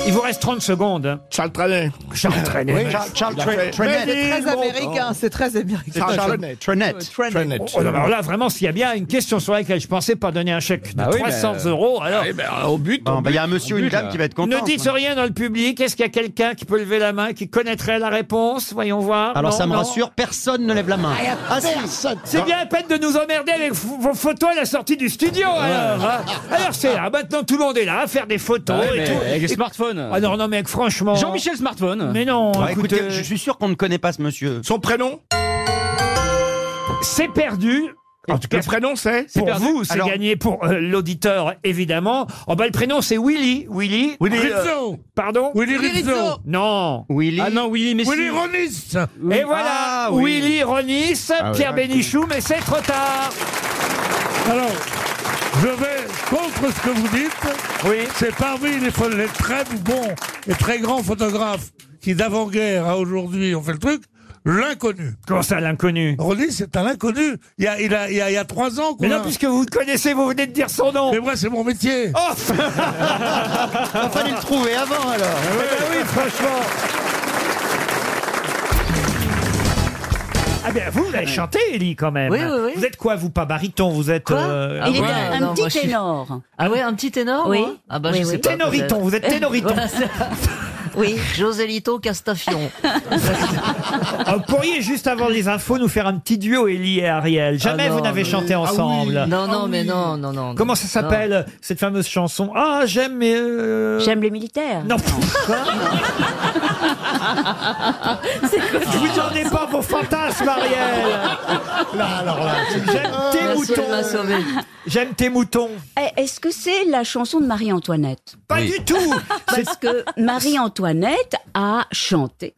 Speaker 1: Il vous reste 30 secondes. hein.
Speaker 15: Charles Trenet.
Speaker 1: Charles Trenet.
Speaker 15: Oui, Charles- Charles
Speaker 1: Il a fait-
Speaker 15: Tre- Trenet.
Speaker 1: Belleville,
Speaker 18: C'est très américain, c'est très américain.
Speaker 15: Charles Trenet.
Speaker 4: Trenet.
Speaker 15: Trenet.
Speaker 1: Oh, non, mais alors là, vraiment, s'il y a bien une question sur laquelle je pensais pas donner un chèque de
Speaker 15: Bah oui,
Speaker 1: 300
Speaker 15: mais, euh,
Speaker 1: euros, alors.
Speaker 15: Eh ben, au but.
Speaker 4: Bon,
Speaker 15: au
Speaker 4: bah, il y a un
Speaker 15: but,
Speaker 4: monsieur
Speaker 15: au
Speaker 4: ou une
Speaker 15: but,
Speaker 4: dame
Speaker 15: là.
Speaker 4: qui va être hein. content.
Speaker 1: Ne dites rien dans le public. Est-ce qu'il y a quelqu'un qui peut lever la main, qui connaîtrait la réponse Voyons voir.
Speaker 4: Alors
Speaker 1: Non,
Speaker 4: ça me
Speaker 1: non.
Speaker 4: rassure, personne ne lève la main. Ah, si.
Speaker 1: C'est bien la peine de nous emmerder avec f- vos photos à la sortie du studio. Alors, hein. alors c'est là. Maintenant, tout le monde est là à faire des photos
Speaker 16: Ah ouais,
Speaker 1: et
Speaker 16: mais
Speaker 1: tout.
Speaker 16: avec les
Speaker 1: Et-
Speaker 16: smartphones.
Speaker 1: Ah non, non, mec, franchement.
Speaker 16: Jean-Michel Smartphone.
Speaker 1: Mais non,
Speaker 4: Bah,
Speaker 1: écoutez,
Speaker 4: écoutez, je suis sûr qu'on ne connaît pas ce monsieur.
Speaker 15: Son prénom
Speaker 1: c'est perdu. En tout cas,
Speaker 15: Le prénom, c'est
Speaker 1: pour
Speaker 16: perdu.
Speaker 1: vous, c'est
Speaker 16: Alors-
Speaker 1: gagné pour euh, l'auditeur, évidemment. En bas, le prénom, c'est Willy. Willy.
Speaker 15: Willy, euh,
Speaker 1: Rizzo. Pardon
Speaker 15: Willy
Speaker 18: Rizzo.
Speaker 15: Rizzo.
Speaker 1: Non.
Speaker 4: Willy.
Speaker 16: Ah non, Willy Messi.
Speaker 15: Willy Ronis.
Speaker 1: Et voilà,
Speaker 4: Ah, oui.
Speaker 1: Willy Ronis,
Speaker 15: oui.
Speaker 1: Pierre Bénichou, mais c'est trop tard.
Speaker 2: Alors, je vais contre ce que vous dites.
Speaker 1: Oui.
Speaker 2: C'est parmi les, pho- les très bons et très grands photographes qui, d'avant-guerre à aujourd'hui, ont fait le truc, l'inconnu.
Speaker 1: Comment ça, l'inconnu
Speaker 2: Rodin, c'est un inconnu. Il y a, il a, il y a, il y a trois ans qu'on
Speaker 1: Mais non,
Speaker 2: a-
Speaker 1: puisque vous le connaissez, vous venez de dire son nom.
Speaker 2: Mais moi, c'est mon métier.
Speaker 1: Oh
Speaker 4: Il fallait le trouver
Speaker 2: Ah
Speaker 4: avant alors.
Speaker 1: Eh ben oui, franchement. Ah bien, vous, vous avez chanté, Ellie, quand même.
Speaker 3: Oui, oui, oui.
Speaker 1: Vous êtes quoi, vous, pas bariton Vous êtes...
Speaker 3: Quoi
Speaker 1: euh,
Speaker 19: Il est
Speaker 3: ah ouais,
Speaker 19: un, un
Speaker 3: non, moi, je
Speaker 19: petit
Speaker 3: suis-
Speaker 19: ténor.
Speaker 3: Ah ouais, un petit ténor
Speaker 19: Oui.
Speaker 3: moi Ah bah
Speaker 19: Oui,
Speaker 3: je
Speaker 19: oui.
Speaker 3: sais pas.
Speaker 1: Ténoriton,
Speaker 3: peut-être.
Speaker 1: vous êtes ténoriton.
Speaker 3: Voilà, c'est- oui, Joselito Castafion.
Speaker 1: Ah, vous pourriez, juste avant les infos, nous faire un petit duo, Ellie et Ariel. Jamais
Speaker 3: Ah non,
Speaker 1: vous n'avez
Speaker 3: mais-
Speaker 1: chanté ensemble.
Speaker 3: Non,
Speaker 12: Ah
Speaker 19: Ah
Speaker 3: non, mais non, non, non.
Speaker 1: Comment ça
Speaker 3: non.
Speaker 1: s'appelle, cette fameuse chanson Ah, j'aime... mais, euh,
Speaker 19: J'aime les militaires.
Speaker 1: Non, je vous en ai pas vos fantasmes, Ariel
Speaker 15: Là, alors là.
Speaker 1: J'aime
Speaker 19: Ah,
Speaker 1: tes
Speaker 3: Merci de
Speaker 1: moutons
Speaker 3: m'a sauvé.
Speaker 1: J'aime tes moutons
Speaker 19: Eh, Est-ce que c'est la chanson de Marie-Antoinette
Speaker 1: Pas
Speaker 6: Oui.
Speaker 1: du tout
Speaker 19: Parce que Marie-Antoinette a chanté.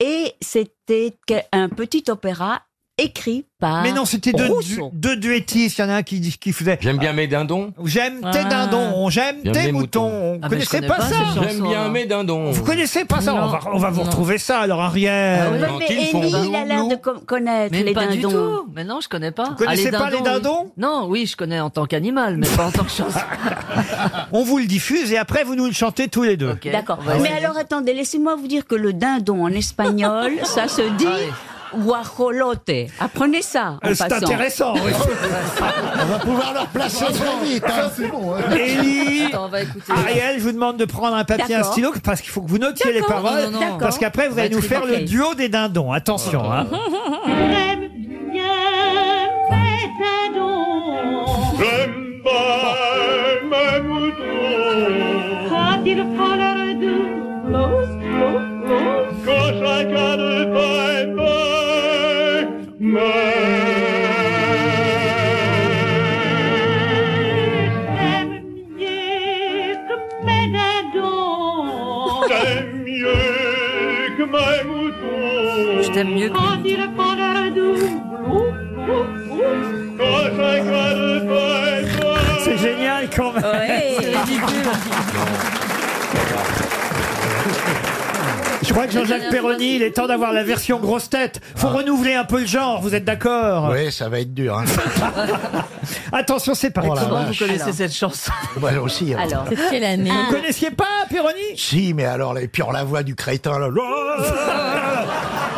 Speaker 19: Et c'était que- un petit opéra écrit
Speaker 3: Ah.
Speaker 19: par
Speaker 1: Mais non, c'était deux, du-
Speaker 19: Rousseau.
Speaker 1: deux duettistes. Il y en a un qui, qui faisait
Speaker 6: J'aime bien mes dindons.
Speaker 1: J'aime tes
Speaker 3: Ah.
Speaker 1: dindons, j'aime
Speaker 6: J'aime
Speaker 1: tes
Speaker 6: les moutons.
Speaker 1: moutons. Vous
Speaker 3: Ah, mais je
Speaker 1: connaissez
Speaker 3: connais
Speaker 1: pas,
Speaker 3: pas
Speaker 1: ça
Speaker 3: cette chanson. hein.
Speaker 6: J'aime bien mes dindons.
Speaker 1: Vous connaissez pas ça
Speaker 3: Non.
Speaker 1: On va, on va vous
Speaker 3: Non.
Speaker 1: retrouver ça, alors Ariel.
Speaker 3: Ah oui,
Speaker 6: Quand
Speaker 19: Mais
Speaker 6: ils font
Speaker 19: Élie, il a l'air de
Speaker 6: loup-loup.
Speaker 19: co- connaître
Speaker 3: Mais
Speaker 19: les
Speaker 3: pas
Speaker 19: dindons.
Speaker 3: du tout. Mais non, je connais pas.
Speaker 1: Vous connaissez
Speaker 3: Ah,
Speaker 1: pas les
Speaker 3: oui.
Speaker 1: dindons
Speaker 3: Non, oui, je connais en tant qu'animal, mais pas en tant que chanson.
Speaker 1: On vous le diffuse et après vous nous le chantez tous les deux.
Speaker 3: Ok,
Speaker 19: D'accord.
Speaker 3: on va
Speaker 19: Mais
Speaker 3: essayer.
Speaker 19: alors attendez, laissez-moi vous dire que le dindon en espagnol, ça se dit guajolote. Apprenez ça en
Speaker 1: Euh, C'est
Speaker 19: passant.
Speaker 1: intéressant. oui.
Speaker 15: On va pouvoir leur placer très vite. hein.
Speaker 1: Élie,
Speaker 3: Attends, on va écouter.
Speaker 1: Ariel, je vous demande de prendre un papier, un
Speaker 19: D'accord.
Speaker 1: stylo, parce qu'il faut que vous notiez les
Speaker 19: D'accord.
Speaker 3: Non,
Speaker 1: paroles,
Speaker 3: non, non.
Speaker 1: parce qu'après vous
Speaker 3: On va
Speaker 1: allez nous
Speaker 3: être Oh.
Speaker 1: faire le
Speaker 19: évoqués.
Speaker 1: duo des dindons. Attention. hein.
Speaker 3: Je t'aime mieux que mes
Speaker 1: C'est génial quand même.
Speaker 19: Ouais.
Speaker 1: Je crois que Jean-Jacques Perroni, il est temps d'avoir la version grosse tête. Faut renouveler un peu le genre, vous êtes
Speaker 3: Ah.
Speaker 1: d'accord
Speaker 15: Oui, ça va être dur. Hein.
Speaker 1: Attention, c'est parti.
Speaker 15: Oh la
Speaker 3: Comment
Speaker 15: vache.
Speaker 3: vous connaissez cette chanson
Speaker 15: Moi aussi. hein. alors.
Speaker 19: Alors, Ah.
Speaker 26: Quelle année
Speaker 1: Vous connaissiez pas Perroni
Speaker 15: Si, mais alors, et puis on la voix du crétin, là.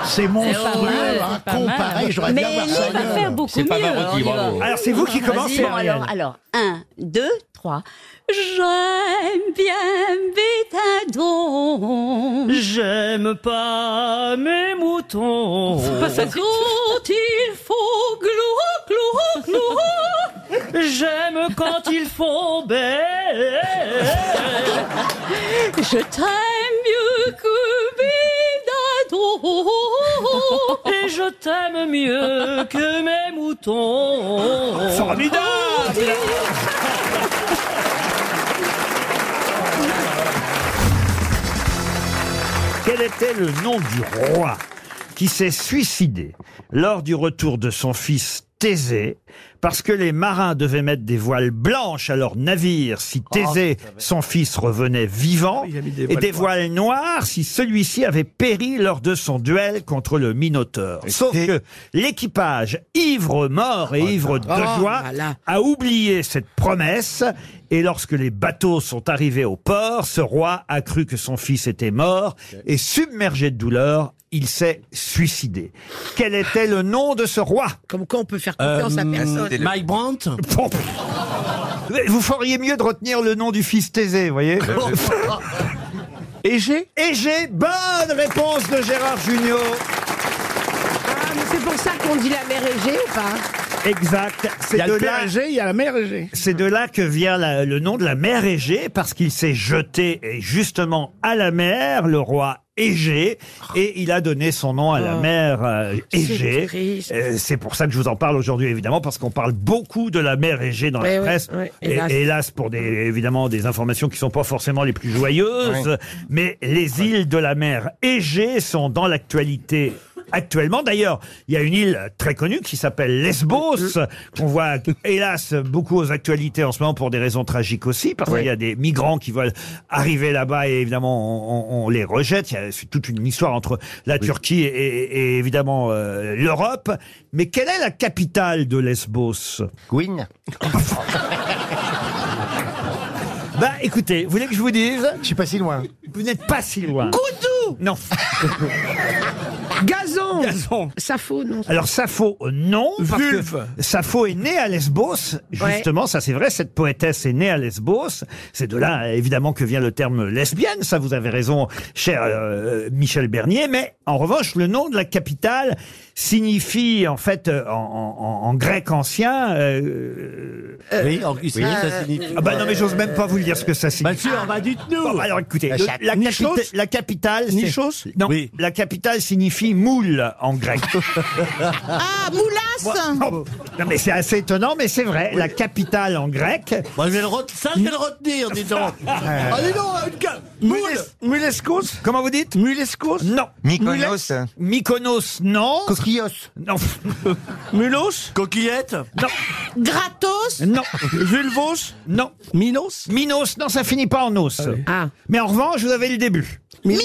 Speaker 2: C'est monstrueux, hein, comparé, j'aurais bien
Speaker 19: Mais
Speaker 2: voir
Speaker 19: lui
Speaker 2: ça
Speaker 19: va
Speaker 2: ailleurs.
Speaker 19: faire beaucoup mieux. on y va.
Speaker 1: Alors, c'est vous qui
Speaker 19: Vas-y,
Speaker 1: commencez,
Speaker 19: bon, alors,
Speaker 1: Ariel.
Speaker 19: alors, un, deux, trois. J'aime bien vite un don.
Speaker 27: J'aime pas mes moutons.
Speaker 19: C'est pas ça.
Speaker 27: Quand il faut glou, glou, glou. J'aime quand ils font belle.
Speaker 19: Je t'aime mieux que Bidadon.
Speaker 27: Et je t'aime mieux que mes moutons.
Speaker 1: Formidable Quel était le nom du roi qui s'est suicidé lors du retour de son fils Thésée parce que les marins devaient mettre des voiles blanches à leurs navires si Thésée, son fils, revenait vivant,
Speaker 15: Ah, Il a mis des
Speaker 1: et
Speaker 15: voiles noires.
Speaker 1: des voiles noires si celui-ci avait péri lors de son duel contre le Minotaure. Sauf que l'équipage, ivre mort et ivre de
Speaker 15: Oh,
Speaker 1: joie,
Speaker 15: voilà.
Speaker 1: a oublié cette promesse. Et lorsque les bateaux sont arrivés au port, ce roi a cru que son fils était mort et submergé de douleur, il s'est suicidé. Quel était le nom de ce roi Comme quoi on peut faire
Speaker 8: confiance à personne. Mike
Speaker 1: Brandt Vous feriez mieux de retenir le nom du fils Thésée, vous voyez Égée Égée, bonne réponse de Gérard Junior.
Speaker 17: Ah,
Speaker 26: mais c'est pour ça qu'on dit la mère Égée ou pas
Speaker 1: Exact.
Speaker 13: Il y a le père
Speaker 1: Égée, il y a la mère Égée. C'est de là que vient la- le nom de la mère Égée, parce qu'il s'est jeté et justement à la mer, le roi Égée, et il a donné son nom à
Speaker 15: Oh,
Speaker 1: la mer euh, Égée. Euh, C'est pour ça que je vous en parle aujourd'hui, évidemment, parce qu'on parle beaucoup de la mer Égée dans
Speaker 15: Oui,
Speaker 1: la
Speaker 15: oui,
Speaker 1: presse.
Speaker 15: oui,
Speaker 1: Et-
Speaker 15: hélas.
Speaker 1: et hélas pour des, évidemment des informations qui sont pas forcément les plus joyeuses, mais les îles de la mer Égée sont dans l'actualité. Actuellement, d'ailleurs, il y a une île très connue qui s'appelle Lesbos, qu'on voit hélas beaucoup aux actualités en ce moment pour des raisons tragiques aussi, parce qu'il y a des migrants qui veulent arriver là-bas et évidemment on, on- on les rejette. Il y a c'est toute une histoire entre la Turquie et, et- et évidemment euh, l'Europe. Mais quelle est la capitale de Lesbos Gwyn. Bah écoutez, vous voulez que je vous dise Je suis pas si loin. Vous n'êtes pas si loin. Goudou Non.
Speaker 26: Gazon Gazon Sappho, non
Speaker 1: Alors Sappho, euh, non. parce que
Speaker 26: Vulve.
Speaker 1: Sappho est née à Lesbos. Justement, ça c'est vrai, cette poétesse est née à Lesbos. C'est de là, euh, évidemment, que vient le terme lesbienne. Ça, vous avez raison, cher euh, Michel Bernier. Mais en revanche, le nom de la capitale signifie, en fait, euh, en, en- en- en grec ancien... euh,
Speaker 15: Oui, en- oui, ça signifie
Speaker 1: Ah bah
Speaker 15: quoi
Speaker 1: non, mais j'ose même pas vous le dire ce que ça signifie.
Speaker 15: sûr, bah dites-nous.
Speaker 1: Bon, bah alors écoutez,
Speaker 15: La
Speaker 1: le-
Speaker 15: chatte.
Speaker 1: la,
Speaker 15: Nichos
Speaker 1: capita- la capitale... c'est-
Speaker 15: Nichos
Speaker 1: Non, la capitale signifie moule en grec.
Speaker 15: Ah,
Speaker 1: Moi- non, non, mais c'est assez étonnant, mais c'est vrai. La capitale en grec.
Speaker 15: Ça, je vais le retenir, dis donc. Ah, dis donc, une ca- Moule.
Speaker 1: Euh. Mulescos Comment vous dites Mulescos Non.
Speaker 15: Mykonos
Speaker 1: Mule- Mykonos, non. Coquillos Non. Mulos Coquillette Non. Gratos Non. Vulvos Non. Minos Minos, non, ça finit pas en os.
Speaker 15: Ah
Speaker 1: Mais en revanche, vous avez le début.
Speaker 15: Milou.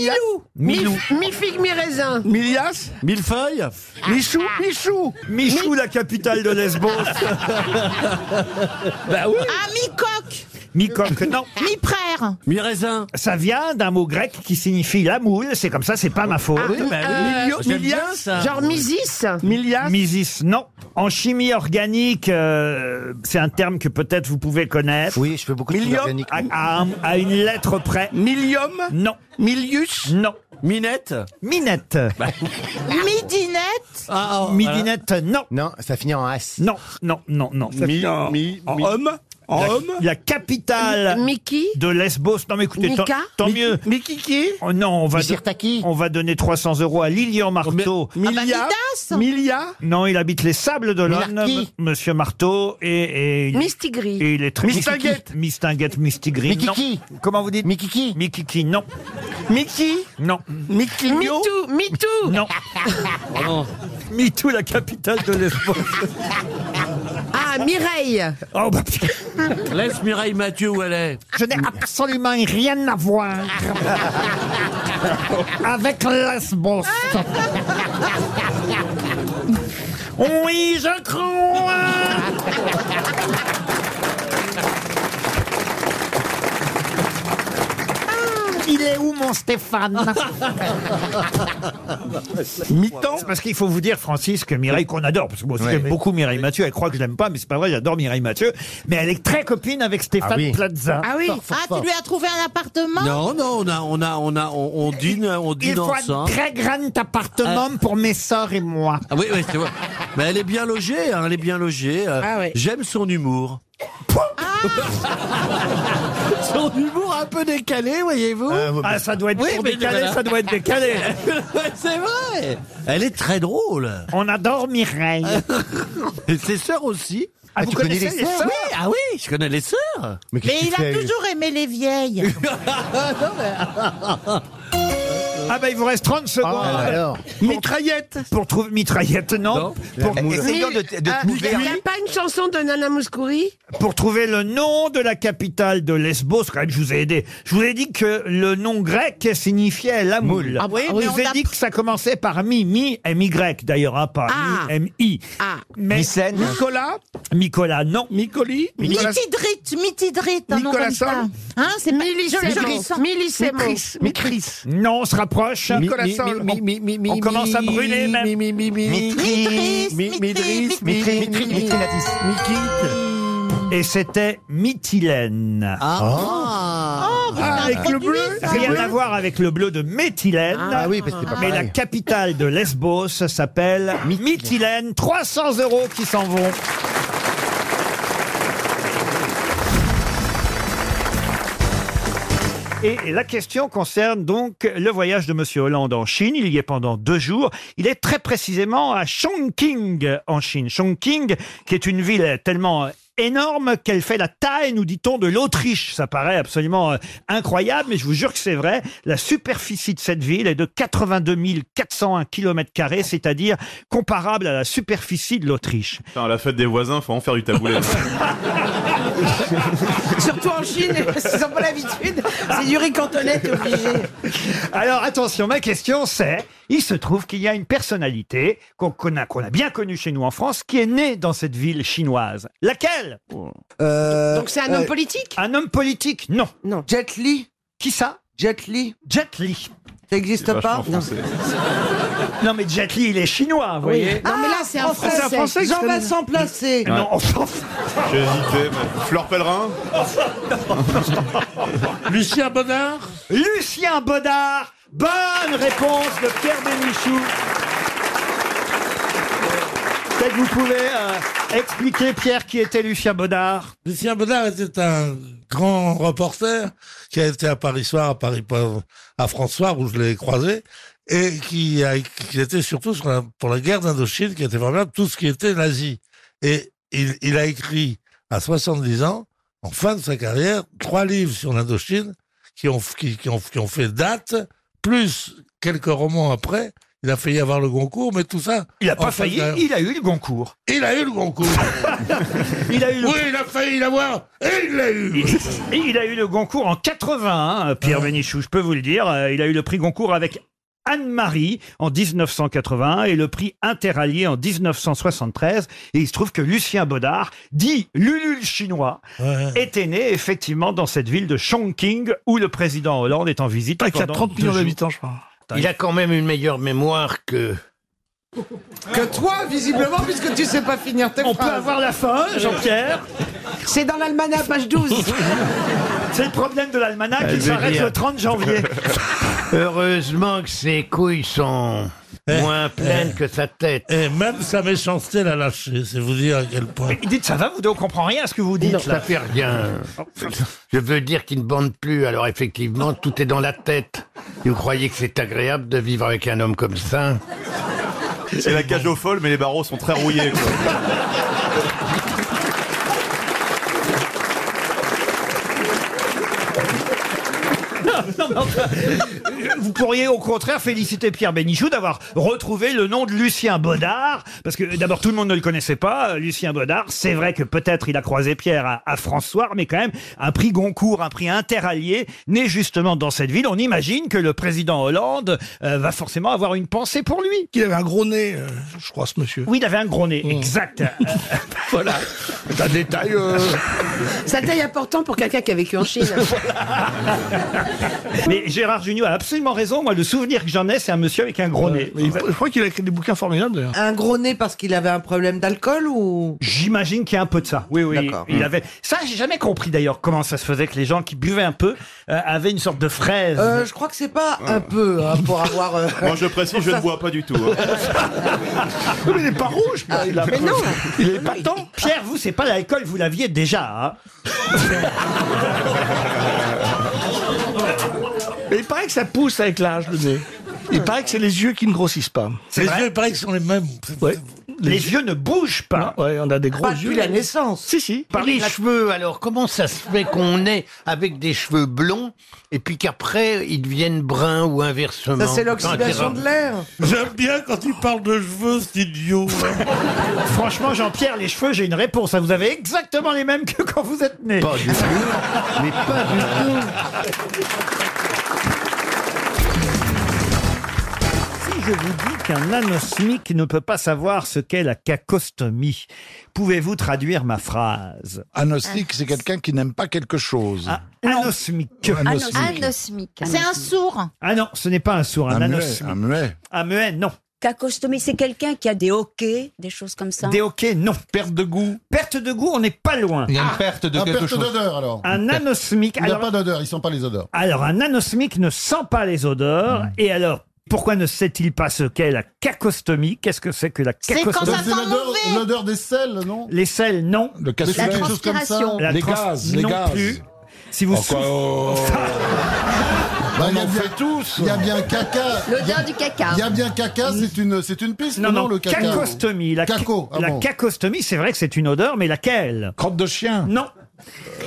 Speaker 1: Milou.
Speaker 15: Mi Ah. figue, mi raisin. Milias. Millefeuille. Michou. Michou.
Speaker 1: Michou, la capitale de Lesbos.
Speaker 15: bah oui.
Speaker 18: Ah, mi-coq
Speaker 1: Mycoque, non.
Speaker 18: Mi-prère
Speaker 1: Miraisin. Ça vient d'un mot grec qui signifie la moule. C'est comme ça, c'est pas ma faute.
Speaker 15: Ah, oui, bah oui. Euh, Milio- j'aime bien Milias ça. Genre Misis
Speaker 1: Milias Misis, non. En chimie organique, euh, c'est un terme que peut-être vous pouvez connaître. Oui, je fais beaucoup
Speaker 15: de chimie organique.
Speaker 1: À, à un- à une lettre près. Milium Non. Milius Non. Minette Bah, Minette.
Speaker 18: Midinette
Speaker 1: Midinette, non. Non, ça finit en as. Non, non, non, non.
Speaker 15: Ça finit en- en homme En
Speaker 1: la,
Speaker 15: homme
Speaker 1: La capitale
Speaker 18: Mickey
Speaker 1: de Lesbos. Non, mais écoutez, tant,
Speaker 15: Mika
Speaker 1: tant mieux. Mikiki Non, on va, don- on va donner 300 euros à Lilian Marteau.
Speaker 15: Milia. Milia.
Speaker 1: Oh, Non, il habite les sables d'Olonne,
Speaker 15: Minarki.
Speaker 1: m- monsieur Marteau, et, et il-
Speaker 15: Mistigri.
Speaker 1: et il est très
Speaker 15: Mistinguette.
Speaker 1: Mistinguette, Mistigri.
Speaker 15: Mikiki.
Speaker 1: non. Comment vous dites Mikiki. Mikiki, non.
Speaker 15: Mickey.
Speaker 1: Non.
Speaker 15: Mickey.
Speaker 1: Mitou,
Speaker 18: Mitou.
Speaker 1: Non.
Speaker 15: Oh
Speaker 1: Mitou, la capitale de l'espoir.
Speaker 18: Ah, Mireille
Speaker 1: Oh, bah,
Speaker 15: Laisse Mireille Mathieu où elle est.
Speaker 1: Je n'ai absolument rien à voir avec Lesbos. Oui, je crois.
Speaker 7: Il est où mon Stéphane
Speaker 1: Mi-temps Parce qu'il faut vous dire, Francis, que Mireille, qu'on adore, parce que moi aussi j'aime beaucoup Mireille Mathieu, elle croit que je l'aime pas, mais c'est pas vrai, j'adore Mireille Mathieu, mais elle est très copine avec Stéphane Plaza.
Speaker 17: Ah oui. Ah, tu lui as trouvé un appartement
Speaker 15: Non, non, on a, on a, on a, on, on dîne, on
Speaker 17: Il
Speaker 15: dîne
Speaker 17: faut un
Speaker 15: ensemble.
Speaker 17: très
Speaker 7: grand appartement pour mes sœurs et moi.
Speaker 15: Ah oui, oui, c'est vrai. Mais elle est bien logée, hein, elle est bien logée. euh,
Speaker 17: Ah oui.
Speaker 15: J'aime son humour. Ah. son humour un peu décalé, voyez-vous.
Speaker 1: Ah, ça doit être
Speaker 15: Oui,
Speaker 1: pour
Speaker 15: mais
Speaker 1: décalé,
Speaker 15: voilà.
Speaker 1: ça doit être décalé.
Speaker 15: c'est vrai. Elle est très drôle.
Speaker 1: On adore Mireille.
Speaker 15: Et ses sœurs aussi.
Speaker 17: Ah, vous connaissez les sœurs
Speaker 15: Oui, ah oui, je connais les sœurs.
Speaker 17: Mais il a toujours aimé les vieilles.
Speaker 1: Ah bah il vous reste 30 secondes.
Speaker 17: Ah, alors.
Speaker 1: Mitraillette. Pour trouver mitraillette, non. Pour,
Speaker 3: Essayons de- de
Speaker 17: Euh,
Speaker 3: Ah, Il n'y a pas une chanson de Nana Mouskouri
Speaker 1: pour trouver le nom de la capitale de Lesbos, quand même, je vous ai aidé. Je vous ai dit que le nom grec signifiait la moule.
Speaker 17: Ah oui,
Speaker 1: je
Speaker 17: mais
Speaker 1: vous
Speaker 17: on
Speaker 1: ai
Speaker 17: l'a-
Speaker 1: dit que ça commençait par mi, mi, m-y d'ailleurs, hein, pas
Speaker 17: Ah.
Speaker 1: mi, m-i. Mais Nicolas Nicolas, non. Nicoli
Speaker 17: Mitidrite, mitidrite, un nom
Speaker 1: Nicolas
Speaker 17: comme ça.
Speaker 1: Sam.
Speaker 17: Hein, c'est pas... je- je le sens.
Speaker 1: Micris. Non, on se rapproche.
Speaker 15: Mi- Nicolas mi- Sol. mi- mi- mi- mi-
Speaker 1: on commence à
Speaker 15: mi-
Speaker 1: brûler même.
Speaker 15: mi- mi- mi- mi- Mitris, Mi- Mitris, Mitris, Mitris, Mitris, Mitris, Mitris,
Speaker 1: Et c'était Mytilène.
Speaker 17: Ah. Oh, vous l'avez
Speaker 1: Ah. avec le
Speaker 17: produit,
Speaker 1: bleu
Speaker 17: ça.
Speaker 1: Rien à voir avec le bleu de Méthylène.
Speaker 17: Ah oui, parce que c'est pas
Speaker 1: Mais la
Speaker 17: pareil.
Speaker 1: capitale de Lesbos s'appelle Mytilène. 300 euros qui s'en vont. Et la question concerne donc le voyage de Monsieur Hollande en Chine. Il y est pendant deux jours. Il est très précisément à Chongqing en Chine. Chongqing, qui est une ville tellement énorme qu'elle fait la taille, nous dit-on, de l'Autriche. Ça paraît absolument euh, incroyable, mais je vous jure que c'est vrai. La superficie de cette ville est de 82 401 km, c'est-à-dire comparable à la superficie de l'Autriche.
Speaker 4: Putain, la fête des voisins, faut en faire du taboulet.
Speaker 3: Surtout en Chine, ils n'ont pas l'habitude. C'est du riz cantonais, t'es obligé.
Speaker 1: Alors attention, ma question c'est, il se trouve qu'il y a une personnalité qu'on qu'on a, qu'on a bien connue chez nous en France qui est née dans cette ville chinoise. Laquelle
Speaker 7: Euh,
Speaker 3: Donc c'est un homme politique
Speaker 1: Un homme politique, non.
Speaker 3: Non.
Speaker 1: euh, Jet Li Qui ça Jet Li Jet Li. Ça n'existe
Speaker 15: Ah,
Speaker 1: pas non. non mais Jet Li, il est chinois, vous voyez.
Speaker 7: Ah
Speaker 3: Non, mais là, c'est un français.
Speaker 28: Jean-Vincent Placé.
Speaker 1: Non,
Speaker 4: J'ai hésité, mais... Fleur Pellerin
Speaker 1: Lucien Bonnard Lucien Bonnard Bonne réponse de Pierre Bénichou. Peut-être vous pouvez euh, expliquer, Pierre, qui était Lucien Bonnard.
Speaker 2: Lucien Bonnard était un grand reporter qui a été à Paris Soir, à Paris à France Soir où je l'ai croisé et qui, a- qui était surtout sur la- pour la guerre d'Indochine qui était vraiment tout ce qui était nazi. Et il, il a écrit à 70 ans, en fin de sa carrière, trois livres sur l'Indochine qui ont, qui, qui ont, qui ont fait date, plus quelques romans après. Il a failli avoir le Goncourt, mais tout ça.
Speaker 1: Il a
Speaker 2: en euh,
Speaker 1: pas
Speaker 2: fin de
Speaker 1: failli,
Speaker 2: carrière.
Speaker 1: il a eu le Goncourt.
Speaker 2: Il a eu le Goncourt.
Speaker 1: il a eu
Speaker 2: Oui, il a failli l'avoir. Et il l'a eu.
Speaker 1: Et il a eu le Goncourt en 81,
Speaker 29: Ah.
Speaker 1: Pierre Bénichou, je peux vous le dire. Euh, Il a eu le prix Goncourt avec Anne-Marie en 1981 et le prix Interallié en 1973. Et il se trouve que Lucien Baudard, dit Lulule chinois, était né effectivement dans cette ville de Chongqing où le président Hollande est en visite.
Speaker 29: Ah, qui a
Speaker 1: pendant
Speaker 29: 30 millions
Speaker 1: deux jours.
Speaker 29: d'habitants, je crois. Il a quand même une meilleure mémoire que.
Speaker 7: Que toi, visiblement, puisque tu sais pas finir tes
Speaker 1: On peut
Speaker 7: phrases.
Speaker 1: avoir la fin, Jean-Pierre
Speaker 7: C'est dans l'almanach, page 12.
Speaker 1: C'est le problème de l'almanach,
Speaker 29: Ah,
Speaker 1: il
Speaker 29: je vais
Speaker 1: s'arrête
Speaker 29: dire.
Speaker 1: le 30 janvier.
Speaker 29: Heureusement que ses couilles sont moins pleines que sa tête.
Speaker 2: Et Eh, même sa méchanceté l'a lâché, c'est vous dire à quel point.
Speaker 1: Dites ça va, vous deux, on comprend rien à ce que vous dites.
Speaker 29: Non,
Speaker 1: là.
Speaker 29: ça fait rien. Je veux dire qu'il ne bande plus, alors effectivement, tout est dans la tête. Vous croyez que c'est agréable de vivre avec un homme comme ça
Speaker 4: C'est la cage aux folles, mais les barreaux sont très rouillés. Quoi.
Speaker 1: Non, mais enfin, vous pourriez au contraire féliciter Pierre Bénichou d'avoir retrouvé le nom de Lucien Baudard, parce que d'abord tout le monde ne le connaissait pas, euh, Lucien Baudard. C'est vrai que peut-être il a croisé Pierre à, à François, mais quand même un prix Goncourt, un prix interallié, né justement dans cette ville. On imagine que le président Hollande euh, va forcément avoir une pensée pour lui.
Speaker 30: Qu'il avait un gros nez, euh, je crois, ce monsieur. Mmh.
Speaker 1: Oui, il avait un gros nez, exact.
Speaker 30: Voilà. C'est un détail. euh,
Speaker 3: Sa taille important pour quelqu'un qui a vécu en Chine.
Speaker 1: Mais Gérard Junior a absolument raison. Moi, le souvenir que j'en ai, c'est un monsieur avec un gros nez. Je crois qu'il a écrit des bouquins formidables, d'ailleurs.
Speaker 26: Un gros nez parce qu'il avait un problème d'alcool ou
Speaker 1: J'imagine qu'il y a un peu de ça. Oui, oui. Il avait... Ça, j'ai jamais compris d'ailleurs comment ça se faisait que les gens qui buvaient un peu euh, avaient une sorte de fraise.
Speaker 26: Euh, Je crois que c'est pas un peu hein, pour avoir. euh,
Speaker 12: Moi, je précise, je ne bois pas du tout. hein.
Speaker 1: mais il n'est pas rouge,
Speaker 20: Ah,
Speaker 1: il
Speaker 26: Mais non.
Speaker 1: Il est pas tant. Pierre, vous, c'est pas l'alcool, vous l'aviez déjà. hein.
Speaker 13: Mais il paraît que ça pousse avec l'âge, le nez. Il paraît que c'est les yeux qui ne grossissent pas.
Speaker 2: Les yeux, il paraît qu'ils sont les mêmes.
Speaker 13: Les,
Speaker 1: yeux ne bougent pas.
Speaker 13: ouais, on a des gros
Speaker 20: Pas
Speaker 13: yeux.
Speaker 20: depuis la
Speaker 13: naissance. Si, si.
Speaker 20: Par les cheveux, alors comment ça se fait qu'on est avec des cheveux blonds et puis qu'après ils deviennent bruns ou inversement
Speaker 26: Ça c'est l'oxydation de l'air.
Speaker 2: J'aime bien quand il parle de cheveux, c'est idiot. hein.
Speaker 1: Franchement, Jean-Pierre, les cheveux, j'ai une réponse. Vous avez exactement les mêmes que quand vous êtes né. Pas du tout. Mais pas du Si je vous dis qu'un anosmique ne peut pas savoir ce qu'est la cacostomie, pouvez-vous traduire ma phrase
Speaker 10: Anosmique, c'est quelqu'un qui n'aime pas quelque chose.
Speaker 1: Ah,
Speaker 10: Ah
Speaker 1: Anosmique.
Speaker 31: Anosmique. C'est un sourd.
Speaker 1: Ah non, ce n'est pas un sourd, un,
Speaker 10: Un muet,
Speaker 1: anosmique.
Speaker 10: un muet.
Speaker 1: Un Ah, muet, non.
Speaker 19: Cacostomie, c'est quelqu'un qui a des hoquets, des choses comme ça.
Speaker 1: Des hoquets, non. Perte de goût. Perte de goût, on n'est pas loin.
Speaker 32: Il y a une perte de
Speaker 10: Ah,
Speaker 32: quelque
Speaker 10: perte
Speaker 32: chose.
Speaker 10: d'odeur alors.
Speaker 1: Un anosmique.
Speaker 10: Il n'y a pas
Speaker 1: alors-
Speaker 10: d'odeur, il sent pas les odeurs.
Speaker 1: Alors, un anosmique ne sent pas les odeurs.
Speaker 32: Hmm.
Speaker 1: Et alors, pourquoi ne sait-il pas ce qu'est la cacostomie Qu'est-ce que c'est que la cacostomie
Speaker 10: Donc, c'est l'odeur- L'odeur des sels, non
Speaker 1: Les sels, non. Le
Speaker 10: cassoulet. La transpiration.
Speaker 1: La
Speaker 10: Les
Speaker 1: trans-
Speaker 10: gaz, les
Speaker 1: non
Speaker 10: gaz. oh.
Speaker 1: plus. Si vous
Speaker 10: Bah, il y a bien tous. Il y a bien caca.
Speaker 31: L'odeur du caca.
Speaker 10: Il y a bien caca, c'est une, c'est une piste.
Speaker 1: Non, non,
Speaker 10: le caca.
Speaker 1: cacostomie. La, ca-
Speaker 10: Caco, ah
Speaker 1: la
Speaker 10: bon.
Speaker 1: cacostomie, c'est vrai que c'est une odeur, mais laquelle Crotte de chien. Non.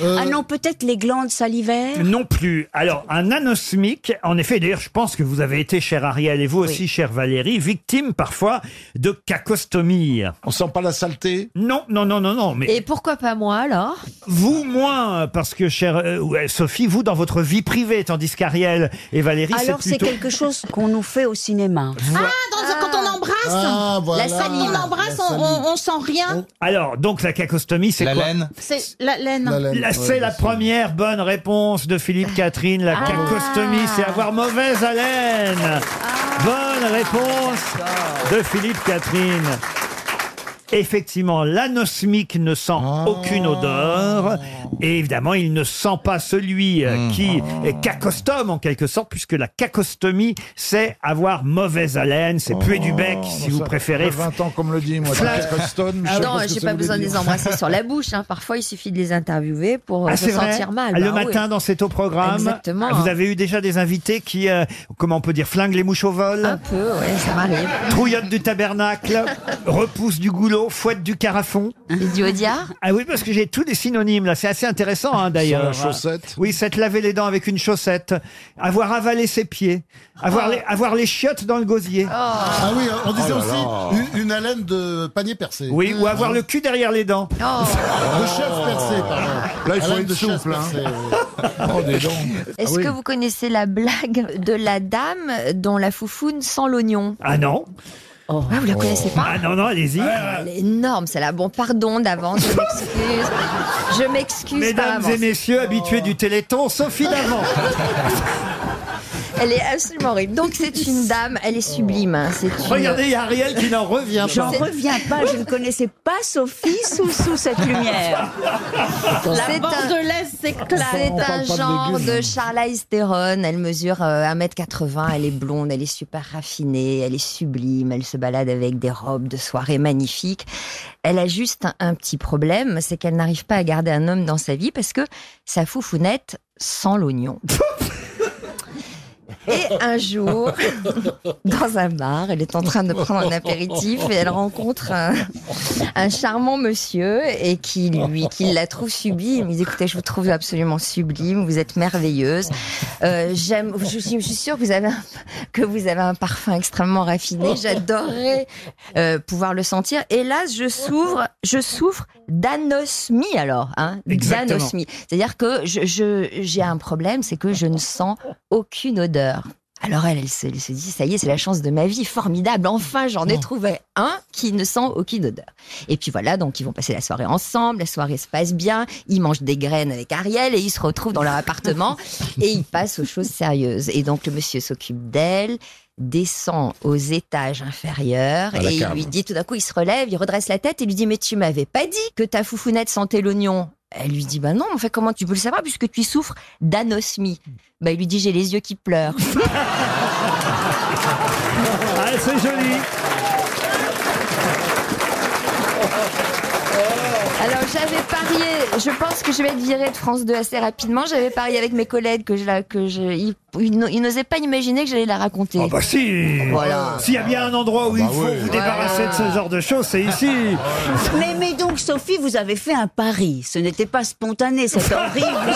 Speaker 10: Euh,
Speaker 19: Ah non, peut-être les glandes salivaires.
Speaker 1: Non plus. Alors, un anosmique, en effet, d'ailleurs, je pense que vous avez été, cher Ariel, et vous aussi, chère Valérie, victime parfois de cacostomie. On sent pas la saleté Non, non, non, non, non. Mais Ah
Speaker 31: Et pourquoi pas moi alors
Speaker 1: vous, moins, parce que, chère euh, ouais, Sophie, vous, dans votre vie privée, tandis qu'Ariel et Valérie, c'est
Speaker 19: Alors c'est
Speaker 1: plutôt...
Speaker 19: quelque chose qu'on nous fait au cinéma.
Speaker 31: Ah, Quand on embrasse,
Speaker 10: Ah, voilà.
Speaker 31: la salive. on embrasse,
Speaker 10: La
Speaker 31: on,
Speaker 10: salive.
Speaker 31: on- on sent rien.
Speaker 32: Oh.
Speaker 1: Alors, donc, la cacostomie, c'est quoi
Speaker 31: C'est la laine.
Speaker 1: La- c'est la première bonne réponse de Philippe Catherine. La cacostomie, c'est avoir mauvaise haleine. Bonne réponse de Philippe Catherine. Effectivement, l'anosmique ne sent aucune odeur. Et évidemment, il ne sent pas celui euh, qui est cacostome en quelque sorte, puisque la cacostomie, c'est avoir mauvaise haleine,
Speaker 15: Oh.
Speaker 1: c'est puer du bec,
Speaker 10: Oh,
Speaker 1: si vous préférez.
Speaker 10: 20 ans, comme le dit, moi.
Speaker 1: Fla-
Speaker 10: Jack Preston, je
Speaker 31: Ah
Speaker 10: sais
Speaker 31: non,
Speaker 10: ce que
Speaker 31: j'ai pas
Speaker 10: ça voulait
Speaker 31: besoin de
Speaker 10: dire.
Speaker 31: les embrasser sur la bouche. hein. Parfois, il suffit de les interviewer pour euh,
Speaker 1: Ah,
Speaker 31: se
Speaker 1: c'est vrai.
Speaker 31: sentir mal. Bah
Speaker 1: Le
Speaker 31: oui.
Speaker 1: matin, dans cet au programme,
Speaker 31: Exactement.
Speaker 1: vous avez eu déjà des invités qui, euh, comment on peut dire, flinguent les mouches au vol
Speaker 31: Un peu, ouais, ça m'arrive.
Speaker 1: Trouillotte du tabernacle, repousse du goulot, fouette du carafon.
Speaker 31: Et du odiard
Speaker 1: Ah oui, parce que j'ai tous les synonymes là. C'est assez intéressant hein, d'ailleurs.
Speaker 10: Sur la chaussette.
Speaker 1: Oui, s'être laver les dents avec une chaussette, avoir avalé ses pieds, avoir,
Speaker 31: Oh.
Speaker 1: les, avoir les chiottes dans le gosier.
Speaker 10: Ah oui, on disait
Speaker 1: Oh là là.
Speaker 10: aussi une, une haleine de panier percé. Hein
Speaker 1: Oui, ou avoir le cul derrière les dents.
Speaker 10: Le chef percé, pardon. Là, il faut Haleine être de chef souple, hein. percé, oui. Oh, des dents.
Speaker 1: Ah
Speaker 31: Est-ce que vous connaissez la blague de la dame dont la foufoune sent l'oignon
Speaker 1: Ah non.
Speaker 31: Ah, vous la connaissez pas Ah,
Speaker 1: Ah non, non, allez-y.
Speaker 31: Elle est énorme, celle-là. Bon, pardon d'avance, je m'excuse. Je m'excuse. par
Speaker 1: Mesdames et
Speaker 31: avance.
Speaker 1: messieurs habitués du Téléthon, Sophie Davant.
Speaker 31: Elle est absolument horrible. Donc, c'est une dame, elle est sublime. hein. C'est une-
Speaker 1: Regardez, il y a Ariel qui n'en revient
Speaker 19: J'en
Speaker 1: pas.
Speaker 19: reviens pas, je ne connaissais pas Sophie sous, sous cette lumière.
Speaker 31: C'est un- C'est un genre de Charlize Theron. Elle mesure euh, 1m80, elle est blonde, elle est super raffinée, elle est sublime, elle se balade avec des robes de soirée magnifiques. Elle a juste un, un petit problème, c'est qu'elle n'arrive pas à garder un homme dans sa vie parce que sa foufounette sent l'oignon. Et un jour, dans un bar, elle est en train de prendre un apéritif et elle rencontre un, un charmant monsieur et qui lui, qui la trouve sublime. Il dit écoutez, je vous trouve absolument sublime, vous êtes merveilleuse. Euh, j'aime, je suis, je suis sûre que vous avez un, que vous avez un parfum extrêmement raffiné. J'adorerais euh, pouvoir le sentir. Hélas, je s'ouvre, je souffre d'anosmie alors, hein,
Speaker 1: Exactement.
Speaker 31: d'anosmie. C'est-à-dire que je, je- j'ai un problème, c'est que je ne sens aucune odeur. Alors elle, elle se, elle se dit, ça y est, c'est la chance de ma vie, formidable, enfin j'en ai trouvé un qui ne sent aucune odeur. Et puis voilà, donc ils vont passer la soirée ensemble, la soirée se passe bien, ils mangent des graines avec Ariel et ils se retrouvent dans leur appartement et ils passent aux choses sérieuses. Et donc le monsieur s'occupe d'elle descend aux étages inférieurs
Speaker 5: À la
Speaker 31: et il
Speaker 5: cave.
Speaker 31: lui dit tout d'un coup il se relève il redresse la tête et lui dit mais tu m'avais pas dit que ta foufounette sentait l'oignon elle lui dit bah non en fait comment tu peux le savoir puisque tu souffres d'anosmie bah il lui dit j'ai les yeux qui pleurent
Speaker 1: Ah, c'est joli.
Speaker 31: Alors j'avais parié, je pense que je vais être virée de France 2 assez rapidement. J'avais parié avec mes collègues que je la, que je, ils, ils n'o- ils n'osaient pas imaginer que j'allais la raconter.
Speaker 1: Ah bah si
Speaker 31: Voilà.
Speaker 1: S'il y a bien un endroit où il faut vous débarrasser de ce genre de choses, c'est ici
Speaker 9: Mais, mais donc, Sophie, vous avez fait un pari. Ce n'était pas spontané, cette horrible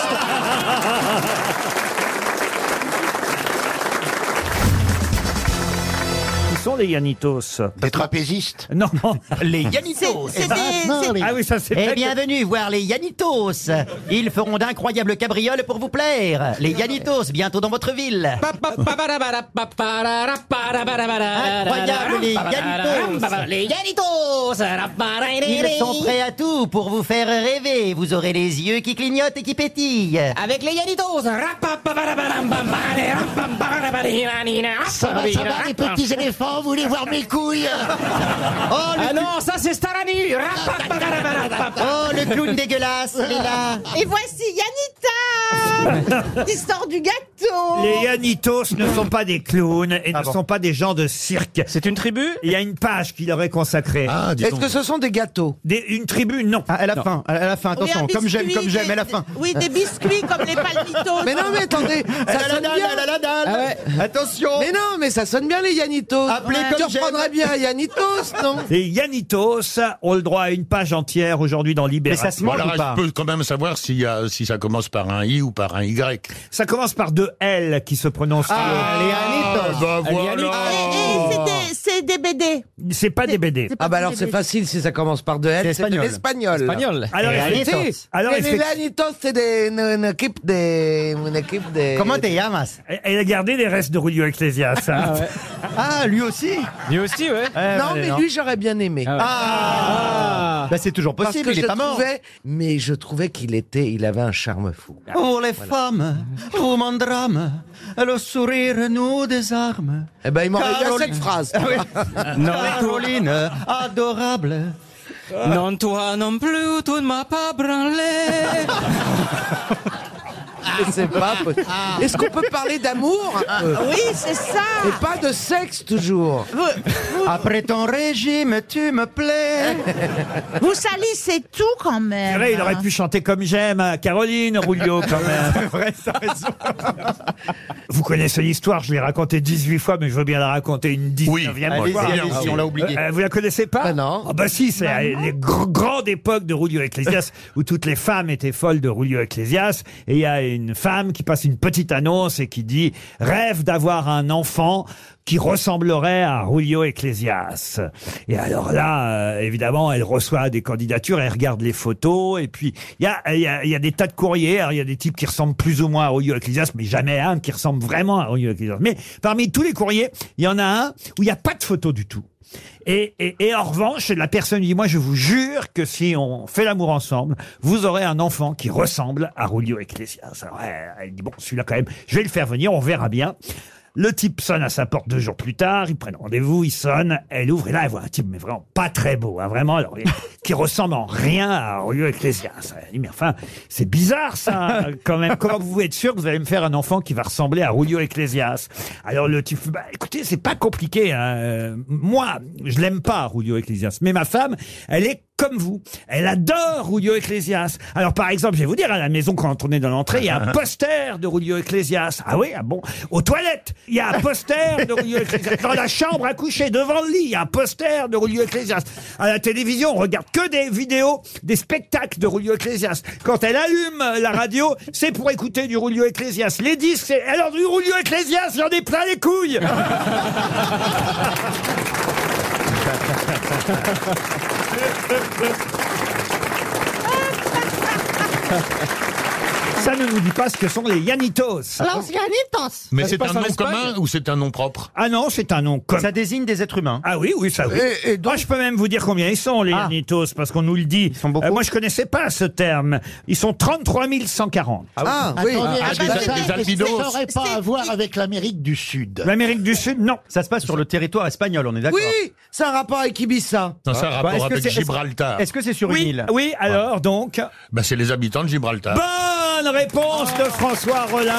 Speaker 1: Qui sont les Yanitos Des trapézistes Non, non.
Speaker 32: Les Yanitos
Speaker 1: C'est- c'est des-
Speaker 32: Ah,
Speaker 1: c'est-
Speaker 32: oui.
Speaker 1: Ah oui, ça, c'est
Speaker 32: Et
Speaker 1: vrai que-
Speaker 32: bienvenue voir les Yanitos Ils feront d'incroyables cabrioles pour vous plaire Les Yanitos, bientôt dans votre ville Incroyable les Yanitos
Speaker 9: Les Yanitos
Speaker 32: Ils sont prêts à tout pour vous faire rêver Vous aurez les yeux qui clignotent et qui pétillent
Speaker 9: Avec les Yanitos
Speaker 33: Ça va, ça va, les petits éléphants, vous voulez voir mes couilles Oh,
Speaker 9: Ah non, ça c'est Starani
Speaker 32: Oh, le clown dégueulasse, il est là
Speaker 26: Et voici Yanita qui sort du gâteau.
Speaker 1: Les Yanitos ne sont pas des clowns et ne sont pas des gens de cirque. Ah C'est une tribu Ah, Il y a une page qu'il aurait consacrée.
Speaker 7: dis Est-ce donc. que ce
Speaker 1: sont des gâteaux Une tribu, non.
Speaker 10: Ah,
Speaker 1: à la fin, à la fin,
Speaker 26: Oui, un biscuit, des- Oui, des biscuits comme les palmitos.
Speaker 7: Mais non, mais attendez, ça sonne bien. Ah ouais.
Speaker 33: Attention
Speaker 7: Mais non, mais ça sonne bien les Yanitos.
Speaker 33: Appelez
Speaker 7: tu
Speaker 33: comme j'aime.
Speaker 7: reprendrais bien un Yanitos, non
Speaker 1: Les Yanitos ont le droit à une page entière aujourd'hui dans Libération.
Speaker 10: Voilà, je peux quand même savoir s'il y a- si ça commence par un I ou par un Y.
Speaker 1: Ça commence par deux L qui se prononcent. euh,
Speaker 10: Ah, les
Speaker 1: Yanitos
Speaker 10: bah voilà.
Speaker 26: Et Ah, eh, C'est des BD.
Speaker 1: C'est pas des BD.
Speaker 7: Ah bah alors c'est facile si ça commence par deux L,
Speaker 1: C'est
Speaker 7: c'est de
Speaker 1: espagnol.
Speaker 7: l'espagnol.
Speaker 1: Espagnol. Alors, Les effecti- Yanitos. alors,
Speaker 7: Eh, Mais les
Speaker 1: effecti-
Speaker 7: Yanitos c'est des- une, une équipe de une équipe de
Speaker 1: Comment t'es,
Speaker 32: llamas
Speaker 1: Elle a gardé les restes de Rulio Ecclesias. hein.
Speaker 32: Ah, lui aussi
Speaker 17: Lui aussi, ouais.
Speaker 32: Eh,
Speaker 7: Non mais lui j'aurais bien aimé. Ah.
Speaker 17: Ah ouais.
Speaker 32: Bah, c'est toujours
Speaker 7: Parce
Speaker 32: possible,
Speaker 7: que
Speaker 32: il est
Speaker 7: je
Speaker 32: pas mort.
Speaker 7: trouvais- mais je trouvais qu'il était, il avait un charme fou.
Speaker 32: Pour les
Speaker 7: Voilà.
Speaker 32: femmes, pour mon drame, le sourire nous désarme.
Speaker 7: Eh ben, il m'aurait dit
Speaker 32: Caroline-
Speaker 7: cette phrase.
Speaker 32: Ah oui.
Speaker 17: Non.
Speaker 32: Caroline, adorable.
Speaker 17: Non, toi non plus, tu ne m'as pas branlé.
Speaker 32: Ah,
Speaker 7: Mais c'est pas possible. Est-ce qu'on peut parler d'amour un peu
Speaker 26: Oui, c'est ça.
Speaker 7: Et pas de sexe toujours.
Speaker 32: Après ton régime, tu me plais.
Speaker 26: Vous salissez tout quand
Speaker 1: C'est
Speaker 26: même.
Speaker 1: vrai, il aurait pu chanter comme j'aime à Caroline Rulio quand même. Vous connaissez l'histoire, je l'ai racontée 18 fois, mais je veux bien la raconter une 19e
Speaker 33: allez-y,
Speaker 1: fois.
Speaker 33: allez-y, on l'a oublié.
Speaker 1: Euh, vous la connaissez pas Non. Ah bah si, c'est euh, les gr- grandes époques de Rulio Ecclesias où toutes les femmes étaient folles de Rulio Ecclesias et il y a une femme qui passe une petite annonce et qui dit rêve d'avoir un enfant qui ressemblerait à Rulio Ecclesias. Et alors là, euh, évidemment, elle reçoit des candidatures, elle regarde les photos, et puis il y a, il y a- il y a des tas de courriers, Alors, il y a des types qui ressemblent plus ou moins à Rulio Ecclesias, mais jamais un qui ressemble vraiment à Rulio Ecclesias. Mais parmi tous les courriers, il y en a un où il n'y a pas de photo du tout. Et, et- et en revanche, la personne dit, moi je vous jure que si on fait l'amour ensemble, vous aurez un enfant qui ressemble à Rulio Ecclesias. Alors elle, elle dit, bon, celui-là quand même, je vais le faire venir, on verra bien. Le type sonne à sa porte deux jours plus tard, ils prennent rendez-vous, il sonne, elle ouvre et là elle voit un type, mais vraiment pas très beau, hein, vraiment, alors, qui ressemble en rien à Rulio Ecclesias. Elle dit, mais enfin, c'est bizarre ça, hein, quand même, comment vous êtes sûr que vous allez me faire un enfant qui va ressembler à Rulio Ecclesias Alors le type, bah, écoutez, c'est pas compliqué, hein, euh, moi, je l'aime pas, Rulio Ecclesias, mais ma femme, elle est comme vous. Elle adore Rulio Ecclesias. Alors, par exemple, je vais vous dire, à la maison, quand on est dans l'entrée, il y a un poster de Rulio Ecclesias. Ah oui, ah bon Aux toilettes, il y a un poster de Rulio Ecclesias. Dans la chambre à coucher, devant le lit, il y a un poster de Rulio Ecclesias. À la télévision, on regarde que des vidéos, des spectacles de Rulio Ecclesias. Quand elle allume euh, la radio, c'est pour écouter du Rulio Ecclesias. Les disques, c'est... Alors, du Rulio Ecclesias, j'en ai plein les couilles Ça ne nous dit pas ce que sont les Yanitos.
Speaker 7: Los Ganitos.
Speaker 3: Mais c'est un nom commun ou c'est un nom propre
Speaker 1: Ah non, c'est un nom commun.
Speaker 3: Ça désigne des êtres humains.
Speaker 1: Ah oui, oui, ça oui.
Speaker 3: Et-
Speaker 1: Moi, je peux même vous dire combien ils sont, les
Speaker 3: Ah.
Speaker 1: Yanitos, parce qu'on nous le dit. Euh, moi, je connaissais pas ce terme. Ils sont 33 140.
Speaker 3: Attendez, ah, des-
Speaker 1: des
Speaker 3: Ah des albinos.
Speaker 1: albinos.
Speaker 3: Ça n'aurait pas à voir avec l'Amérique du Sud.
Speaker 1: L'Amérique du Sud, non.
Speaker 34: Ça se passe sur le territoire espagnol, on est d'accord
Speaker 35: Oui, c'est un rapport avec Ibiza.
Speaker 3: Non,
Speaker 15: Ah.
Speaker 3: c'est un
Speaker 15: Bah,
Speaker 3: rapport
Speaker 34: est-ce que
Speaker 3: avec
Speaker 34: c'est- est-ce-
Speaker 3: Gibraltar.
Speaker 34: Est-ce que c'est sur une île
Speaker 1: alors, donc Bah,
Speaker 3: Bah, c'est les habitants de Gibraltar.
Speaker 1: Bonne réponse de François Rollin.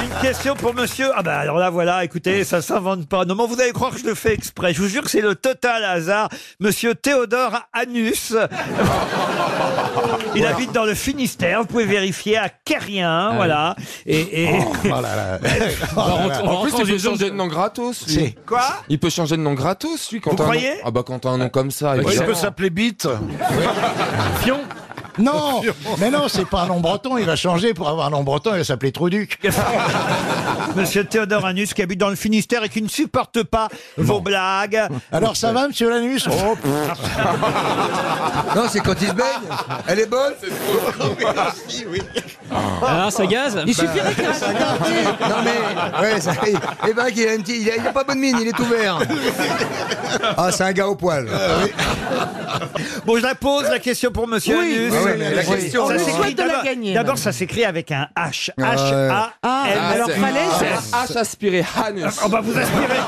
Speaker 1: Une question pour monsieur. Ah bah alors là voilà, écoutez, ça s'invente pas. Non mais vous allez croire que je le fais exprès. Je vous jure que c'est le total hasard. Monsieur Théodore Anus. Il habite dans le Finistère. Vous pouvez vérifier à
Speaker 13: Ah
Speaker 1: Quérien, voilà. Et, et-
Speaker 13: Oh,
Speaker 6: Oh, en plus, il peut changer de nom gratos. lui.
Speaker 1: C'est- Quoi
Speaker 6: Il peut changer de nom gratos, lui. Quand
Speaker 1: Vous
Speaker 6: t'as un nom-
Speaker 1: croyez
Speaker 6: Ah bah quand t'as un nom comme ça.
Speaker 15: Il
Speaker 6: évidemment.
Speaker 15: peut s'appeler Bite.
Speaker 1: Fion
Speaker 15: Non, mais non, c'est pas un nom breton. Il va changer pour avoir un nom breton. Il va s'appeler Trouduc.
Speaker 1: Monsieur Théodore Anus qui habite dans le Finistère et qui ne supporte pas vos blagues.
Speaker 15: Alors ça va, monsieur Lanus Oh,
Speaker 13: Non, c'est quand il se baigne. Elle est bonne
Speaker 4: Ah, ça gaze
Speaker 13: Il suffirait qu'il reste Bah. Non mais, ouais, ça, il, eh ben, qu'il a une petite- il, a, il a pas bonne mine, il est ouvert. Ah, c'est un gars au poil.
Speaker 1: Bon, je la pose la question pour Monsieur
Speaker 13: Oui,
Speaker 1: Anus.
Speaker 13: oui, oui, mais la
Speaker 1: Ça
Speaker 13: question, on lui
Speaker 1: s'écrit
Speaker 13: souhaite de la
Speaker 1: d'abord-
Speaker 13: gagner,
Speaker 1: D'abord,
Speaker 13: madame.
Speaker 1: ça s'écrit avec un H.
Speaker 13: Ah,
Speaker 1: H A
Speaker 13: Ah,
Speaker 1: L.
Speaker 13: alors,
Speaker 1: S.
Speaker 13: fallait-
Speaker 6: C'est
Speaker 4: Ah,
Speaker 6: un H aspiré, Hanus.
Speaker 1: Ah bah vous aspirez.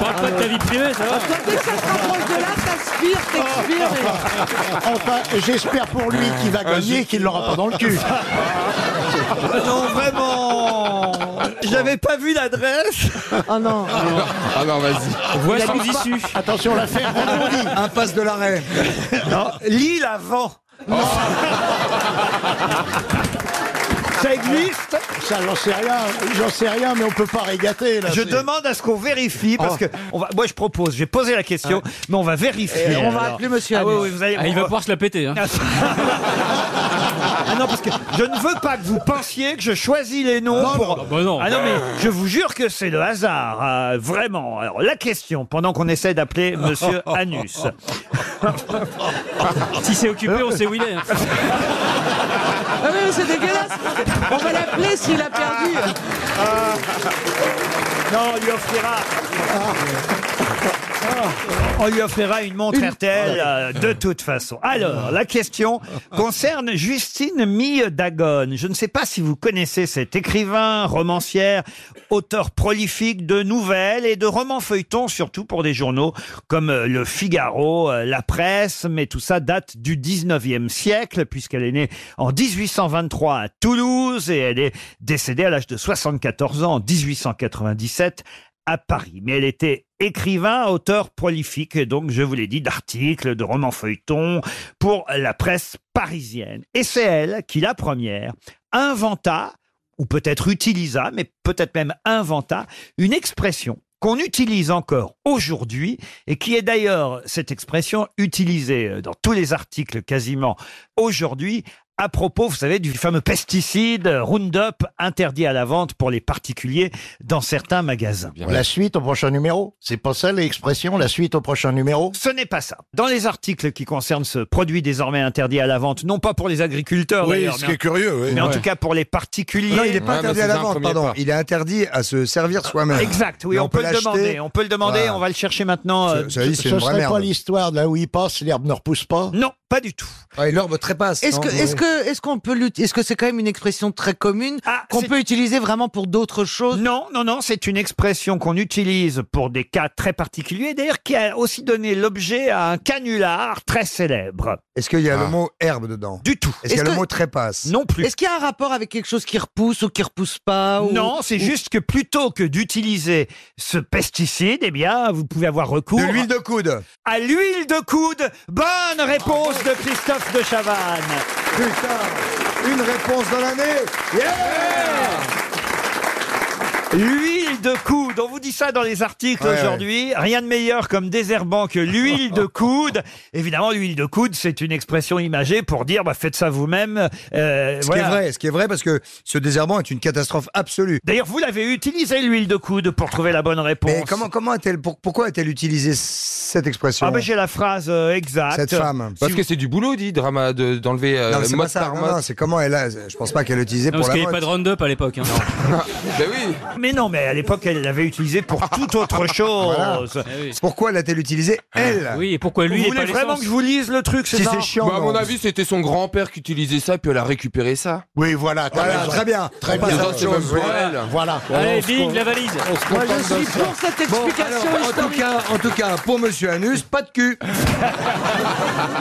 Speaker 4: Parle pas de ta vie privée, ça va
Speaker 7: Dès que ça se rapproche de là, t'aspires, t'expires.
Speaker 15: Enfin, j'espère pour lui qu'il va
Speaker 1: Ah,
Speaker 15: gagner et qu'il l'aura pas dans le cul.
Speaker 1: Non, vraiment. Je n'avais pas vu l'adresse.
Speaker 7: Oh non.
Speaker 6: Ah non, vas-y.
Speaker 7: Il
Speaker 6: Voici
Speaker 7: habite pas-
Speaker 15: Attention, l'affaire rebondit.
Speaker 13: Impasse de l'arrêt.
Speaker 1: Non, L'île avant. Ça existe
Speaker 15: Ça, j'en sais rien. J'en sais rien, mais on peut pas régater. Là,
Speaker 1: Je
Speaker 15: c'est- Oh.
Speaker 1: demande à ce qu'on vérifie parce que on va, moi je propose, j'ai posé la question, mais on va vérifier.
Speaker 15: Et on va
Speaker 1: alors.
Speaker 15: appeler monsieur
Speaker 1: Ah, oui,
Speaker 15: Anus.
Speaker 1: oui, vous allez-
Speaker 4: Ah, il va pouvoir se la péter. Hein.
Speaker 1: Ah non, parce que je ne veux pas que vous pensiez que je choisis les noms
Speaker 4: Non,
Speaker 1: pour...
Speaker 4: non, bah non.
Speaker 1: Ah non, mais je vous jure que c'est le hasard, euh, vraiment. Alors, la question, pendant qu'on essaie d'appeler Monsieur Anus.
Speaker 4: Si c'est occupé, on sait où il est. hein.
Speaker 7: Ah oui, mais c'est dégueulasse. On va l'appeler s'il a perdu.
Speaker 1: Non, on lui offrira... On lui offrira une montre RTL euh, de toute façon. Alors, la question concerne Justine Mille Dagon. Je ne sais pas si vous connaissez cet écrivain, romancière, auteur prolifique de nouvelles et de romans feuilletons, surtout pour des journaux comme euh, Le Figaro, euh, La Presse, mais tout ça date du 19e siècle, puisqu'elle est née en 1823 à Toulouse et elle est décédée à l'âge de 74 ans en 1897 à Paris. Mais elle était écrivain, auteur prolifique, et donc je vous l'ai dit, d'articles, de romans feuilletons pour la presse parisienne. Et c'est elle qui, la première, inventa, ou peut-être utilisa, mais peut-être même inventa, une expression qu'on utilise encore aujourd'hui et qui est d'ailleurs cette expression utilisée dans tous les articles quasiment aujourd'hui à propos, vous savez, du fameux pesticide Roundup interdit à la vente pour les particuliers dans certains magasins.
Speaker 15: La suite au prochain numéro. C'est pas ça l'expression, la suite au prochain numéro
Speaker 1: Ce n'est pas ça. Dans les articles qui concernent ce produit désormais interdit à la vente, non pas pour les agriculteurs,
Speaker 3: Oui,
Speaker 1: d'ailleurs,
Speaker 3: ce
Speaker 1: mais
Speaker 3: qui
Speaker 1: en-
Speaker 3: est curieux, oui.
Speaker 1: mais en
Speaker 3: Ouais.
Speaker 1: tout cas pour les particuliers.
Speaker 13: Non, il n'est pas interdit à la vente, pardon. Il est interdit à se servir soi-même.
Speaker 1: Exact, oui,
Speaker 13: Mais
Speaker 1: on, peut, le
Speaker 13: l'acheter.
Speaker 1: demander. On peut le demander,
Speaker 13: Voilà.
Speaker 1: on va le chercher maintenant. euh,
Speaker 13: Ça y est,
Speaker 15: Ce
Speaker 13: c'est une vraie
Speaker 15: serait pas
Speaker 13: merde.
Speaker 15: l'histoire de là où il passe, l'herbe ne repousse pas
Speaker 1: Non, pas du tout.
Speaker 13: Ouais, L'orbe trépasse.
Speaker 7: Est-ce
Speaker 13: non
Speaker 7: que, est-ce que, est-ce qu'on peut l'ut- est-ce que c'est quand même une expression très commune
Speaker 13: Ah,
Speaker 7: qu'on
Speaker 1: Ah, c'est-
Speaker 7: peut utiliser vraiment pour d'autres choses
Speaker 1: Non, non, non, c'est une expression qu'on utilise pour des cas très particuliers, d'ailleurs qui a aussi donné l'objet à un canular très célèbre. Ah.
Speaker 13: Est-ce qu'il y a le mot herbe dedans
Speaker 1: Du tout.
Speaker 13: Est-ce qu'il y a
Speaker 7: Est-ce
Speaker 13: le
Speaker 7: que-
Speaker 13: mot trépasse
Speaker 1: Non plus.
Speaker 7: Est-ce qu'il y a un rapport avec quelque chose qui repousse ou qui repousse pas ou-
Speaker 1: Non, c'est
Speaker 7: ou-
Speaker 1: juste que plutôt que d'utiliser ce pesticide, eh bien, vous pouvez avoir recours
Speaker 13: De l'huile de coude.
Speaker 1: à l'huile de coude. Bonne réponse de Christophe de Chavannes.
Speaker 13: Putain, une réponse dans l'année. Yeah
Speaker 1: L'huile de coude. On vous dit ça dans les articles
Speaker 19: Ouais, ouais.
Speaker 1: aujourd'hui. Rien de meilleur comme désherbant que l'huile de coude. Évidemment, l'huile de coude, c'est une expression imagée pour dire bah, faites ça vous-même. Euh,
Speaker 13: Ce
Speaker 1: voilà.
Speaker 13: qui est vrai, ce qui est vrai parce que ce désherbant est une catastrophe absolue.
Speaker 1: D'ailleurs, vous l'avez utilisé l'huile de coude pour trouver la bonne réponse.
Speaker 13: Mais comment comment a-t-elle pour- pourquoi a-t-elle utilisé cette expression
Speaker 1: Ah ben j'ai la phrase euh, exacte.
Speaker 13: Cette femme.
Speaker 4: Parce que c'est du boulot, dit, drama, de- d'enlever euh,
Speaker 13: Non, mais c'est
Speaker 4: mode
Speaker 13: pas ça,
Speaker 4: par
Speaker 13: non,
Speaker 4: mode.
Speaker 13: non, c'est comment elle a. Je pense pas qu'elle l'utilisait
Speaker 1: Non,
Speaker 13: pour
Speaker 1: parce
Speaker 13: la
Speaker 1: qu'il y
Speaker 13: mode.
Speaker 1: avait pas
Speaker 19: de round-up à l'époque. hein.
Speaker 1: Mais non, mais à l'époque, elle l'avait utilisé pour toute autre chose.
Speaker 13: Voilà. Pourquoi l'a-t-elle utilisé elle
Speaker 1: Ah Oui, Eh et pourquoi lui,
Speaker 13: Vous
Speaker 1: et
Speaker 13: voulez
Speaker 1: pas les
Speaker 13: vraiment
Speaker 1: sens
Speaker 13: que je vous lise le truc, c'est
Speaker 4: Si
Speaker 13: ça
Speaker 4: c'est chiant. Bah, à
Speaker 13: non.
Speaker 4: mon avis, c'était son grand-père qui utilisait ça, puis elle a récupéré ça.
Speaker 15: Oui, voilà.
Speaker 13: Voilà, très bien.
Speaker 4: Très
Speaker 13: On passe
Speaker 4: bien.
Speaker 13: à autre
Speaker 4: C'est
Speaker 13: chose.
Speaker 4: même pour elle.
Speaker 15: Voilà.
Speaker 13: Eh,
Speaker 4: Allez,
Speaker 15: bing, la valise.
Speaker 13: Moi, je suis pour cette explication en, tout cas, en tout cas, pour Monsieur Anus, pas de cul.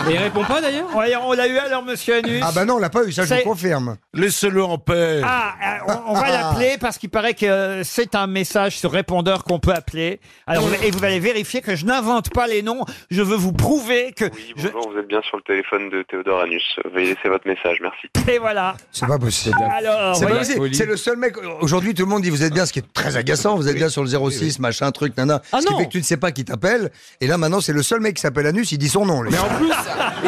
Speaker 1: il répond pas d'ailleurs On l'a eu alors, monsieur Anus
Speaker 13: Ah bah non, on l'a pas eu, ça je
Speaker 1: C'est-
Speaker 13: vous confirme.
Speaker 36: Laissez-le en paix.
Speaker 1: Ah, euh, on, on va l'appeler parce qu'il paraît que euh, c'est un message sur répondeur qu'on peut appeler. Alors, vous- et vous allez vérifier que je n'invente pas les noms. Je veux vous prouver que. je-
Speaker 6: Bonjour, vous êtes bien sur le téléphone de Théodore Anus. Veuillez laisser votre message, merci.
Speaker 1: Et voilà.
Speaker 13: C'est pas possible.
Speaker 1: Alors,
Speaker 13: c'est pas
Speaker 1: voyez-
Speaker 13: possible. C'est le seul mec. Aujourd'hui, tout le monde dit vous êtes bien, ce qui est très agaçant. Vous êtes bien sur le 06, machin, truc, nana. ce qui fait que tu ne sais pas qui t'appelle. Et là, maintenant, c'est le seul mec qui s'appelle Anus. Il dit son nom. Mais
Speaker 4: en plus,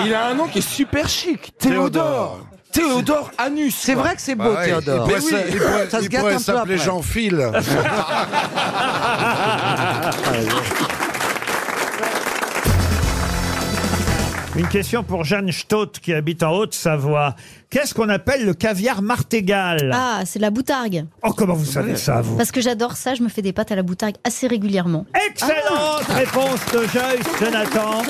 Speaker 4: il a un nom qui est super chic. Théodore. Théodore Anus. C'est
Speaker 13: vrai que c'est beau, Bah ouais, Théodore.
Speaker 15: Il pourrait, il pourrait- il pourrait s'appeler Jean-Phil.
Speaker 1: Une question pour Jeanne Stott qui habite en Haute-Savoie. Qu'est-ce qu'on appelle le caviar martégal
Speaker 27: Ah, c'est la boutargue.
Speaker 1: Oh, comment vous savez ça, vous
Speaker 27: Parce que j'adore ça, je me fais des pâtes à la boutargue assez régulièrement.
Speaker 1: Excellente réponse de Joyce Jonathan.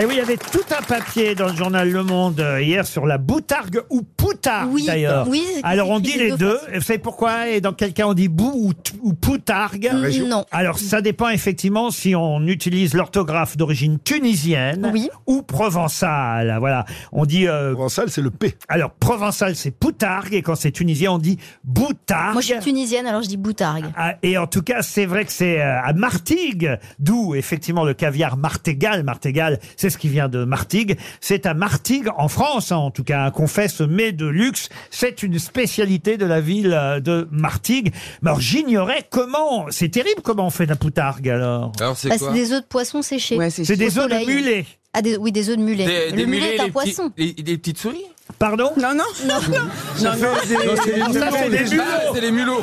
Speaker 1: Et oui, il y avait tout un papier dans le journal Le Monde euh, hier sur la boutargue ou poutargue
Speaker 27: Oui,
Speaker 1: d'ailleurs.
Speaker 27: oui, c'est
Speaker 1: Alors on
Speaker 27: écrit
Speaker 1: dit
Speaker 27: des
Speaker 1: les
Speaker 27: deux
Speaker 1: deux. Et Euh, Vous savez pourquoi Et dans quel cas on dit bou ou, t- ou poutargue
Speaker 27: Mm, Région. non.
Speaker 1: Alors ça dépend effectivement si on utilise l'orthographe d'origine tunisienne ou provençale. Voilà. On dit provençale, c'est le P. Alors provençale, c'est poutargue et quand c'est tunisien, on dit boutargue.
Speaker 27: Moi, je suis tunisienne, alors je dis boutargue.
Speaker 1: Ah, et en tout cas, c'est vrai que c'est euh, à Martigues, d'où effectivement le caviar Martégal. Martégal, c'est ce qui vient de Martigues. C'est à Martigues, en France hein, en tout cas, hein, qu'on fait ce mets de luxe. C'est une spécialité de la ville euh, de Martigues. Mais alors j'ignorais comment, c'est terrible comment on fait de la poutargue alors.
Speaker 4: Alors c'est
Speaker 27: Bah,
Speaker 4: quoi
Speaker 27: c'est des œufs de poisson séchés.
Speaker 1: C'est des
Speaker 27: Au
Speaker 1: œufs de
Speaker 27: soleil.
Speaker 1: mulet.
Speaker 27: Ah, des- oui, des œufs de mulet.
Speaker 4: Des,
Speaker 27: le
Speaker 4: des
Speaker 27: mulet
Speaker 4: mulets,
Speaker 27: est un
Speaker 4: les
Speaker 27: poisson.
Speaker 4: petits- et- et des petites souris
Speaker 1: Pardon
Speaker 27: Non, non. Non, non.
Speaker 4: Ça fait des-
Speaker 27: Non, c'est les
Speaker 4: Ah,
Speaker 27: mulots,
Speaker 4: c'est
Speaker 27: les
Speaker 4: des
Speaker 27: mulots.
Speaker 4: Ah, c'est les mulots.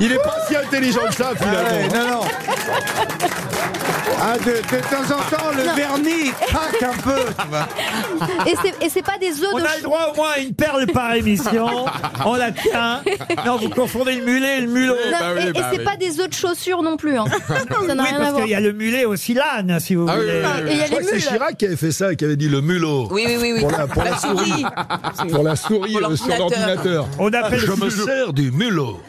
Speaker 4: Il est pas si intelligent que ça,
Speaker 15: finalement.
Speaker 4: non, non.
Speaker 15: Ah, de, de temps en temps, le vernis craque un peu. tu vois.
Speaker 27: Et c'est- Et c'est pas des œufs
Speaker 1: On
Speaker 27: de.
Speaker 1: a le droit au moins à une perle par émission. On la tient. Non, vous confondez le mulet et le mulot.
Speaker 27: Non,
Speaker 4: Bah
Speaker 27: et
Speaker 1: bah
Speaker 27: et c'est pas des œufs de chaussures non plus. hein. Ça n'a
Speaker 1: Oui,
Speaker 27: rien à
Speaker 1: parce
Speaker 27: voir.
Speaker 1: qu'il y a le mulet aussi l'âne, si
Speaker 10: Ah
Speaker 1: vous voulez.
Speaker 27: oui, oui. Et il y a
Speaker 10: Je crois
Speaker 27: les
Speaker 10: que c'est
Speaker 27: mules.
Speaker 10: Chirac qui avait fait ça, qui avait dit le mulot.
Speaker 27: Oui, oui, oui, oui.
Speaker 10: Pour la, pour la
Speaker 27: La
Speaker 10: souris.
Speaker 27: souris.
Speaker 10: pour la souris
Speaker 27: Pour
Speaker 10: euh, sur l'ordinateur.
Speaker 27: l'ordinateur.
Speaker 1: On appelle
Speaker 10: Je me
Speaker 1: ce-
Speaker 10: sers du mulot.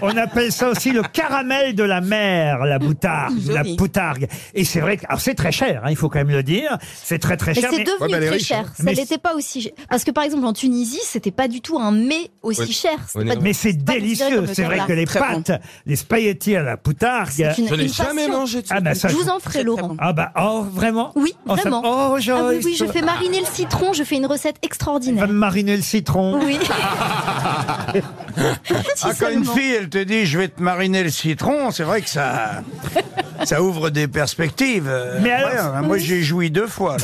Speaker 1: On appelle ça aussi le caramel de la mer, la boutargue, la poutargue. Et c'est vrai que alors c'est très cher, hein, il faut quand même le dire. C'est très très
Speaker 27: Mais
Speaker 1: cher.
Speaker 27: c'est devenu
Speaker 10: bah,
Speaker 27: très cher.
Speaker 10: hein.
Speaker 27: Ça
Speaker 1: Mais-
Speaker 27: n'était pas aussi cher. Parce que par exemple en Tunisie, c'était pas du tout un mets aussi
Speaker 1: Oui.
Speaker 27: cher. C'était pas-
Speaker 1: mais c'est
Speaker 27: pas considéré
Speaker 1: délicieux.
Speaker 27: comme le
Speaker 1: C'est vrai
Speaker 27: caviar.
Speaker 1: que les
Speaker 27: Très bon.
Speaker 1: pâtes, les spaghettis à la poutargue.
Speaker 27: C'est une- Je n'ai une jamais passion. mangé de
Speaker 1: Ah bah ça,
Speaker 27: je vous en ferai, Laurent.
Speaker 1: Ah bah oh vraiment.
Speaker 27: Oui,
Speaker 1: Oh, ça-
Speaker 27: vraiment.
Speaker 1: Oh Joyce.
Speaker 27: Ah oui, oui, je fais mariner le citron, je fais une recette extraordinaire.
Speaker 1: Va me mariner le citron.
Speaker 27: Oui.
Speaker 15: Ah, quand une fille, elle te dit, je vais te mariner le citron, c'est vrai que ça, ça ouvre des perspectives. euh,
Speaker 1: Mais alors-
Speaker 15: incroyables, hein. moi, j'ai joui deux fois.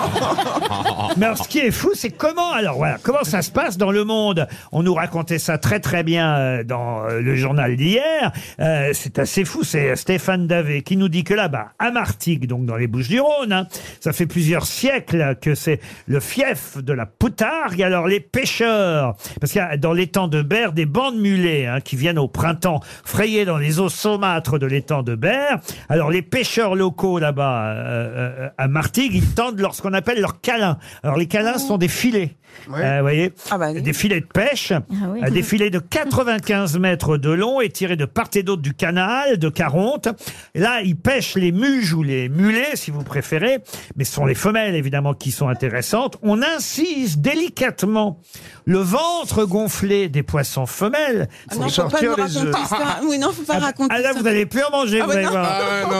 Speaker 15: là.
Speaker 1: Mais alors, ce qui est fou, c'est comment alors voilà, comment ça se passe dans le monde On nous racontait ça très très bien euh, dans euh, le journal d'hier. Euh, c'est assez fou. C'est Stéphane Davé qui nous dit que là-bas, à Martigues, donc dans les Bouches-du-Rhône, hein, ça fait plusieurs siècles que c'est le fief de la poutargue. Alors les pêcheurs, parce qu'il y a dans l'étang de Berre des bandes mulets hein, qui viennent au printemps frayer dans les eaux saumâtres de l'étang de Berre. Alors les pêcheurs locaux là-bas euh, euh, à Martigues, ils tendent leur, ce qu'on appelle leurs câlins. Alors les câlins sont des filets, Euh, vous voyez,
Speaker 27: Ah
Speaker 1: des filets de pêche,
Speaker 27: bah oui.
Speaker 1: euh, des filets de 95 mètres de long et tirés de part et d'autre du canal de Caronte. Et là, ils pêchent les muges ou les mulets, si vous préférez, mais ce sont les femelles évidemment qui sont intéressantes. On incise délicatement le ventre gonflé des poissons femelles
Speaker 27: Ah non, faut pas nous raconter ça. Oui, non, faut pas raconter
Speaker 1: ah là,
Speaker 27: ça.
Speaker 1: vous allez plus en manger,
Speaker 27: Ah
Speaker 1: vous
Speaker 27: ouais,
Speaker 1: allez
Speaker 27: non.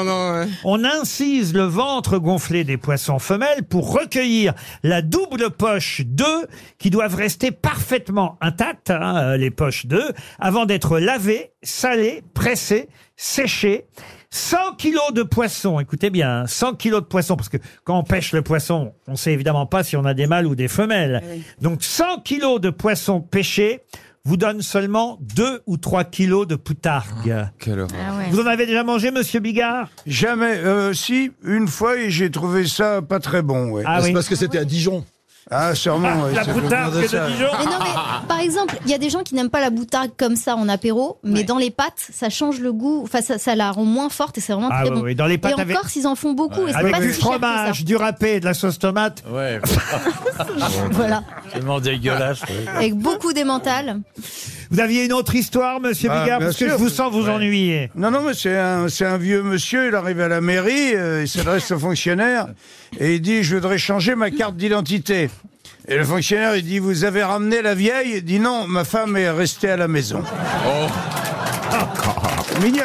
Speaker 1: voir. On incise le ventre gonflé des poissons femelles pour recueillir la double poche d'œufs qui doivent rester parfaitement intactes, hein, euh, les poches d'œufs, avant d'être lavées, salées, pressées, séchées. 100 kilos de poissons, écoutez bien, hein, 100 kilos de poissons, parce que quand on pêche le poisson, on sait évidemment pas si on a des mâles ou des femelles. Donc 100 kilos de poissons pêchés vous donne seulement 2 ou 3 kilos de poutargue. Vous en avez déjà mangé, monsieur Bigard
Speaker 8: Jamais. Euh, si, une fois, et j'ai trouvé ça pas très bon. Ouais.
Speaker 1: Ah C'est oui. parce
Speaker 8: que c'était à Dijon. Ah, sûrement.
Speaker 1: Ah,
Speaker 8: oui,
Speaker 1: la
Speaker 8: c'est
Speaker 1: poutargue
Speaker 8: pour
Speaker 1: de
Speaker 8: ça.
Speaker 1: Dijon.
Speaker 27: Mais non, mais par exemple, il y a des gens qui n'aiment pas la boutargue comme ça en apéro, mais dans les pâtes, ça change le goût, enfin, ça, ça la rend moins forte et c'est vraiment
Speaker 1: Ah
Speaker 27: très
Speaker 1: oui,
Speaker 27: bon.
Speaker 1: oui, dans les pâtes
Speaker 27: et en
Speaker 1: avec-
Speaker 27: Corse, ils en font beaucoup et c'est
Speaker 1: Avec
Speaker 27: pas
Speaker 1: du
Speaker 27: si cher que ça.
Speaker 1: fromage, du râpé, de la sauce tomate.
Speaker 27: Voilà,
Speaker 1: Tellement dégueulasse.
Speaker 27: avec beaucoup d'émental.
Speaker 1: Vous aviez une autre histoire, monsieur
Speaker 8: Ah,
Speaker 1: Bigard,
Speaker 8: bien
Speaker 1: parce que je
Speaker 8: sûr.
Speaker 1: vous sens vous ennuyer.
Speaker 8: Non, non, mais c'est un, c'est un vieux monsieur, il arrive à la mairie, euh, il s'adresse au fonctionnaire et il dit Je voudrais changer ma carte d'identité. Et le fonctionnaire, il dit Vous avez ramené la vieille Il dit Non, ma femme est restée à la maison.
Speaker 12: Oh.
Speaker 1: Ah.
Speaker 8: Mignon.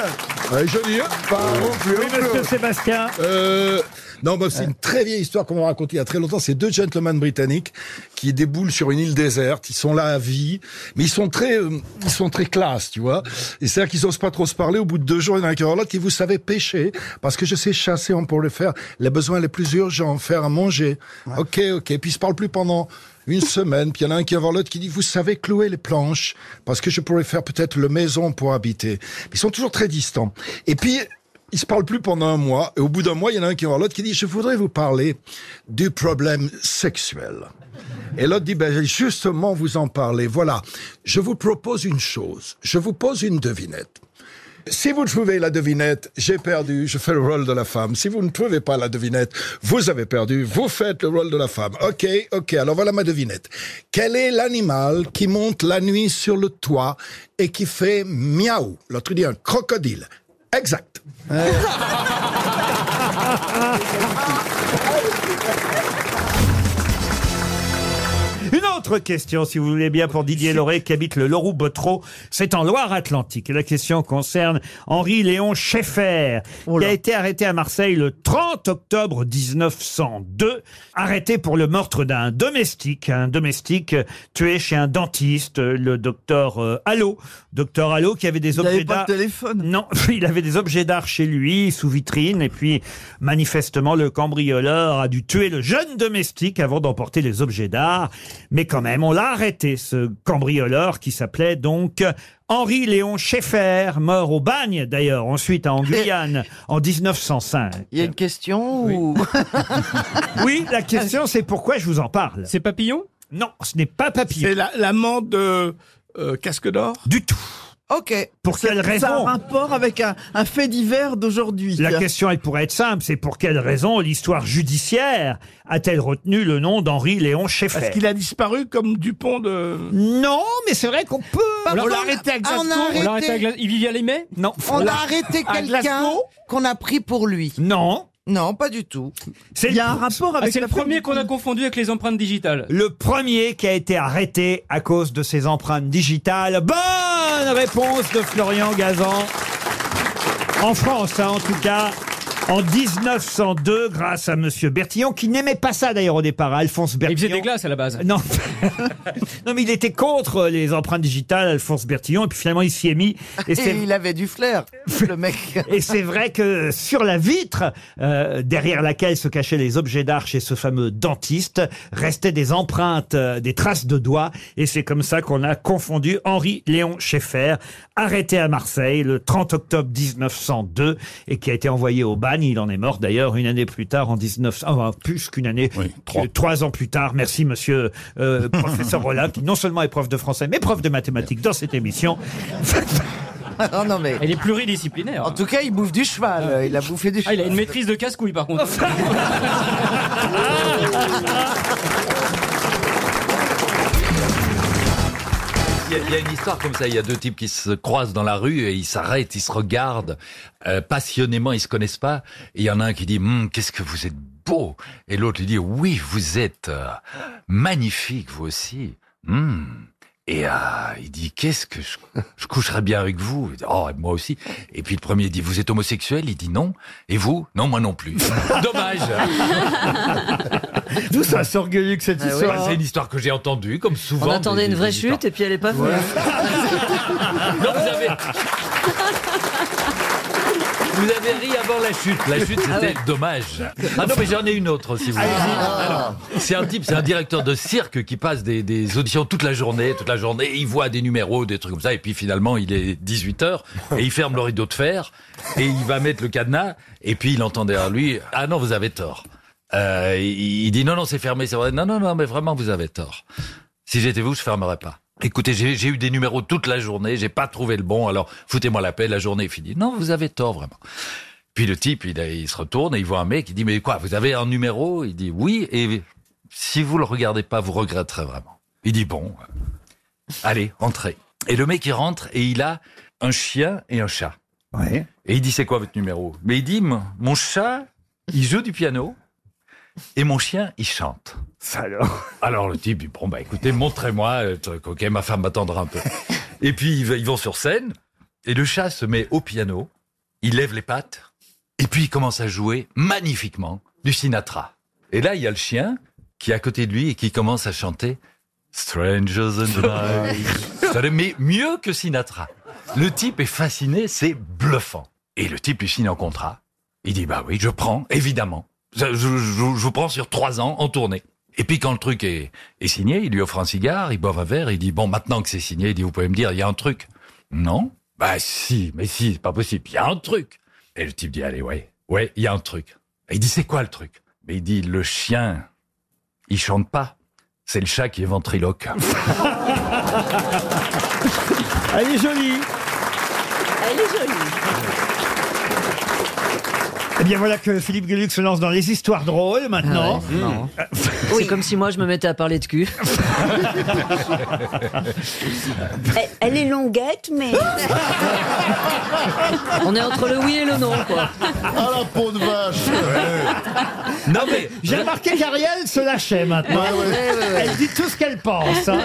Speaker 10: joli, hein Pas non plus,
Speaker 1: Oui,
Speaker 10: non plus.
Speaker 1: monsieur Sébastien.
Speaker 10: Euh, non, bah, c'est une très vieille histoire qu'on m'a racontée il y a très longtemps. C'est deux gentlemen britanniques qui déboulent sur une île déserte. Ils sont là à vie, mais ils sont très, euh, ils sont très classe, tu vois. Et c'est-à-dire qu'ils osent pas trop se parler. Au bout de deux jours, il y en a un qui leur dit qui vous savez pêcher parce que je sais chasser on pour le faire. Les besoins les plus urgents, faire à manger. Ok, ok. Puis ils se parlent plus pendant une semaine, puis il y en a un qui va voir l'autre qui dit, vous savez clouer les planches, parce que je pourrais faire peut-être le maison pour habiter. Ils sont toujours très distants. Et puis, ils se parlent plus pendant un mois, et au bout d'un mois, il y en a un qui va voir l'autre qui dit, je voudrais vous parler du problème sexuel. Et l'autre dit, ben, justement, vous en parlez. Voilà. Je vous propose une chose. Je vous pose une devinette. Si vous trouvez la devinette, j'ai perdu, je fais le rôle de la femme. Si vous ne trouvez pas la devinette, vous avez perdu, vous faites le rôle de la femme. Ok, ok, alors voilà ma devinette. Quel est l'animal qui monte la nuit sur le toit et qui fait miaou L'autre dit un crocodile. Exact.
Speaker 1: Une autre question, si vous voulez bien, pour Didier Lauré, qui habite le Loroux-Botreau. C'est en Loire-Atlantique. Et la question concerne Henri-Léon Schaeffer, qui a été arrêté à Marseille le 30 octobre 1902. Arrêté pour le meurtre d'un domestique. Un domestique euh, tué chez un dentiste, euh, le docteur euh, Allot. Docteur Allot qui avait des objets
Speaker 16: pas de
Speaker 1: d'art- non, il avait des objets d'art chez lui, sous vitrine, et puis manifestement le cambrioleur a dû tuer le jeune domestique avant d'emporter les objets d'art. Mais quand même, on l'a arrêté, ce cambrioleur qui s'appelait donc Henri Léon Schaeffer, mort au bagne d'ailleurs, ensuite en Guyane, en 1905.
Speaker 16: Il y a une question ou...
Speaker 1: Oui, la question c'est pourquoi je vous en parle. C'est Papillon Non, ce n'est pas Papillon.
Speaker 15: C'est la- l'amant de euh, Casque d'Or
Speaker 1: Du tout.
Speaker 16: Ok.
Speaker 1: Pour quelle raison
Speaker 16: Ça a un rapport avec un, un fait divers d'aujourd'hui.
Speaker 1: La question, elle pourrait être simple, c'est pour quelle raison l'histoire judiciaire a-t-elle retenu le nom d'Henri Léon Schaeffer
Speaker 15: Parce qu'il a disparu comme Dupont de.
Speaker 1: Non, mais c'est vrai qu'on peut.
Speaker 15: On l'a arrêté à
Speaker 16: Glasgow. On l'a arrêté à Glasgow.
Speaker 1: Il vivait à Limay Non.
Speaker 16: On a arrêté quelqu'un qu'on a pris pour lui.
Speaker 1: Non.
Speaker 16: Non, pas du tout.
Speaker 1: C'est
Speaker 16: Il y a un rapport avec.
Speaker 21: c'est le
Speaker 16: la femme
Speaker 21: premier
Speaker 16: du-
Speaker 21: qu'on a confondu avec les empreintes digitales.
Speaker 1: Le premier qui a été arrêté à cause de ses empreintes digitales. Bonne réponse de Florian Gazan. En France, hein, en tout cas. En 1902, grâce à Monsieur Bertillon, qui n'aimait pas ça d'ailleurs au départ, hein, Alphonse Bertillon.
Speaker 21: Il faisait des glaces à la base.
Speaker 1: Non. non, mais il était contre les empreintes digitales, Alphonse Bertillon, et puis finalement il s'y est mis.
Speaker 16: Et
Speaker 1: c'est-
Speaker 16: il avait du flair, le mec.
Speaker 1: et c'est vrai que sur la vitre, euh, derrière laquelle se cachaient les objets d'art chez ce fameux dentiste, restaient des empreintes, euh, des traces de doigts. Et c'est comme ça qu'on a confondu Henri Léon Schaeffer, arrêté à Marseille le 30 octobre 1902 et qui a été envoyé au bagne. Il en est mort d'ailleurs une année plus tard en 19... Enfin, plus qu'une année, trois. trois ans plus tard. Merci monsieur euh, professeur Rollin, qui non seulement est prof de français, mais prof de mathématiques dans cette émission.
Speaker 16: non, non, mais.
Speaker 21: Elle est pluridisciplinaire.
Speaker 16: En tout cas, il bouffe du cheval. euh, Il a bouffé du
Speaker 21: Ah,
Speaker 16: cheval.
Speaker 21: il a une maîtrise de casse-couille par contre.
Speaker 18: Il y, a- il y a une histoire comme ça, il y a deux types qui se croisent dans la rue et ils s'arrêtent, ils se regardent euh, passionnément, ils se connaissent pas. Et il y en a un qui dit Hum, qu'est-ce que vous êtes beau Et l'autre lui dit oui, vous êtes euh, magnifique vous aussi. Hum, Et euh, il dit qu'est-ce que je, je coucherais bien avec vous Il dit, Oh, moi aussi. Et puis le premier dit vous êtes homosexuel Il dit non. Et vous Non, moi non plus. Dommage.
Speaker 2: D'où ça s'orgueille que cette
Speaker 18: Bah,
Speaker 2: histoire hein.
Speaker 18: c'est une histoire que j'ai entendue, comme souvent.
Speaker 12: Ah On attendait
Speaker 18: des-
Speaker 12: une vraie
Speaker 18: des histoires.
Speaker 12: chute et puis elle est pas venue.
Speaker 18: Non, vous avez. Vous avez ri avant la chute. La chute, c'était
Speaker 12: Ah ouais.
Speaker 18: dommage. Ah non, mais j'en ai une autre, si vous voulez. Alors, c'est un type, c'est un directeur de cirque qui passe des, des auditions toute la journée, toute la journée. Il voit des numéros, des trucs comme ça. Et puis finalement, il est 18h et il ferme le rideau de fer et il va mettre le cadenas. Et puis il entend derrière lui Ah non, vous avez tort. Euh, il il dit Non, non, c'est fermé. C'est vrai. Non, non, non, mais vraiment, vous avez tort. Si j'étais vous, je fermerais pas. Écoutez, j'ai j'ai eu des numéros toute la journée, j'ai pas trouvé le bon, alors foutez-moi la paix, la journée est finie. Non, vous avez tort, vraiment. Puis le type, il, il se retourne et il voit un mec, il dit, mais quoi, vous avez un numéro Il dit, oui, et si vous le regardez pas, vous regretterez vraiment. Il dit, bon, euh, allez, entrez. Et le mec, il rentre et il a un chien et un chat. Et il dit, c'est quoi votre numéro Mais il dit, mon mon chat, il joue du piano et mon chien, il chante. Alors Alors le type, il dit, bon, bah écoutez, montrez-moi, euh, truc, ok, ma femme m'attendra un peu. Et puis ils va- ils vont sur scène, et le chat se met au piano, il lève les pattes, et puis il commence à jouer magnifiquement du Sinatra. Et là, il y a le chien qui est à côté de lui et qui commence à chanter Strangers and I. Ça le- Mais mieux que Sinatra. Le type est fasciné, c'est bluffant. Et le type, il signe un contrat. Il dit, bah oui, je prends, évidemment. Je, je- je- je vous prends sur trois ans en tournée. Et puis quand le truc est, est signé, il lui offre un cigare, il boit un verre, il dit, bon, maintenant que c'est signé, il dit, vous pouvez me dire, il y a un truc. Non Bah si, mais si, c'est pas possible, il y a un truc. Et le type dit, allez, ouais, ouais, il y a un truc. Et il dit, c'est quoi le truc Mais il dit, le chien, il chante pas. C'est le chat qui est ventriloque.
Speaker 1: Elle est jolie.
Speaker 12: Elle est jolie.
Speaker 1: Eh bien voilà que Philippe Gueluc se lance dans les histoires drôles maintenant. Euh,
Speaker 12: Ah ouais, c'est marrant. C'est comme si moi je me mettais à parler de cul.
Speaker 19: Elle, elle est longuette, mais.
Speaker 12: On est entre le oui et le non, quoi.
Speaker 15: Ah la peau de vache
Speaker 18: Non mais
Speaker 1: j'ai remarqué qu'Ariel se lâchait maintenant.
Speaker 15: Ouais, ouais. Ouais, ouais, ouais.
Speaker 1: Elle dit tout ce qu'elle pense. hein.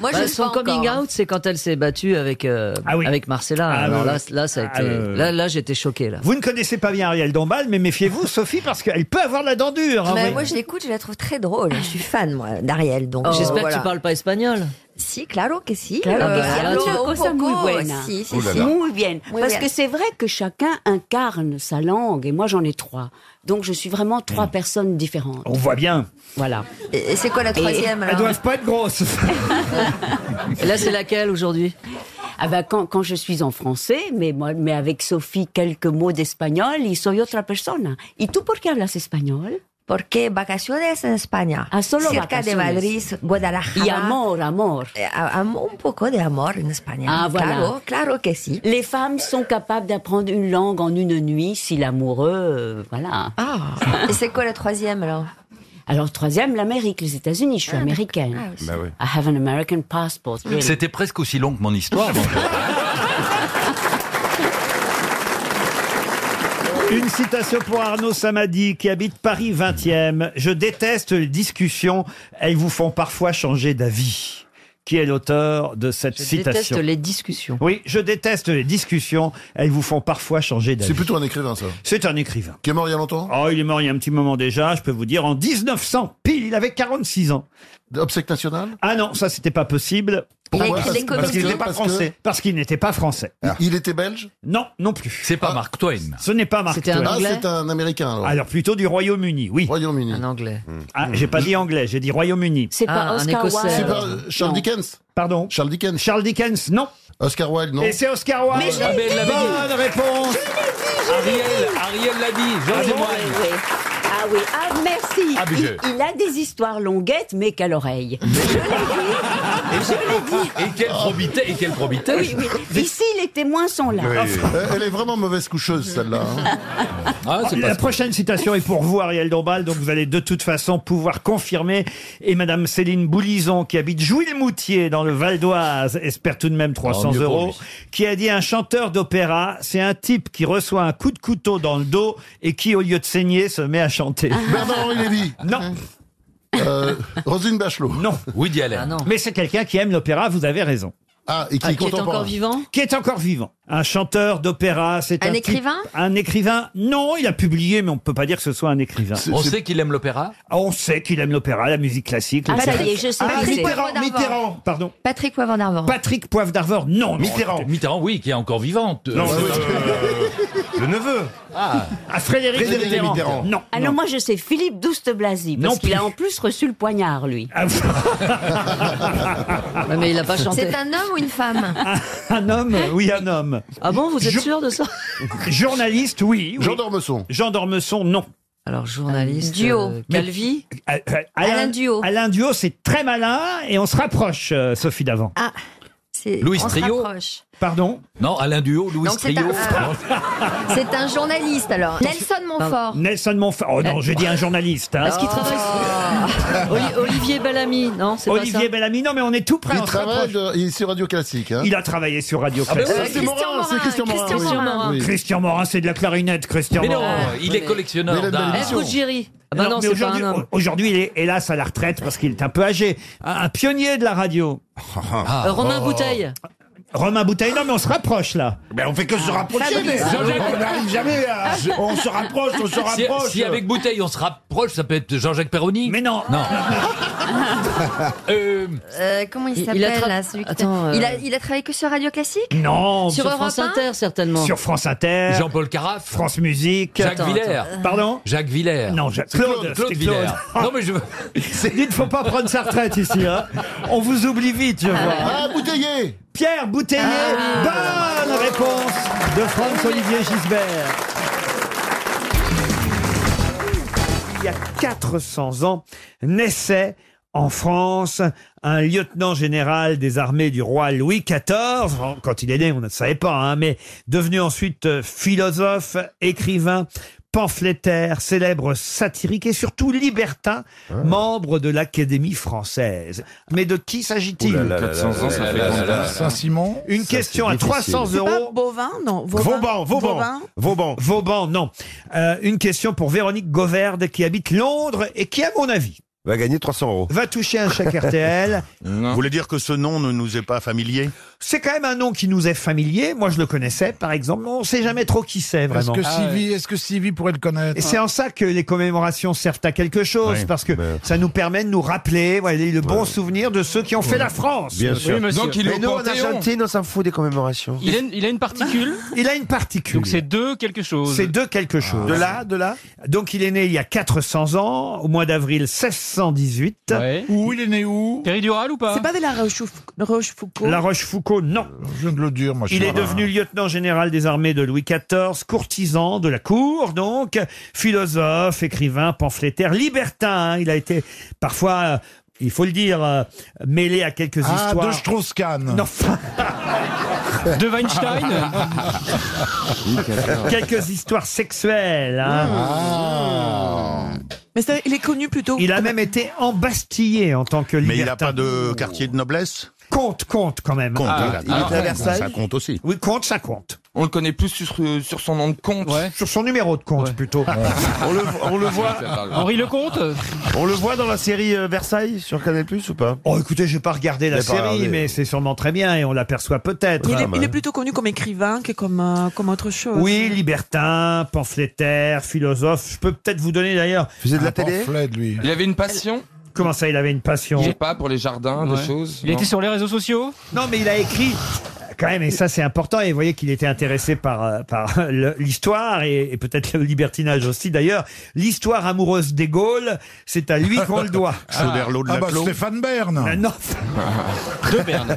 Speaker 12: Moi,
Speaker 1: je
Speaker 12: Bah, son coming out, c'est quand elle s'est battue avec, euh, avec Marcella.
Speaker 1: Ah
Speaker 12: Alors
Speaker 1: oui.
Speaker 12: là, là, ça a
Speaker 1: Ah
Speaker 12: été-
Speaker 1: oui.
Speaker 12: là, là, j'étais choqué. Là.
Speaker 1: Vous ne connaissez pas bien Ariel Dombal, mais méfiez-vous, Sophie, parce qu'elle peut avoir la dent dure. hein,
Speaker 31: Mais
Speaker 1: oui.
Speaker 31: Moi, je l'écoute, je la trouve très drôle. Je suis fan, moi, d'Ariel. Donc,
Speaker 12: Oh, J'espère que
Speaker 31: voilà.
Speaker 12: tu parles pas espagnol.
Speaker 31: Si, claro que
Speaker 19: Ah,
Speaker 31: si.
Speaker 19: bah,
Speaker 12: Claro que sí.
Speaker 31: hablo
Speaker 12: Mucho
Speaker 31: un
Speaker 19: cosa
Speaker 31: poco.
Speaker 19: muy buena.
Speaker 31: Si, si,
Speaker 19: Muy
Speaker 31: si.
Speaker 19: bien.
Speaker 31: Muy
Speaker 19: Parce
Speaker 31: bien.
Speaker 19: que c'est vrai que chacun incarne sa langue, et moi j'en ai trois. Donc je suis vraiment trois
Speaker 15: Mm.
Speaker 19: personnes différentes.
Speaker 1: On voit bien.
Speaker 19: Voilà.
Speaker 31: Et c'est quoi la troisième,
Speaker 1: Elles
Speaker 31: alors
Speaker 1: doivent pas être grosses.
Speaker 12: là, c'est laquelle aujourd'hui
Speaker 19: ah ben, quand, quand je suis en français, mais, moi, mais avec Sophie, quelques mots d'espagnol, y soy otra persona. ¿Y tú por qué hablas español?
Speaker 31: Porque vacaciones en España.
Speaker 19: Ah, solo
Speaker 31: Cerca de
Speaker 19: vacaciones.
Speaker 31: Madrid, Guadalajara.
Speaker 19: Y amor, amor.
Speaker 31: Eh, a- am- un poco de amor en España.
Speaker 19: Ah, voilà.
Speaker 31: Claro, claro que sí.
Speaker 19: Les femmes sont capables d'apprendre une langue en une nuit si l'amoureux, euh, voilà.
Speaker 31: Ah. Et c'est quoi la troisième, alors
Speaker 19: Alors troisième, l'Amérique, les États-Unis. Je suis américaine.
Speaker 31: Ah,
Speaker 19: Bah oui. I have an American passport. really.
Speaker 18: C'était presque aussi long que mon histoire. donc.
Speaker 1: Une citation pour Arnaud Samadi qui habite Paris 20e. Je déteste les discussions, elles vous font parfois changer d'avis. Qui est l'auteur de cette
Speaker 12: Je
Speaker 1: citation
Speaker 12: déteste les discussions.
Speaker 1: Oui, je déteste les discussions, elles vous font parfois changer d'avis.
Speaker 15: C'est plutôt un écrivain, ça.
Speaker 1: C'est un écrivain.
Speaker 15: Qui est mort il y a longtemps
Speaker 1: Oh, il est mort il y a un petit moment déjà, je peux vous dire, en 1900, pile, il avait 46 ans.
Speaker 15: Obsèque nationale
Speaker 1: Ah non, ça c'était pas possible.
Speaker 15: Il a
Speaker 1: Pourquoi
Speaker 15: écrit des
Speaker 1: Parce qu'il
Speaker 15: comédies
Speaker 1: n'était pas
Speaker 15: Parce que-
Speaker 1: français. Parce qu'il n'était pas français. Ah.
Speaker 15: Il était belge
Speaker 1: Non, non plus. Ah.
Speaker 18: C'est pas Mark Twain.
Speaker 1: Ce n'est pas Mark Twain.
Speaker 15: Ah, c'est un américain, alors.
Speaker 1: Alors plutôt du Royaume-Uni, oui.
Speaker 15: Royaume-Uni.
Speaker 12: Un anglais.
Speaker 1: Ah, j'ai pas dit anglais, j'ai dit Royaume-Uni.
Speaker 19: C'est pas
Speaker 12: Ah, un
Speaker 19: Oscar
Speaker 12: Écossais.
Speaker 19: Wilde.
Speaker 15: C'est pas Charles Dickens
Speaker 1: Pardon
Speaker 15: Charles Dickens
Speaker 1: Charles Dickens, non.
Speaker 15: Oscar Wilde, non
Speaker 1: Et c'est Oscar Wilde.
Speaker 15: Mais je l'ai Ah,
Speaker 1: Bonne
Speaker 15: mais elle l'avait dit.
Speaker 1: réponse.
Speaker 18: Ariel, Ariel l'a dit, Jean
Speaker 19: Ah, bon,
Speaker 18: Témoigne.
Speaker 19: oui, oui. Ah oui, ah merci.
Speaker 18: Ah, mais
Speaker 19: il,
Speaker 18: je-
Speaker 19: il a des histoires longuettes, mais qu'à l'oreille.
Speaker 18: Et quelle probité, et quelle probité.
Speaker 19: Oui, oui. Ici, les témoins sont là.
Speaker 15: Euh, Elle est vraiment mauvaise coucheuse, celle-là. hein.
Speaker 18: Ah,
Speaker 1: La prochaine citation est pour vous, Ariel Dombal, donc vous allez de toute façon pouvoir confirmer. Et Madame Céline Boulison, qui habite Jouy-le-Moutier dans le Val d'Oise, espère tout de même 300
Speaker 18: Ah, mieux pour
Speaker 1: euros,
Speaker 18: lui.
Speaker 1: qui a dit un chanteur d'opéra, c'est un type qui reçoit un coup de couteau
Speaker 15: Ah,
Speaker 1: dans le dos et qui, au lieu de saigner, se met à chanter.
Speaker 15: Bernard-Henri Lévy
Speaker 1: Non.
Speaker 15: Euh,
Speaker 13: euh, Roselyne Bachelot.
Speaker 1: Non.
Speaker 18: Woody Allen.
Speaker 1: Mais c'est quelqu'un qui aime l'opéra, vous avez raison.
Speaker 13: Ah, et qui Ah, est qui est contemporain. encore vivant
Speaker 1: Qui est encore vivant. Un chanteur d'opéra, c'est
Speaker 18: Un
Speaker 1: type-
Speaker 18: écrivain
Speaker 1: Un écrivain Non, il a publié, mais on ne peut pas dire que ce soit un écrivain.
Speaker 18: On sait qu'il aime l'opéra
Speaker 1: Ah, On sait qu'il aime l'opéra, la musique classique.
Speaker 31: Ah,
Speaker 1: le
Speaker 31: ça
Speaker 1: jazz.
Speaker 31: y est, je sais
Speaker 1: Ah,
Speaker 31: qui c'est.
Speaker 1: Mitterrand,
Speaker 31: Poivre d'Arvor.
Speaker 1: Mitterrand, pardon.
Speaker 31: Patrick Poivre d'Arvor.
Speaker 1: Patrick Poivre d'Arvor, non.
Speaker 18: Mitterrand. Mitterrand, oui, qui est encore vivante.
Speaker 1: Non,
Speaker 18: Euh,
Speaker 1: oui.
Speaker 18: le neveu. Ah.
Speaker 1: Ah, Frédéric, Mitterrand. Non.
Speaker 9: Ah non, moi je sais Philippe Douste-Blazy,
Speaker 1: Non
Speaker 9: parce qu'il
Speaker 1: plus.
Speaker 9: a en plus reçu le poignard, lui.
Speaker 12: mais il a pas chanté.
Speaker 31: C'est un homme ou une femme
Speaker 1: Un homme, oui, un homme.
Speaker 12: Ah bon, vous êtes
Speaker 1: Jo-
Speaker 12: sûr de ça
Speaker 1: Journaliste, oui.
Speaker 13: Jean Dormesson.
Speaker 1: Jean Dormesson, non.
Speaker 12: Alors, journaliste.
Speaker 1: Duo.
Speaker 12: euh, Calvi
Speaker 1: Alain Duo. Alain Duo, c'est très malin et on se rapproche, euh, Sophie Davant.
Speaker 31: Ah, c'est.
Speaker 1: Louise
Speaker 31: on se
Speaker 1: Trio.
Speaker 31: rapproche.
Speaker 1: Pardon
Speaker 18: Non, Alain Duo, Louis
Speaker 31: Donc, c'est
Speaker 18: Trio.
Speaker 31: un- ah. C'est un journaliste alors. Nelson Montfort.
Speaker 1: Nelson Montfort. Oh non, j'ai dit un journaliste. hein.
Speaker 12: Est-ce qu'il travaille Oli- Olivier Bellamy, non c'est pas ça
Speaker 1: Olivier Bellamy, non mais on est tout près.
Speaker 13: Il
Speaker 1: on se
Speaker 13: travaille
Speaker 1: rapproche.
Speaker 13: de- il est sur Radio Classique. hein.
Speaker 1: Il a travaillé sur Radio
Speaker 13: Ah ben oui,
Speaker 1: Classique.
Speaker 13: c'est Morin, c'est Christian Morin. oui. Oui.
Speaker 1: Christian Morin, c'est de la clarinette, Christian
Speaker 18: Mais non,
Speaker 1: Morin.
Speaker 18: il est collectionneur d'art.
Speaker 12: F. Ruggieri. Ah bah
Speaker 1: Non,
Speaker 12: non,
Speaker 1: mais
Speaker 12: c'est pas
Speaker 1: aujourd'hui,
Speaker 12: un homme.
Speaker 1: aujourd'hui, il est hélas à la retraite parce qu'il est un peu âgé. Un, un pionnier de la radio.
Speaker 18: Ah,
Speaker 12: Euh,
Speaker 18: oh.
Speaker 1: Oh.
Speaker 12: Romain Bouteille.
Speaker 1: Romain Bouteille, non mais on se rapproche là.
Speaker 15: Mais on fait que
Speaker 18: Ah.
Speaker 15: se rapprocher, mais on n'arrive jamais
Speaker 1: Ah,
Speaker 15: à. On se rapproche, on se
Speaker 18: Si,
Speaker 15: rapproche.
Speaker 18: si avec bouteille on se rapproche, ça peut être Jean-Jacques Perroni.
Speaker 1: Mais non.
Speaker 18: Non. Euh,
Speaker 31: Euh, comment il
Speaker 12: Il- il
Speaker 31: s'appelle
Speaker 12: a tra-
Speaker 31: là, celui qui-
Speaker 12: Attends, euh,
Speaker 31: il, a, il a travaillé que sur Radio Classique
Speaker 1: Non.
Speaker 31: Sur,
Speaker 12: Sur
Speaker 31: Europe
Speaker 12: France
Speaker 31: 1
Speaker 12: Inter, certainement.
Speaker 1: Sur France Inter.
Speaker 18: Jean-Paul Carafe.
Speaker 1: France Musique.
Speaker 18: Jacques Villers.
Speaker 1: Pardon
Speaker 18: Jacques Villers.
Speaker 1: Non, Jacques-
Speaker 18: C'est
Speaker 1: Claude,
Speaker 18: Claude, Claude
Speaker 1: c'est Claude.
Speaker 18: Villers. Non, mais je veux.
Speaker 1: Il ne faut pas prendre sa retraite ici. hein. On vous oublie vite, je vois.
Speaker 13: Ah, Bouteillé
Speaker 1: Pierre Bouteiller,
Speaker 12: Ah.
Speaker 32: Ah.
Speaker 1: bonne réponse de Franz-Olivier Gisbert. Il y a 400 ans, naissait en France un lieutenant général des armées du roi Louis XIV. Quand il est né, on ne le savait pas, hein, mais devenu ensuite euh, philosophe, écrivain, pamphlétaire, célèbre satirique et surtout libertin, membre de l'Académie française. Mais de qui s'agit-il
Speaker 6: 400 ans, ça fait longtemps.
Speaker 1: Saint-Simon Une question à
Speaker 6: difficile.
Speaker 1: 300
Speaker 6: C'est
Speaker 1: euros.
Speaker 16: Pas Bovin, non.
Speaker 1: Vauban, Vauban. Vauban. Vauban, non. Euh, une question pour Véronique Goverde qui habite Londres et qui, à mon avis,
Speaker 7: Va gagner 300 euros.
Speaker 1: va toucher un chèque RTL.
Speaker 7: Vous voulez dire que ce nom ne nous est pas familier
Speaker 1: C'est quand même un nom qui nous est familier. Moi, je le connaissais, par exemple. On ne sait jamais trop qui c'est,
Speaker 32: Est-ce
Speaker 1: vraiment.
Speaker 7: Ah,
Speaker 1: Ah
Speaker 32: que, Sylvie, est-ce que Sylvie pourrait le connaître
Speaker 1: Et c'est en ça que les commémorations servent à quelque chose, parce que
Speaker 7: Ben.
Speaker 1: ça nous permet de nous rappeler voyez, le bon souvenir de ceux qui ont fait la France.
Speaker 7: Bien sûr.
Speaker 6: Donc, il est
Speaker 7: Mais nous,
Speaker 6: au
Speaker 7: en
Speaker 6: Panthéon.
Speaker 7: Argentine, on s'en fout des commémorations.
Speaker 6: Il a une, il a une particule.
Speaker 1: Il a une particule.
Speaker 6: Donc c'est deux quelque chose.
Speaker 1: C'est de quelque
Speaker 32: Ah.
Speaker 1: chose.
Speaker 7: De là, de là
Speaker 1: Donc il est né il y a 400 ans, au mois d'avril 1618.
Speaker 32: Où il est né où
Speaker 6: Péridural ou pas
Speaker 16: C'est pas de la Rochefou- Rochefoucauld
Speaker 1: La Rochefoucauld, non.
Speaker 32: Je viens de le dire, moi. je
Speaker 1: Il
Speaker 32: suis
Speaker 1: est
Speaker 32: là.
Speaker 1: devenu lieutenant général des armées de Louis XIV, courtisan de la cour, donc philosophe, écrivain, pamphlétaire, libertin. hein. Il a été parfois, euh, il faut le dire, euh, mêlé à quelques
Speaker 32: Ah,
Speaker 1: histoires.
Speaker 32: de Strauss-Kahn.
Speaker 1: Non,
Speaker 6: De Weinstein
Speaker 1: quelques histoires sexuelles. hein.
Speaker 32: Ah.
Speaker 16: Mais ça, il est connu plutôt.
Speaker 1: Il a même été embastillé en tant que libertin.
Speaker 7: Mais il n'a pas de quartier de noblesse
Speaker 1: Compte, compte quand même.
Speaker 7: Compte,
Speaker 6: Ah,
Speaker 7: il a-
Speaker 6: ah,
Speaker 7: il a-
Speaker 6: ah,
Speaker 7: Ça compte aussi.
Speaker 1: Oui, compte, ça compte.
Speaker 6: On le connaît plus sur, euh, sur son nom de compte.
Speaker 1: Sur son numéro de compte, plutôt.
Speaker 7: On le, on le voit,
Speaker 6: Henri Lecomte
Speaker 7: on le voit dans la série euh, Versailles sur Canal Plus ou pas
Speaker 1: Oh, écoutez, j'ai pas regardé la
Speaker 7: J'ai pas Ah,
Speaker 1: série,
Speaker 7: regardé.
Speaker 1: mais c'est sûrement très bien et on l'aperçoit peut-être.
Speaker 16: Il est, il est plutôt connu comme écrivain que comme, euh, comme autre chose.
Speaker 1: Oui, libertin, pamphlétaire, philosophe. Je peux peut-être vous donner d'ailleurs.
Speaker 7: Faisait de la
Speaker 32: Un
Speaker 7: télé
Speaker 32: pamphlet de lui.
Speaker 6: Il avait une passion
Speaker 1: Comment ça, il avait une passion
Speaker 6: Je sais pas, pour les jardins, des choses.
Speaker 21: Il était sur les réseaux sociaux
Speaker 1: Non, mais il a écrit. Quand même, et ça c'est important, et vous voyez qu'il était intéressé par, euh, par le- l'histoire et, et peut-être le libertinage aussi d'ailleurs. L'histoire amoureuse des Gaules, c'est à lui qu'on le doit.
Speaker 7: Chauderlot de
Speaker 32: Ah
Speaker 7: la
Speaker 32: bah
Speaker 7: Clos.
Speaker 32: Stéphane Bern.
Speaker 1: Euh, non,
Speaker 6: De Berne.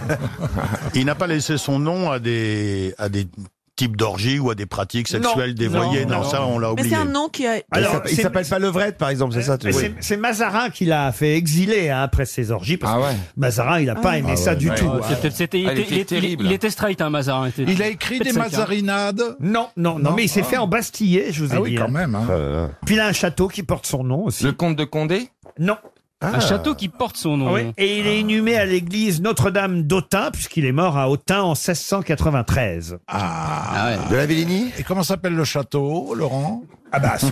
Speaker 7: Il n'a pas laissé son nom à des, à des types d'orgies ou à des pratiques sexuelles dévoyées.
Speaker 1: non,
Speaker 7: Non,
Speaker 1: non.
Speaker 7: ça, on l'a
Speaker 16: Mais
Speaker 7: oublié.
Speaker 16: c'est un nom qui a.
Speaker 1: alors
Speaker 7: il
Speaker 1: c'est-
Speaker 7: s'appelle pas Levrette, par exemple, c'est ça tu
Speaker 1: mais c'est- c'est Mazarin qui l'a fait exiler hein, après ses orgies, parce
Speaker 6: Ah ouais.
Speaker 1: que Mazarin il n'a
Speaker 2: Ah
Speaker 1: pas aimé ça du tout. hein.
Speaker 21: C'était- c'était- il
Speaker 6: Ah, il
Speaker 21: était-
Speaker 6: était
Speaker 21: il était-
Speaker 6: terrible.
Speaker 21: Il était straight, hein, Mazarin. était-
Speaker 32: Il a écrit des
Speaker 21: Peut-être cinq, hein.
Speaker 32: mazarinades.
Speaker 1: Non, non, non,
Speaker 32: Non,
Speaker 1: mais il s'est
Speaker 32: ah.
Speaker 1: fait embastiller, je vous ai
Speaker 32: Ah oui,
Speaker 1: dit.
Speaker 32: quand
Speaker 15: Euh.
Speaker 1: hein.
Speaker 32: même. hein.
Speaker 1: Puis il a un château qui porte son nom aussi.
Speaker 6: Le comte de Condé
Speaker 1: Non.
Speaker 2: Ah.
Speaker 16: Ah.
Speaker 1: Ah
Speaker 4: Un château qui porte son nom.
Speaker 1: Oui, et il est inhumé à l'église Notre-Dame d'Autun, puisqu'il est mort à Autun en 1693. Ah, De la Bellini
Speaker 2: Et comment s'appelle le château, Laurent
Speaker 1: Ah bah, son-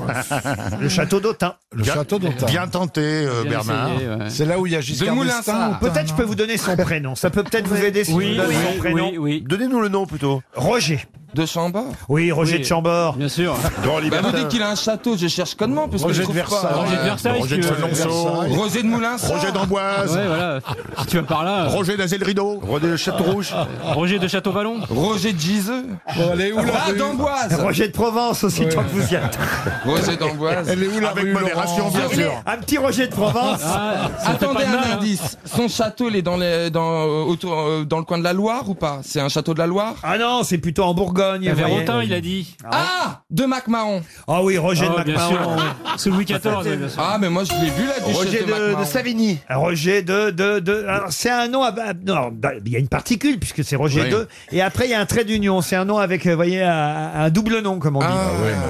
Speaker 1: le château d'Autun.
Speaker 2: Le château d'Autun.
Speaker 16: Bien tenté, euh,
Speaker 2: Bien
Speaker 16: Bernard.
Speaker 2: essayé, ouais. C'est là où il y a Giscard d'Estaing, Autun,
Speaker 1: Peut-être je peux vous donner son prénom. Ça peut peut-être vous aider si
Speaker 4: Oui,
Speaker 1: vous me donnez
Speaker 4: oui,
Speaker 1: son prénom.
Speaker 4: oui, oui.
Speaker 1: Donnez-nous le nom plutôt. Roger.
Speaker 6: De Chambord
Speaker 1: Oui, Roger
Speaker 4: Oui.
Speaker 1: de Chambord.
Speaker 4: Bien sûr.
Speaker 6: Bah, vous dites qu'il a un château, je cherche connement. Parce
Speaker 4: Roger
Speaker 6: que je
Speaker 4: de
Speaker 6: trouve
Speaker 4: Versailles.
Speaker 6: Pas.
Speaker 4: Roger de Versailles, Roger de si tu veux. Versailles.
Speaker 6: Roger de Moulins.
Speaker 4: Roger
Speaker 6: d'Amboise.
Speaker 4: Ouais, voilà. Si tu vas par là.
Speaker 6: Roger
Speaker 4: d'Azel Rideau.
Speaker 6: Roger de Château-Rouge.
Speaker 4: Roger de Château-Vallon.
Speaker 6: Roger de Giseux.
Speaker 4: est où, la
Speaker 6: Ah,
Speaker 4: rue
Speaker 6: d'Amboise.
Speaker 1: Roger de Provence aussi, tant que vous y êtes.
Speaker 6: Roger d'Amboise.
Speaker 1: Elle est où, la
Speaker 6: Avec
Speaker 1: rue,
Speaker 6: modération,
Speaker 1: Laurent
Speaker 6: bien
Speaker 1: Il est-
Speaker 6: sûr.
Speaker 1: Un petit Roger de Provence.
Speaker 6: Ah,
Speaker 1: Ça fait
Speaker 6: Attendez
Speaker 1: pas de mal,
Speaker 6: un
Speaker 1: hein.
Speaker 6: indice. Son château, il est dans, les, dans, euh, autour, euh, dans le coin de la Loire ou pas C'est un château de la Loire Ah,
Speaker 1: Ah non, c'est plutôt en Bourgogne.
Speaker 6: vous voyez.
Speaker 4: Vérontin, il a dit.
Speaker 6: Ah De MacMahon.
Speaker 1: Ah oui, Roger
Speaker 4: Ah,
Speaker 1: de
Speaker 4: bien sûr,
Speaker 1: MacMahon.
Speaker 4: oui. Sous Louis XIV, bien sûr.
Speaker 6: Ah, mais moi, je l'ai vu, la duchesse
Speaker 1: Roger
Speaker 6: de,
Speaker 1: de,
Speaker 6: MacMahon.
Speaker 1: de Savigny. Roger de... de, de alors, c'est un nom... à- à- non, alors, il y a une particule, puisque c'est Roger
Speaker 6: Oui.
Speaker 1: de... Et après, il y a un trait d'union. C'est un nom avec, euh, vous voyez, un, un double nom, comme on dit.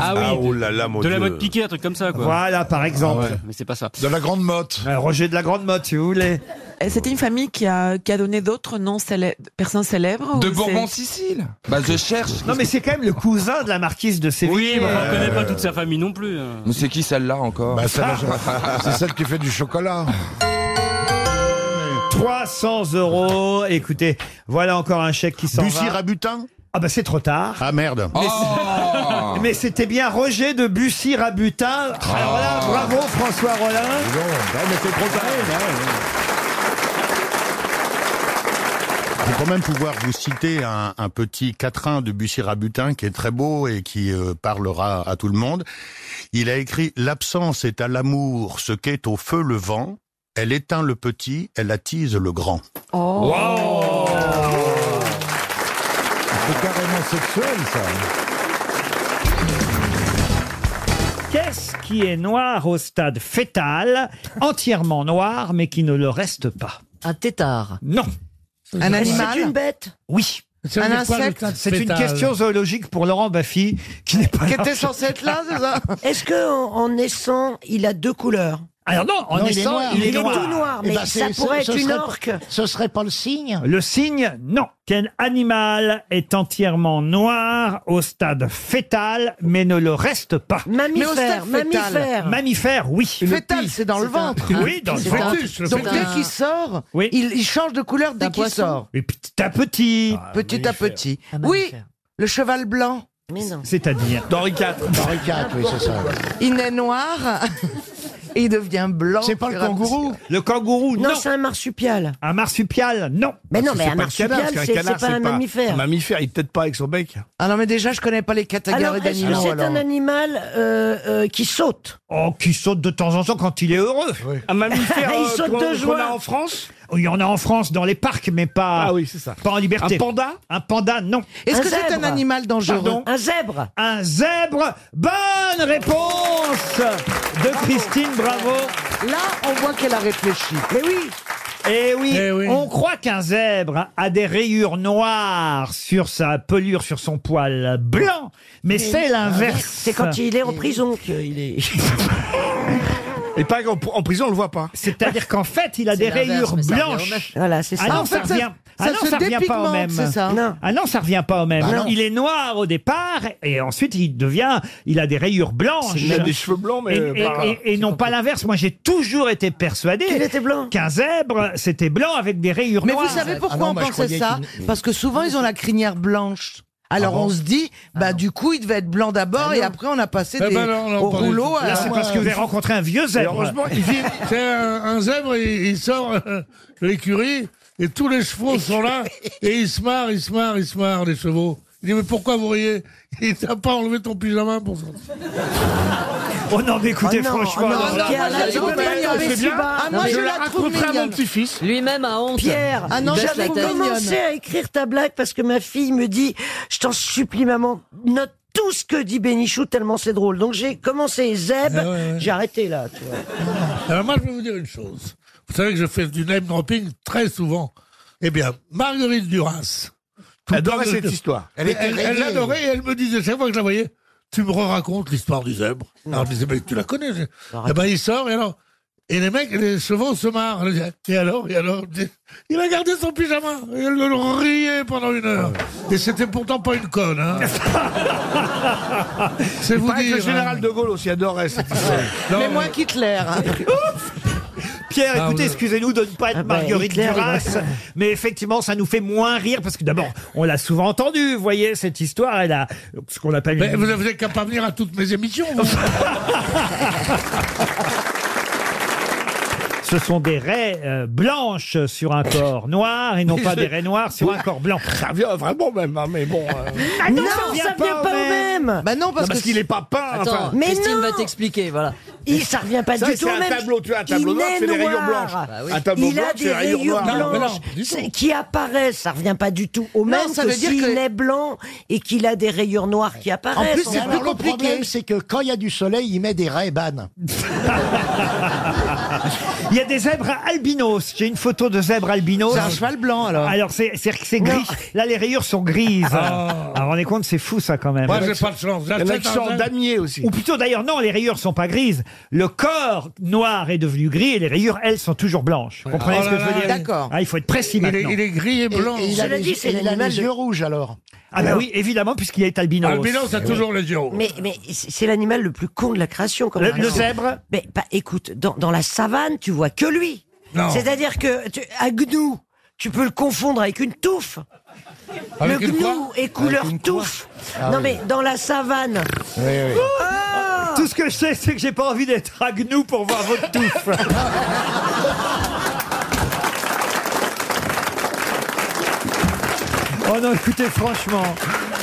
Speaker 4: Ah oui.
Speaker 2: oh
Speaker 4: de-
Speaker 2: là là, mon
Speaker 4: de la
Speaker 2: Dieu.
Speaker 4: mode piquée, un truc comme ça, quoi.
Speaker 1: Voilà, par exemple. Euh,
Speaker 4: Ah ouais, Mais c'est pas ça.
Speaker 2: De la Grande Motte.
Speaker 1: Roger de la Grande Motte, si vous voulez.
Speaker 16: Eh,
Speaker 26: Euh, C'était une famille qui a, qui a donné d'autres noms célè- personnes
Speaker 7: Oh,
Speaker 26: célèbres
Speaker 6: De
Speaker 26: ou c'est-
Speaker 6: Bourbon-Sicile. Bah, je cherche.
Speaker 1: Non, mais c'est quand même le cousin de la marquise de Séville.
Speaker 4: Oui, mais on
Speaker 1: Euh,
Speaker 4: connaît pas toute sa famille non plus. hein.
Speaker 6: Mais c'est qui celle-là encore
Speaker 2: Bah, celle-là, je- c'est celle qui fait du chocolat.
Speaker 1: 300 euros. Écoutez, voilà encore un chèque qui s'en
Speaker 16: Bussy
Speaker 1: va.
Speaker 16: Rabutin
Speaker 1: Ah bah c'est trop tard.
Speaker 16: Ah merde.
Speaker 1: Mais,
Speaker 3: Ah.
Speaker 1: mais c'était bien Roger de Bussy Rabutin.
Speaker 15: Ah.
Speaker 1: Alors là, bravo François Rollin.
Speaker 16: mais c'est trop tard. Je vais quand même pouvoir vous citer un, un petit quatrain de Bussy Rabutin qui est très beau et qui euh, parlera à tout le monde. Il a écrit « L'absence est à l'amour ce qu'est au feu le vent. Elle éteint le petit, elle attise le grand.
Speaker 2: C'est carrément sexuel, ça.
Speaker 1: Qu'est-ce qui est noir au stade fœtal, entièrement noir, mais qui ne le reste pas Un tétard. Non.
Speaker 7: Un animal
Speaker 1: C'est une bête. Oui.
Speaker 7: Ça veut Un dire quoi, le insecte stade
Speaker 1: C'est une
Speaker 7: fœtal
Speaker 1: question zoologique pour Laurent Baffy, qui n'est pas
Speaker 7: Qui
Speaker 1: là.
Speaker 7: était censé être là, c'est ça Est-ce qu'en en naissant, il a deux couleurs
Speaker 1: Alors non, en naissant, il est noir.
Speaker 7: tout noir,
Speaker 1: Eh
Speaker 7: mais
Speaker 1: ben,
Speaker 7: ça
Speaker 1: c'est-
Speaker 7: pourrait
Speaker 1: ce-
Speaker 7: être
Speaker 1: ce
Speaker 7: une
Speaker 1: serait-
Speaker 7: orque. Ce serait pas le signe
Speaker 1: Le signe, non. Quel animal est entièrement noir au stade fœtal, mais ne le reste pas
Speaker 7: Mammifère, Mais au stade mammifère. fœtal.
Speaker 1: Mammifère, oui.
Speaker 7: Fétal, c'est dans le ventre. hein.
Speaker 1: Oui, dans le fœtus. le
Speaker 7: Donc
Speaker 1: fœtus.
Speaker 7: dès qu'il sort, il, il change de couleur dès qu'il sort.
Speaker 1: Et petit à petit.
Speaker 7: Petit à petit.
Speaker 17: Ah bah,
Speaker 7: Oui, le cheval blanc.
Speaker 1: Ah, C'est-à-dire
Speaker 15: Henri IV.
Speaker 7: Henri IV, oui, c'est ça.
Speaker 26: Il est noir et il devient blanc.
Speaker 1: Le kangourou, non.
Speaker 26: Non,
Speaker 1: c'est un marsupial. Un marsupial, non.
Speaker 7: Mais non, mais un marsupial, c'est c'est pas un mammifère.
Speaker 15: mammifère, il peut-être pas avec son bec.
Speaker 7: Ah non, mais déjà, je connais pas les catégories
Speaker 15: Alors, est-ce que
Speaker 7: d'animaux.
Speaker 15: c'est un
Speaker 7: animal
Speaker 17: euh,
Speaker 7: qui saute
Speaker 1: Oh, qui saute de temps en temps quand il est heureux. Ah,
Speaker 15: Un mammifère
Speaker 1: Il
Speaker 15: euh,
Speaker 1: saute
Speaker 15: qu'on-
Speaker 1: de
Speaker 15: qu'on
Speaker 1: joie. Oh,
Speaker 15: a en France
Speaker 1: Il y en a en France dans les parcs, mais pas.
Speaker 15: Ah oui, c'est ça.
Speaker 1: Pas en liberté.
Speaker 15: Un panda
Speaker 1: Un panda, non.
Speaker 15: Est-ce Un que c'est un zèbre animal dangereux
Speaker 1: Pardon
Speaker 7: Un zèbre.
Speaker 1: Un zèbre. Bonne réponse de Christine Bravo.
Speaker 7: Là, on voit qu'elle a réfléchi. Mais oui.
Speaker 1: Eh oui, on croit qu'un zèbre a des rayures noires sur sa pelure, sur son poil blanc, mais, c'est l'inverse.
Speaker 7: Ah
Speaker 1: Eh
Speaker 7: C'est quand il est en prison qu'il est.
Speaker 15: Et pas en, en prison, on le voit pas.
Speaker 1: C'est-à-dire qu'en fait, il a des
Speaker 7: l'inverse,
Speaker 1: rayures
Speaker 7: mais ça revient au même.
Speaker 1: blanches.
Speaker 7: Voilà, c'est ça.
Speaker 1: Ah
Speaker 7: Ah,
Speaker 1: non,
Speaker 7: en
Speaker 1: ça
Speaker 7: fait, ça-
Speaker 1: revient, ah
Speaker 7: ça
Speaker 1: non,
Speaker 7: se
Speaker 1: ça revient pas au
Speaker 7: dépigmente,
Speaker 1: même.
Speaker 7: c'est ça. Non.
Speaker 1: Ah non, ça revient pas au même.
Speaker 7: Bah non.
Speaker 1: il est noir au départ et ensuite il devient, il a des rayures blanches.
Speaker 15: Il a des cheveux blancs, mais
Speaker 1: Et,
Speaker 15: euh,
Speaker 1: et-
Speaker 15: pas-
Speaker 1: et- et non pas l'inverse. Moi, j'ai toujours été persuadé qu'un zèbre, c'était blanc avec des rayures
Speaker 7: Mais
Speaker 1: noires.
Speaker 7: vous
Speaker 17: Ah
Speaker 7: savez
Speaker 15: Ah
Speaker 7: pourquoi
Speaker 17: bah,
Speaker 7: on pensait ça Parce que souvent, ils ont la crinière blanche. Alors
Speaker 1: Ah bon
Speaker 7: on se dit, bah du coup, il devait être blanc d'abord
Speaker 17: Ah
Speaker 7: et après on a passé
Speaker 1: Eh
Speaker 7: des-
Speaker 1: ben non, non,
Speaker 7: au
Speaker 1: pas du
Speaker 7: rouleau.
Speaker 1: tout. Là, c'est parce que vous avez rencontré un vieux zèbre.
Speaker 7: heureusement
Speaker 2: Il dit, c'est un, un zèbre, il, il sort euh, de l'écurie, et tous les chevaux sont là, et ils se marrent, ils se marrent, ils se marrent, les chevaux. Il dit, mais pourquoi vous riez Il t'a pas enlevé ton pyjama pour ça.
Speaker 1: Oh non, mais écoutez,
Speaker 2: Oh non,
Speaker 1: franchement.
Speaker 2: oh non,
Speaker 1: alors là-
Speaker 2: Pierre,
Speaker 1: là,
Speaker 2: là,
Speaker 1: je
Speaker 2: tu
Speaker 1: peux
Speaker 2: peux
Speaker 1: pas
Speaker 2: pas
Speaker 1: y
Speaker 2: y
Speaker 1: aller,
Speaker 2: aller,
Speaker 1: c'est
Speaker 2: c'est
Speaker 1: bien.
Speaker 2: bas.
Speaker 1: Ah,
Speaker 2: Non,
Speaker 1: moi,
Speaker 2: je
Speaker 1: je
Speaker 2: la
Speaker 1: la
Speaker 2: raconterai
Speaker 1: raconterai
Speaker 2: à mon petit-fils.
Speaker 12: Lui-même a honte.
Speaker 17: Pierre, Ah
Speaker 12: Il baisse la
Speaker 17: j'avais
Speaker 12: tête.
Speaker 17: commencé à écrire ta blague parce que ma fille me dit Je t'en supplie, maman, note tout ce que dit Bénichou tellement c'est drôle. Donc j'ai commencé Zeb,
Speaker 2: Ah ouais, ouais.
Speaker 17: j'ai arrêté là. Tu vois.
Speaker 2: Alors moi, je vais vous dire une chose. Vous savez que je fais du name dropping très souvent. Eh bien, Marguerite Duras. tout le
Speaker 15: Adorait
Speaker 2: temps que
Speaker 15: cette
Speaker 2: je-
Speaker 15: histoire.
Speaker 2: Elle,
Speaker 15: Elle était
Speaker 2: elle- elle
Speaker 15: rayée.
Speaker 2: l'adorait et elle me disait chaque fois que je la voyais, tu me racontes l'histoire du zèbre. Alors je disais, mais tu la connais. je- Eh ben, il sort et alors,
Speaker 32: Et les mecs, les chevaux se marrent. Et alors, et alors Il a gardé son pyjama. Et elle le riait pendant une heure. Et c'était pourtant pas une conne. Hein. C'est vous
Speaker 15: paraît que
Speaker 32: dire.
Speaker 2: hein.
Speaker 15: le général
Speaker 32: de Gaulle aussi adorait cette
Speaker 16: Mais moi, Hitler.
Speaker 1: Pierre,
Speaker 15: Ah,
Speaker 1: écoutez,
Speaker 15: oui.
Speaker 1: excusez-nous de ne pas être
Speaker 7: Ah
Speaker 15: bah,
Speaker 1: Marguerite
Speaker 15: Hitler, il va-
Speaker 1: Duras, mais effectivement, ça nous fait moins rire parce que d'abord, on l'a souvent entendu, vous voyez, cette histoire, elle a ce qu'on appelle.
Speaker 32: Mais
Speaker 1: une-
Speaker 32: Ben, vous n'êtes qu'à pas venir à toutes mes émissions. vous.
Speaker 1: Ce sont des raies euh, blanches sur un corps noir et non pas des raies noires sur un corps blanc.
Speaker 15: Ça vient Ah, vraiment même,
Speaker 32: Ah,
Speaker 15: hein, mais bon. euh.
Speaker 3: Ah
Speaker 17: non, ça vient pas au même.
Speaker 16: Bah non,
Speaker 15: parce,
Speaker 17: parce que
Speaker 15: qu'il
Speaker 17: si-
Speaker 15: est pas peint.
Speaker 17: Attends,
Speaker 15: enfin.
Speaker 17: mais
Speaker 12: Christine
Speaker 17: non
Speaker 12: va t'expliquer, voilà.
Speaker 17: Il, ça revient pas
Speaker 15: Ça,
Speaker 17: du tout
Speaker 15: c'est
Speaker 17: au
Speaker 15: un
Speaker 17: même.
Speaker 15: tableau, tu as un tableau
Speaker 17: Il
Speaker 15: noir,
Speaker 17: est
Speaker 15: c'est des rayures
Speaker 17: noir.
Speaker 15: blanches.
Speaker 17: Bah oui.
Speaker 15: Un tableau
Speaker 17: il
Speaker 15: blanc,
Speaker 17: a
Speaker 15: c'est
Speaker 17: des
Speaker 15: des rayures
Speaker 17: rayures
Speaker 15: noires. Non, mais non,
Speaker 17: blanches
Speaker 15: du tout.
Speaker 17: c'est- qui apparaissent. Ça revient pas du tout au même
Speaker 16: ça
Speaker 17: que
Speaker 16: veut dire
Speaker 17: s'il
Speaker 16: que-
Speaker 17: est blanc et qu'il a des rayures noires qui
Speaker 13: En
Speaker 17: apparaissent.
Speaker 13: plus,
Speaker 17: On
Speaker 13: c'est
Speaker 17: va
Speaker 13: plus
Speaker 17: voir le
Speaker 13: compliqué. Le problème,
Speaker 17: problème.
Speaker 13: c'est que quand il y a du soleil, il met des ray
Speaker 1: Ah. Il y a des zèbres albinos. J'ai une photo de zèbre albinos.
Speaker 16: C'est un cheval blanc, alors.
Speaker 1: Alors c'est c'est c'est gris. Là les rayures sont grises. Alors on est compte, c'est fou ça quand même.
Speaker 32: Ah. Moi, j'ai pas de chance.
Speaker 1: Ah. Il y en a
Speaker 32: J'achète
Speaker 1: qui
Speaker 32: un
Speaker 1: sortent
Speaker 32: zèbre.
Speaker 1: damier Ou plutôt d'ailleurs non, les rayures sont pas grises. Le corps noir est devenu gris et les rayures elles sont toujours blanches. Vous comprenez
Speaker 32: Oh
Speaker 1: ce que
Speaker 32: là
Speaker 1: je veux
Speaker 32: là,
Speaker 1: dire
Speaker 32: d'accord.
Speaker 1: Ah, il faut être
Speaker 32: Il
Speaker 1: précis
Speaker 32: est-
Speaker 1: maintenant.
Speaker 32: il est gris et blanc.
Speaker 13: Et, et il a
Speaker 32: Cela
Speaker 13: les,
Speaker 32: dit, c'est
Speaker 13: et il a
Speaker 32: l'animal
Speaker 13: les
Speaker 32: de-
Speaker 13: yeux rouges alors.
Speaker 1: Ah bah oui, évidemment puisqu'il est albinos.
Speaker 32: Albinos a toujours les yeux rouges.
Speaker 17: Mais, mais c'est c'est l'animal le plus con de la création. Comme
Speaker 1: Le-
Speaker 17: raison.
Speaker 1: le zèbre
Speaker 17: Mais bah, écoute, dans, dans la savane, tu vois que lui.
Speaker 32: Non.
Speaker 17: C'est-à-dire que tu, à gnou, tu peux le confondre avec une touffe.
Speaker 32: Avec
Speaker 17: le
Speaker 32: une
Speaker 17: gnou
Speaker 32: quoi
Speaker 17: est couleur
Speaker 32: Avec une quoi
Speaker 17: touffe.
Speaker 32: Ah
Speaker 17: non
Speaker 32: oui.
Speaker 17: mais dans la savane.
Speaker 1: Tout ce que je sais, c'est que j'ai pas envie d'être à gnou pour voir votre touffe. oh non, écoutez, franchement.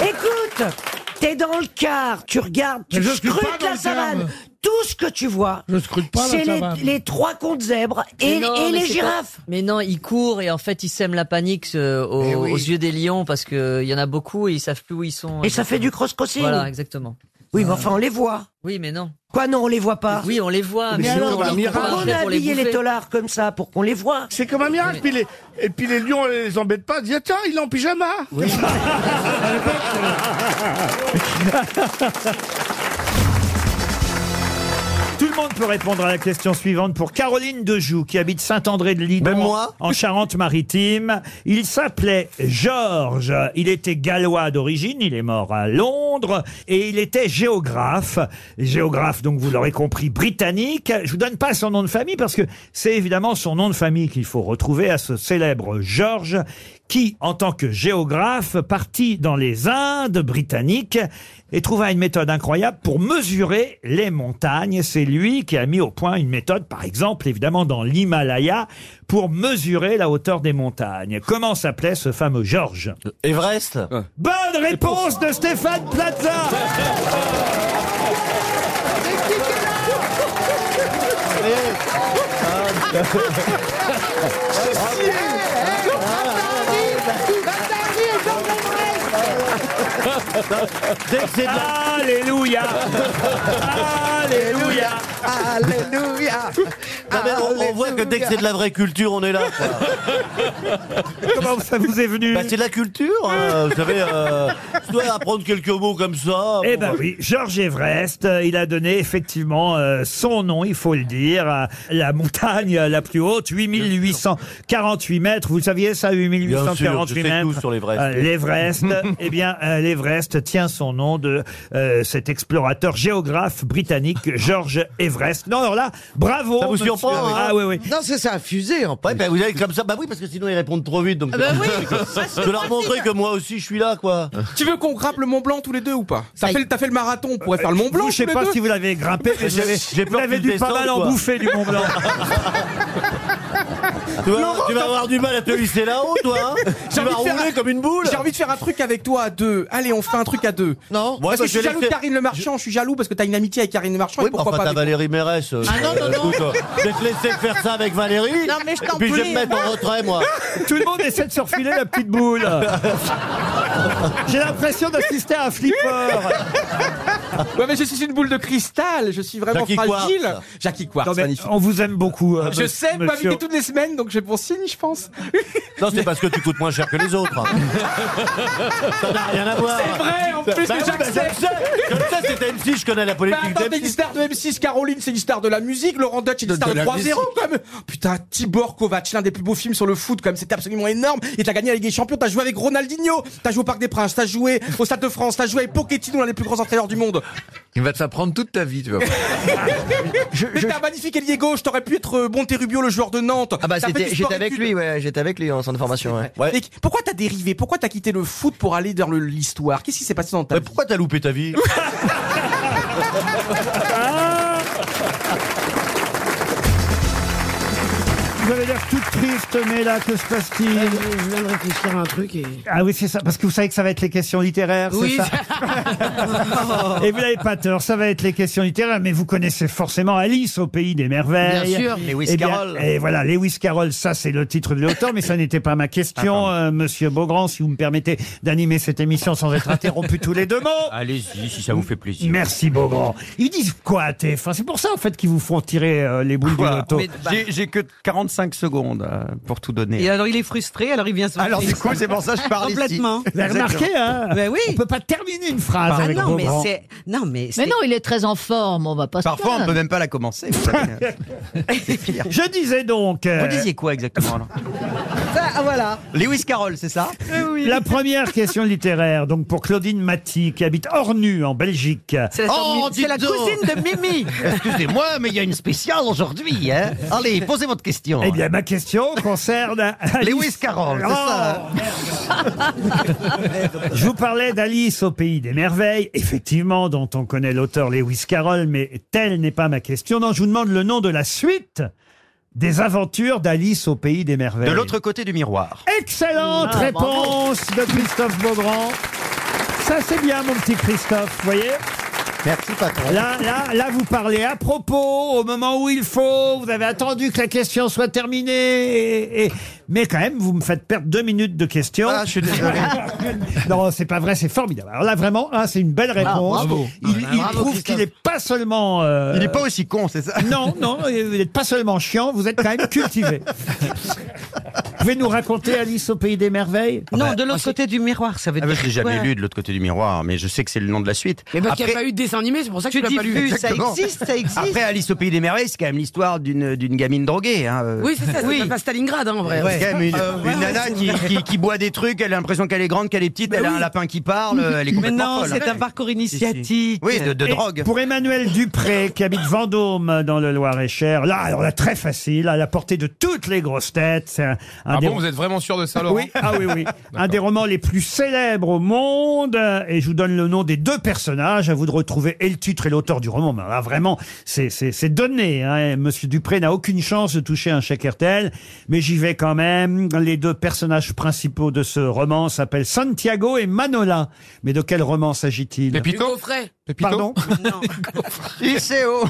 Speaker 17: Écoute, t'es dans le car, tu regardes, tu
Speaker 32: Mais je scrute pas
Speaker 17: scrutes
Speaker 32: dans
Speaker 17: la
Speaker 32: le car,
Speaker 17: savane.
Speaker 32: moi.
Speaker 17: Tout ce que tu vois,
Speaker 32: pas la
Speaker 17: c'est les,
Speaker 32: savane.
Speaker 17: les trois comptes zèbres et,
Speaker 12: Mais non,
Speaker 17: et
Speaker 12: mais
Speaker 17: les
Speaker 12: c'est pas-
Speaker 17: girafes.
Speaker 12: mais non, ils courent et en fait ils sèment la panique euh,
Speaker 17: Mais
Speaker 12: aux,
Speaker 17: oui.
Speaker 12: aux yeux des lions parce que euh, il y en a beaucoup et ils savent plus où ils sont.
Speaker 17: Et ça fait du cross-crossing.
Speaker 12: Voilà, exactement.
Speaker 17: Oui, mais enfin, on les voit.
Speaker 12: Oui, mais non.
Speaker 17: Quoi, non, on les voit pas
Speaker 12: Oui, on les voit.
Speaker 17: Mais
Speaker 12: Mais,
Speaker 17: alors,
Speaker 12: nous, on
Speaker 17: bah,
Speaker 12: les
Speaker 17: miracle.
Speaker 12: comprend
Speaker 17: Pourquoi
Speaker 12: après
Speaker 17: on a
Speaker 12: pour les
Speaker 17: habillé les
Speaker 12: bouffer.
Speaker 17: tolards comme ça pour qu'on les voit
Speaker 15: C'est comme un miracle. Puis les, et puis les lions, on les embête pas. Ils disent Tiens, il est en pyjama.
Speaker 1: Tout le monde peut répondre à la question suivante pour Caroline Dejoux, qui habite Saint-André-de-Lidon, en Charente-Maritime. Il s'appelait Georges. Il était gallois d'origine. Il est mort à Londres et il était géographe. Géographe, donc vous l'aurez compris, britannique. Je vous donne pas son nom de famille parce que c'est évidemment son nom de famille qu'il faut retrouver à ce célèbre Georges qui, en tant que géographe, partit dans les Indes britanniques et trouva une méthode incroyable pour mesurer les montagnes. C'est lui qui a mis au point une méthode, par exemple, évidemment, dans l'Himalaya, pour mesurer la hauteur des montagnes. Comment s'appelait ce fameux Georges
Speaker 2: Everest
Speaker 1: Bonne réponse de Stéphane Plaza Alléluia Alléluia
Speaker 16: Alléluia
Speaker 2: Non, mais on, on voit que dès que c'est de la vraie culture, on est là.
Speaker 1: Comment ça vous est venu
Speaker 2: bah, C'est de la culture. hein. Vous savez, euh, je dois apprendre quelques mots comme ça.
Speaker 1: Eh
Speaker 2: Bon,
Speaker 1: ben
Speaker 2: bah.
Speaker 1: oui, Georges Everest, euh, il a donné effectivement euh, son nom, il faut le dire, à la montagne euh, la plus haute, 8848 mètres. Vous le saviez ça,
Speaker 2: Bien sûr, je
Speaker 1: 8848
Speaker 2: sais
Speaker 1: mètres
Speaker 2: tout sur l'Everest.
Speaker 1: Euh, L'Everest, eh bien, euh, l'Everest tient son nom de euh, cet explorateur géographe britannique, George Everest. Non, alors là, bravo
Speaker 2: Ça vous
Speaker 1: monsieur.
Speaker 2: surprend, hein
Speaker 1: Ah oui, oui.
Speaker 16: Non, c'est ça, fusée en
Speaker 2: Ouais, bah, vous allez comme ça, bah oui, parce que sinon ils répondent trop vite. Donc
Speaker 16: Ah bah
Speaker 2: c'est pas
Speaker 16: oui,
Speaker 2: possible.
Speaker 16: ça, c'est
Speaker 2: je vais leur
Speaker 16: facile.
Speaker 2: montrer que moi aussi je suis là, quoi.
Speaker 4: Tu veux qu'on grimpe le Mont Blanc tous les deux ou pas T'as fait, le- t'as fait le marathon, on pourrait faire le Mont Blanc
Speaker 1: Vous, je sais
Speaker 4: tous les
Speaker 1: pas
Speaker 4: deux
Speaker 1: si vous l'avez grimpé, mais vous avez-
Speaker 2: J'ai
Speaker 1: vous
Speaker 2: peur
Speaker 1: avez
Speaker 2: qu'il
Speaker 1: dû pas
Speaker 2: descende,
Speaker 1: mal en
Speaker 2: quoi.
Speaker 1: bouffer du Mont Blanc.
Speaker 2: Tu vas, tu vas avoir du mal à te hisser là-haut, toi. hein. tu
Speaker 4: J'ai envie
Speaker 2: vas
Speaker 4: de
Speaker 2: rouler
Speaker 4: faire un-
Speaker 2: comme une boule.
Speaker 4: J'ai envie de faire un truc avec toi à deux. Allez, on fait un truc à deux. Non,
Speaker 2: Ouais,
Speaker 4: parce
Speaker 2: bah,
Speaker 4: que je suis
Speaker 2: je vais
Speaker 4: jaloux
Speaker 2: les
Speaker 4: de
Speaker 2: faire-
Speaker 4: Karine Le Marchand. Je suis jaloux parce que t'as une amitié avec Karine Le Marchand.
Speaker 2: Oui,
Speaker 4: et
Speaker 2: bah,
Speaker 4: pourquoi
Speaker 2: enfin,
Speaker 4: pas
Speaker 2: t'as
Speaker 4: avec-
Speaker 2: Valérie Mérès. euh,
Speaker 4: Ah, non, non, non.
Speaker 2: écoute, euh, je vais te laisser faire ça avec Valérie.
Speaker 16: Non, mais je t'en
Speaker 2: et puis je vais
Speaker 16: prie.
Speaker 2: te mettre en retrait, moi.
Speaker 1: Tout le monde essaie de se refiler la petite boule. J'ai l'impression d'assister à un flipper.
Speaker 4: Ouais, mais je suis une boule de cristal, je suis vraiment
Speaker 1: Jackie
Speaker 4: fragile.
Speaker 1: Quartz.
Speaker 4: Jackie Quartz,
Speaker 1: Non, mais
Speaker 4: magnifique.
Speaker 1: On vous aime beaucoup. euh,
Speaker 4: Je sais, vous
Speaker 1: monsieur-
Speaker 4: m'invitez toutes les semaines, donc j'ai bon signe, je pense.
Speaker 15: Non, c'est parce que tu coûtes moins cher que les autres. Ça n'a rien à voir.
Speaker 4: C'est vrai, en plus,
Speaker 15: Bah
Speaker 4: mais
Speaker 15: oui, bah
Speaker 4: j'accepte.
Speaker 15: je le sais. Je le sais, c'était M6, je connais la
Speaker 4: Bah
Speaker 15: politique
Speaker 4: attends, t'es une
Speaker 15: d'M6.
Speaker 4: star de M6, Caroline, c'est une star de la musique, Laurent Dutch, c'est une star
Speaker 15: de
Speaker 4: de,
Speaker 15: la
Speaker 4: 3-0 quand même. Putain, Tibor Kovac, l'un des plus beaux films sur le foot quand même, c'était absolument énorme. Et t'as gagné la Ligue des Champions, t'as joué avec Ronaldinho, t'as joué au Parc des Princes, t'as joué au Stade de France, t'as joué avec Pochettino, l'un des plus grands entraîneurs du monde.
Speaker 32: Il va te faire prendre toute ta vie, tu vas voir.
Speaker 4: Mais t'es un magnifique ailier gauche, t'aurais pu être euh, Bonterrubio, le joueur de Nantes.
Speaker 32: Ah bah
Speaker 4: T'as fait
Speaker 32: c'était-
Speaker 4: du sport
Speaker 32: j'étais avec
Speaker 4: études.
Speaker 32: lui, ouais, j'étais avec lui en centre de formation. Ouais.
Speaker 4: Mais pourquoi t'as dérivé Pourquoi t'as quitté le foot pour aller dans le- l'histoire Qu'est-ce qui s'est passé dans ta vie Pourquoi
Speaker 15: t'as loupé ta vie
Speaker 1: Vous allez dire toute triste, mais là, que se passe-t-il
Speaker 37: Je viens de réfléchir à un truc et.
Speaker 1: Ah oui, c'est ça, parce que vous savez que ça va être les questions littéraires, c'est
Speaker 37: Oui. oh.
Speaker 1: ça Et vous n'avez pas tort, ça va être les questions littéraires, mais vous connaissez forcément Alice au pays des merveilles.
Speaker 32: Bien sûr, Lewis
Speaker 1: Eh bien,
Speaker 32: Carroll.
Speaker 1: Et voilà, Lewis Carroll, ça c'est le titre de l'auteur, mais ça n'était pas ma
Speaker 17: Ah,
Speaker 1: question, euh, Monsieur Beaugrand, si vous me permettez d'animer cette émission sans être interrompu tous les deux mots.
Speaker 32: Allez-y, si ça vous fait plaisir.
Speaker 1: Merci Beaugrand. Ils disent quoi à TF1 C'est pour ça en fait qu'ils vous font tirer euh, les boules
Speaker 17: Voilà.
Speaker 1: du loto.
Speaker 17: Mais, bah- J'ai-
Speaker 1: que 45 secondes euh, pour tout donner.
Speaker 17: Et alors il est frustré, alors il vient se Alors, du coup, c'est pour ça que je parle ici. Complètement.
Speaker 1: Vous avez remarqué, hein
Speaker 17: Ben oui.
Speaker 1: On peut pas terminer une phrase
Speaker 17: Ah
Speaker 1: avec
Speaker 17: non, mais
Speaker 1: Beaugrand.
Speaker 17: c'est-
Speaker 7: Non, mais. Mais non, il est très en forme, on va pas
Speaker 17: Parfois, on peut même pas la commencer. vous savez.
Speaker 1: Je disais donc. euh,
Speaker 17: Vous disiez quoi exactement alors
Speaker 37: Ah voilà.
Speaker 17: Lewis Carroll, c'est ça
Speaker 1: La première question littéraire, donc pour Claudine Maty, qui habite Ornu, en Belgique.
Speaker 17: C'est
Speaker 13: Oh,
Speaker 17: la sœur de Mi- c'est la cousine de Mimi.
Speaker 3: Oh, Excusez-moi, mais il y a une spéciale aujourd'hui. Hein Allez, posez votre question.
Speaker 1: Eh bien, ma question concerne. Oh.
Speaker 3: Lewis Carroll, c'est ça hein.
Speaker 2: Oh.
Speaker 1: Je vous parlais d'Alice au pays des merveilles, effectivement, dont on connaît l'auteur Lewis Carroll, mais telle n'est pas ma question. Non, je vous demande le nom de la suite des aventures d'Alice au pays des merveilles.
Speaker 17: De l'autre côté du miroir.
Speaker 1: Excellente
Speaker 17: Ah,
Speaker 1: réponse de Christophe Beaugrand. Ça, c'est bien, mon petit Christophe, vous voyez Merci, patron. Là, là, là, vous parlez à propos, au moment où il faut, vous avez attendu que la question soit terminée, et- et- mais quand même, vous me faites perdre deux minutes de questions. Ah, je suis désolé. non, c'est pas vrai, c'est formidable. Alors là, vraiment, hein, c'est une belle réponse.
Speaker 17: bravo.
Speaker 1: Il,
Speaker 17: Ah,
Speaker 1: il
Speaker 17: bravo,
Speaker 1: prouve
Speaker 17: Christophe.
Speaker 1: qu'il est pas seulement... euh,
Speaker 17: Il n'est pas aussi con, c'est ça
Speaker 1: Non, non, vous n'êtes pas seulement chiant, vous êtes quand même cultivé. vous pouvez nous raconter Alice au Pays des Merveilles
Speaker 17: Non, de l'autre côté du miroir, ça veut
Speaker 13: Ah bah,
Speaker 17: dire.
Speaker 13: je l'ai jamais
Speaker 17: quoi
Speaker 13: lu de l'autre côté du miroir, mais je sais que c'est le nom de la suite.
Speaker 7: Mais parce qu'il n'y a
Speaker 13: Après-
Speaker 7: pas eu de dessin animé, c'est pour ça que
Speaker 17: Tu
Speaker 7: tu l'as pas lu.
Speaker 17: diffuses, ça existe, ça existe.
Speaker 13: Après Alice au pays des merveilles, c'est quand même l'histoire d'une d'une gamine droguée. hein, euh.
Speaker 7: Oui, c'est ça, c'est pas Stalingrad, hein, en vrai.
Speaker 13: C'est quand même une,
Speaker 7: Euh,
Speaker 13: une
Speaker 7: ouais, ouais,
Speaker 13: nana
Speaker 7: c'est
Speaker 13: qui,
Speaker 7: vrai.
Speaker 13: qui- qui boit des trucs, elle a l'impression qu'elle est grande, qu'elle est petite, elle a un lapin qui parle, euh, elle est
Speaker 17: Mais non,
Speaker 13: complètement folle.
Speaker 17: c'est un parcours initiatique.
Speaker 13: Oui, de, de
Speaker 1: Et
Speaker 13: drogue.
Speaker 1: Pour Emmanuel Dupré, qui habite Vendôme, dans le Loir-et-Cher, là, alors là, très facile, à la portée de toutes les grosses têtes. C'est un,
Speaker 4: Ah
Speaker 1: un des-
Speaker 4: bon, vous êtes vraiment sûr de ça, Laurent
Speaker 1: Oui, ah oui, oui. un des romans les plus célèbres au monde. euh, Et je vous donne le nom des deux personnages. À vous de retrouver et le titre et l'auteur du roman. Mais alors là, vraiment, c'est- c'est c'est donné. hein. Et Monsieur Dupré n'a aucune chance de toucher un chèque RTL. Mais j'y vais quand même. Les deux personnages principaux de ce roman s'appellent Santiago et Manola. Mais de quel roman s'agit-il
Speaker 7: Hugo Frey.
Speaker 1: Pardon
Speaker 13: ICO.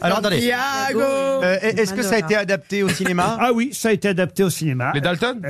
Speaker 13: Alors attendez.
Speaker 7: Santiago.
Speaker 13: Euh, Est-ce que ça a été adapté au cinéma
Speaker 1: Ah oui, ça a été adapté au cinéma. Euh, Les
Speaker 4: Dalton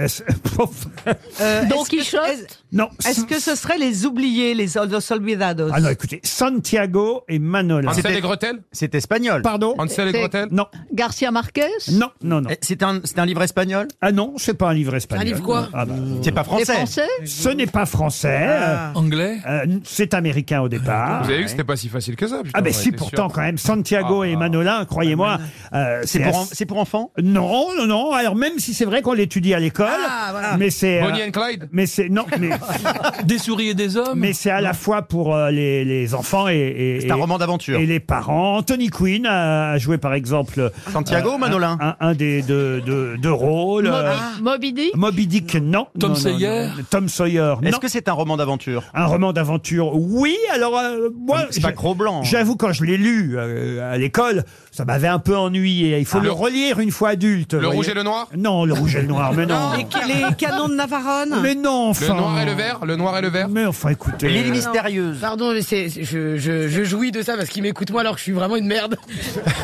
Speaker 17: Don Quichotte
Speaker 1: Non.
Speaker 17: Est-ce que ce serait les oubliés, les ol- los olvidados
Speaker 1: Ah non, écoutez, Santiago et Manola.
Speaker 17: Hansel et
Speaker 1: C'était-
Speaker 13: Gretel
Speaker 17: C'est espagnol.
Speaker 1: Pardon
Speaker 13: Hansel et C'est- Gretel
Speaker 1: Non.
Speaker 7: Garcia Marquez
Speaker 1: Non, non, non.
Speaker 13: C'est un, c'est un livre espagnol
Speaker 1: Ah non, c'est pas un livre espagnol.
Speaker 7: Un livre quoi
Speaker 1: Ah bah,
Speaker 13: C'est pas français.
Speaker 7: Des Français
Speaker 1: Ce n'est pas français.
Speaker 7: Ah.
Speaker 1: Anglais C'est américain au départ.
Speaker 4: Ah,
Speaker 11: Vous avez vu que c'était pas si facile que ça. putain,
Speaker 1: Ah ben
Speaker 11: on
Speaker 1: si
Speaker 11: était
Speaker 1: pourtant
Speaker 11: sûr. Ah,
Speaker 1: quand même
Speaker 13: Ah,
Speaker 1: Santiago
Speaker 13: bah,
Speaker 1: et Manola, croyez-moi. euh,
Speaker 13: C'est pour en-
Speaker 1: assez- Non, non, non. Alors même si c'est vrai qu'on l'étudie à l'école,
Speaker 13: Ah,
Speaker 1: mais c'est
Speaker 11: Bonnie
Speaker 1: euh,
Speaker 11: and Clyde
Speaker 1: Mais c'est non, mais
Speaker 32: Des souris et des hommes
Speaker 1: mais c'est à la fois pour euh, les, les enfants et, et-
Speaker 13: C'est un
Speaker 1: et-
Speaker 13: roman d'aventure.
Speaker 1: et les parents. Tony Quinn a, a joué par exemple
Speaker 13: Santiago
Speaker 1: euh,
Speaker 13: ou Manolin Ah,
Speaker 1: un, un- un des deux deux- deux rôles. euh,
Speaker 7: Moby Dick
Speaker 1: Moby Dick, non.
Speaker 13: Tom
Speaker 1: Non, non, non,
Speaker 13: Sawyer
Speaker 1: non. Tom Sawyer, non.
Speaker 13: Est-ce que c'est un roman d'aventure
Speaker 1: Un roman d'aventure, oui. Alors, euh, moi.
Speaker 13: C'est pas hein.
Speaker 1: j'a-
Speaker 13: Gros-Blanc.
Speaker 1: J'avoue, quand je l'ai lu euh, à l'école, ça m'avait un peu ennuyé. Il faut
Speaker 11: Ah.
Speaker 1: le
Speaker 11: Le-
Speaker 1: relire une fois adulte.
Speaker 11: Le
Speaker 1: vous
Speaker 11: rouge
Speaker 1: voyez.
Speaker 11: et le noir
Speaker 1: Non, le rouge et le noir, mais non.
Speaker 17: Les, ca- les canons de Navarone
Speaker 1: Mais non,
Speaker 11: Le
Speaker 1: enfin.
Speaker 11: noir et le vert Le noir et le vert
Speaker 1: Mais enfin, écoutez.
Speaker 13: mystérieuse.
Speaker 7: Pardon, mais c'est, c'est- je, je, Euh, je jouis de ça parce qu'il m'écoute moi alors que je suis vraiment une merde.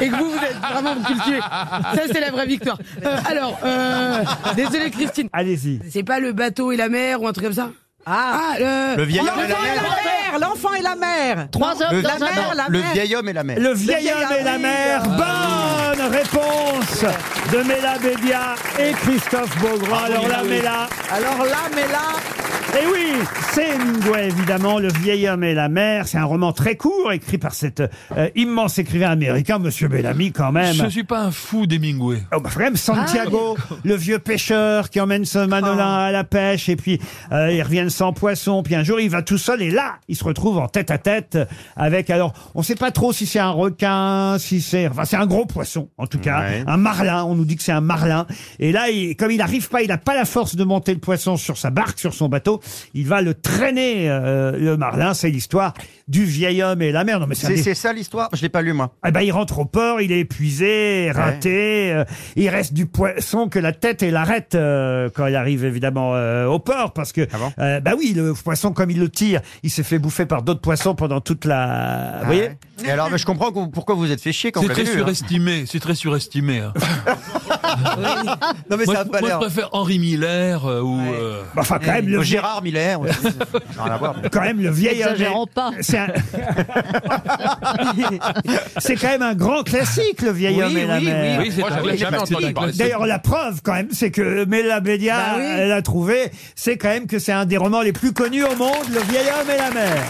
Speaker 7: Et que vous, vous êtes vraiment cultivé. Ça, c'est la vraie victoire. Euh, alors, euh, désolé Christine.
Speaker 1: Allez-y.
Speaker 7: C'est pas le bateau et la mer ou un truc comme ça
Speaker 5: Ah,
Speaker 15: Le vieil homme et la
Speaker 5: l'enfant et la mère. L'enfant et la mère.
Speaker 15: Trois hommes
Speaker 5: Le-
Speaker 15: dans
Speaker 5: la
Speaker 15: un
Speaker 5: mère,
Speaker 15: bar.
Speaker 5: la
Speaker 15: Le
Speaker 5: mère.
Speaker 15: vieil homme et la mère.
Speaker 1: Le vieil homme et la mère. Bonne réponse de Mela Bédia et Christophe Beaugrand.
Speaker 11: Ah
Speaker 1: Alors là, Mela.
Speaker 5: Alors là, mais là.
Speaker 1: Et Eh oui, c'est Hemingway, évidemment, Le vieil homme et la mère. C'est un roman très court, écrit par cet euh, immense écrivain américain, Monsieur Bellamy, quand même.
Speaker 11: Je suis pas un fou d'Hemingway.
Speaker 1: Oh, bah, quand même, Santiago, le vieux pêcheur qui emmène ce Manolin à la pêche, et puis euh, ils reviennent sans poisson, puis un jour il va tout seul, et là, il se retrouve en tête à tête avec, alors, on sait pas trop si c'est un requin, si c'est, enfin, c'est un gros poisson, en tout cas, un marlin, on nous dit que c'est un marlin, et là, il- comme il arrive pas, il a pas la force de monter le poisson sur sa barque, sur son bateau, il va le traîner, euh, le marlin, c'est l'histoire du vieil homme et la mer. Non, mais un
Speaker 19: C'est-
Speaker 1: des-
Speaker 19: c'est ça l'histoire Je l'ai pas lu, moi.
Speaker 1: ah ben, il rentre au port, il est épuisé, raté. euh, il reste du poisson que la tête et l'arrête euh, quand il arrive évidemment euh, au port parce que
Speaker 11: Ah
Speaker 1: euh, bah oui le poisson comme il le tire, il s'est fait bouffer par d'autres poissons pendant toute la. Ah,
Speaker 11: Ah
Speaker 1: vous voyez
Speaker 19: Et alors, bah, je comprends qu'on- pourquoi vous vous êtes fait chier quand
Speaker 11: C'est
Speaker 19: vous l'avez
Speaker 11: très
Speaker 19: lu. hein.
Speaker 11: surestimé, c'est très surestimé. hein.
Speaker 19: Non, mais
Speaker 11: moi,
Speaker 19: ça a
Speaker 11: je-
Speaker 19: pas
Speaker 11: moi, je
Speaker 19: l'air. Eh,
Speaker 11: préfère Henri Miller euh, ou. euh,
Speaker 1: Bah, Enfin, quand même, le
Speaker 19: Gérard Miller. aussi. Rien à voir.
Speaker 1: Quand même, le vieil homme.
Speaker 19: Exagérons
Speaker 1: pas. C'est un- C'est quand même un grand classique, le vieil
Speaker 11: Oui,
Speaker 1: homme et la
Speaker 11: oui, oui.
Speaker 1: mer.
Speaker 11: Oui, c'est Moi, un j'avais vrai jamais classique. entendu parler de ça.
Speaker 1: D'ailleurs, la preuve, quand même, c'est que euh, Mela Bédia
Speaker 11: Bah oui.
Speaker 1: elle a trouvé, c'est quand même que c'est un des romans les plus connus au monde, Le vieil homme et la mer.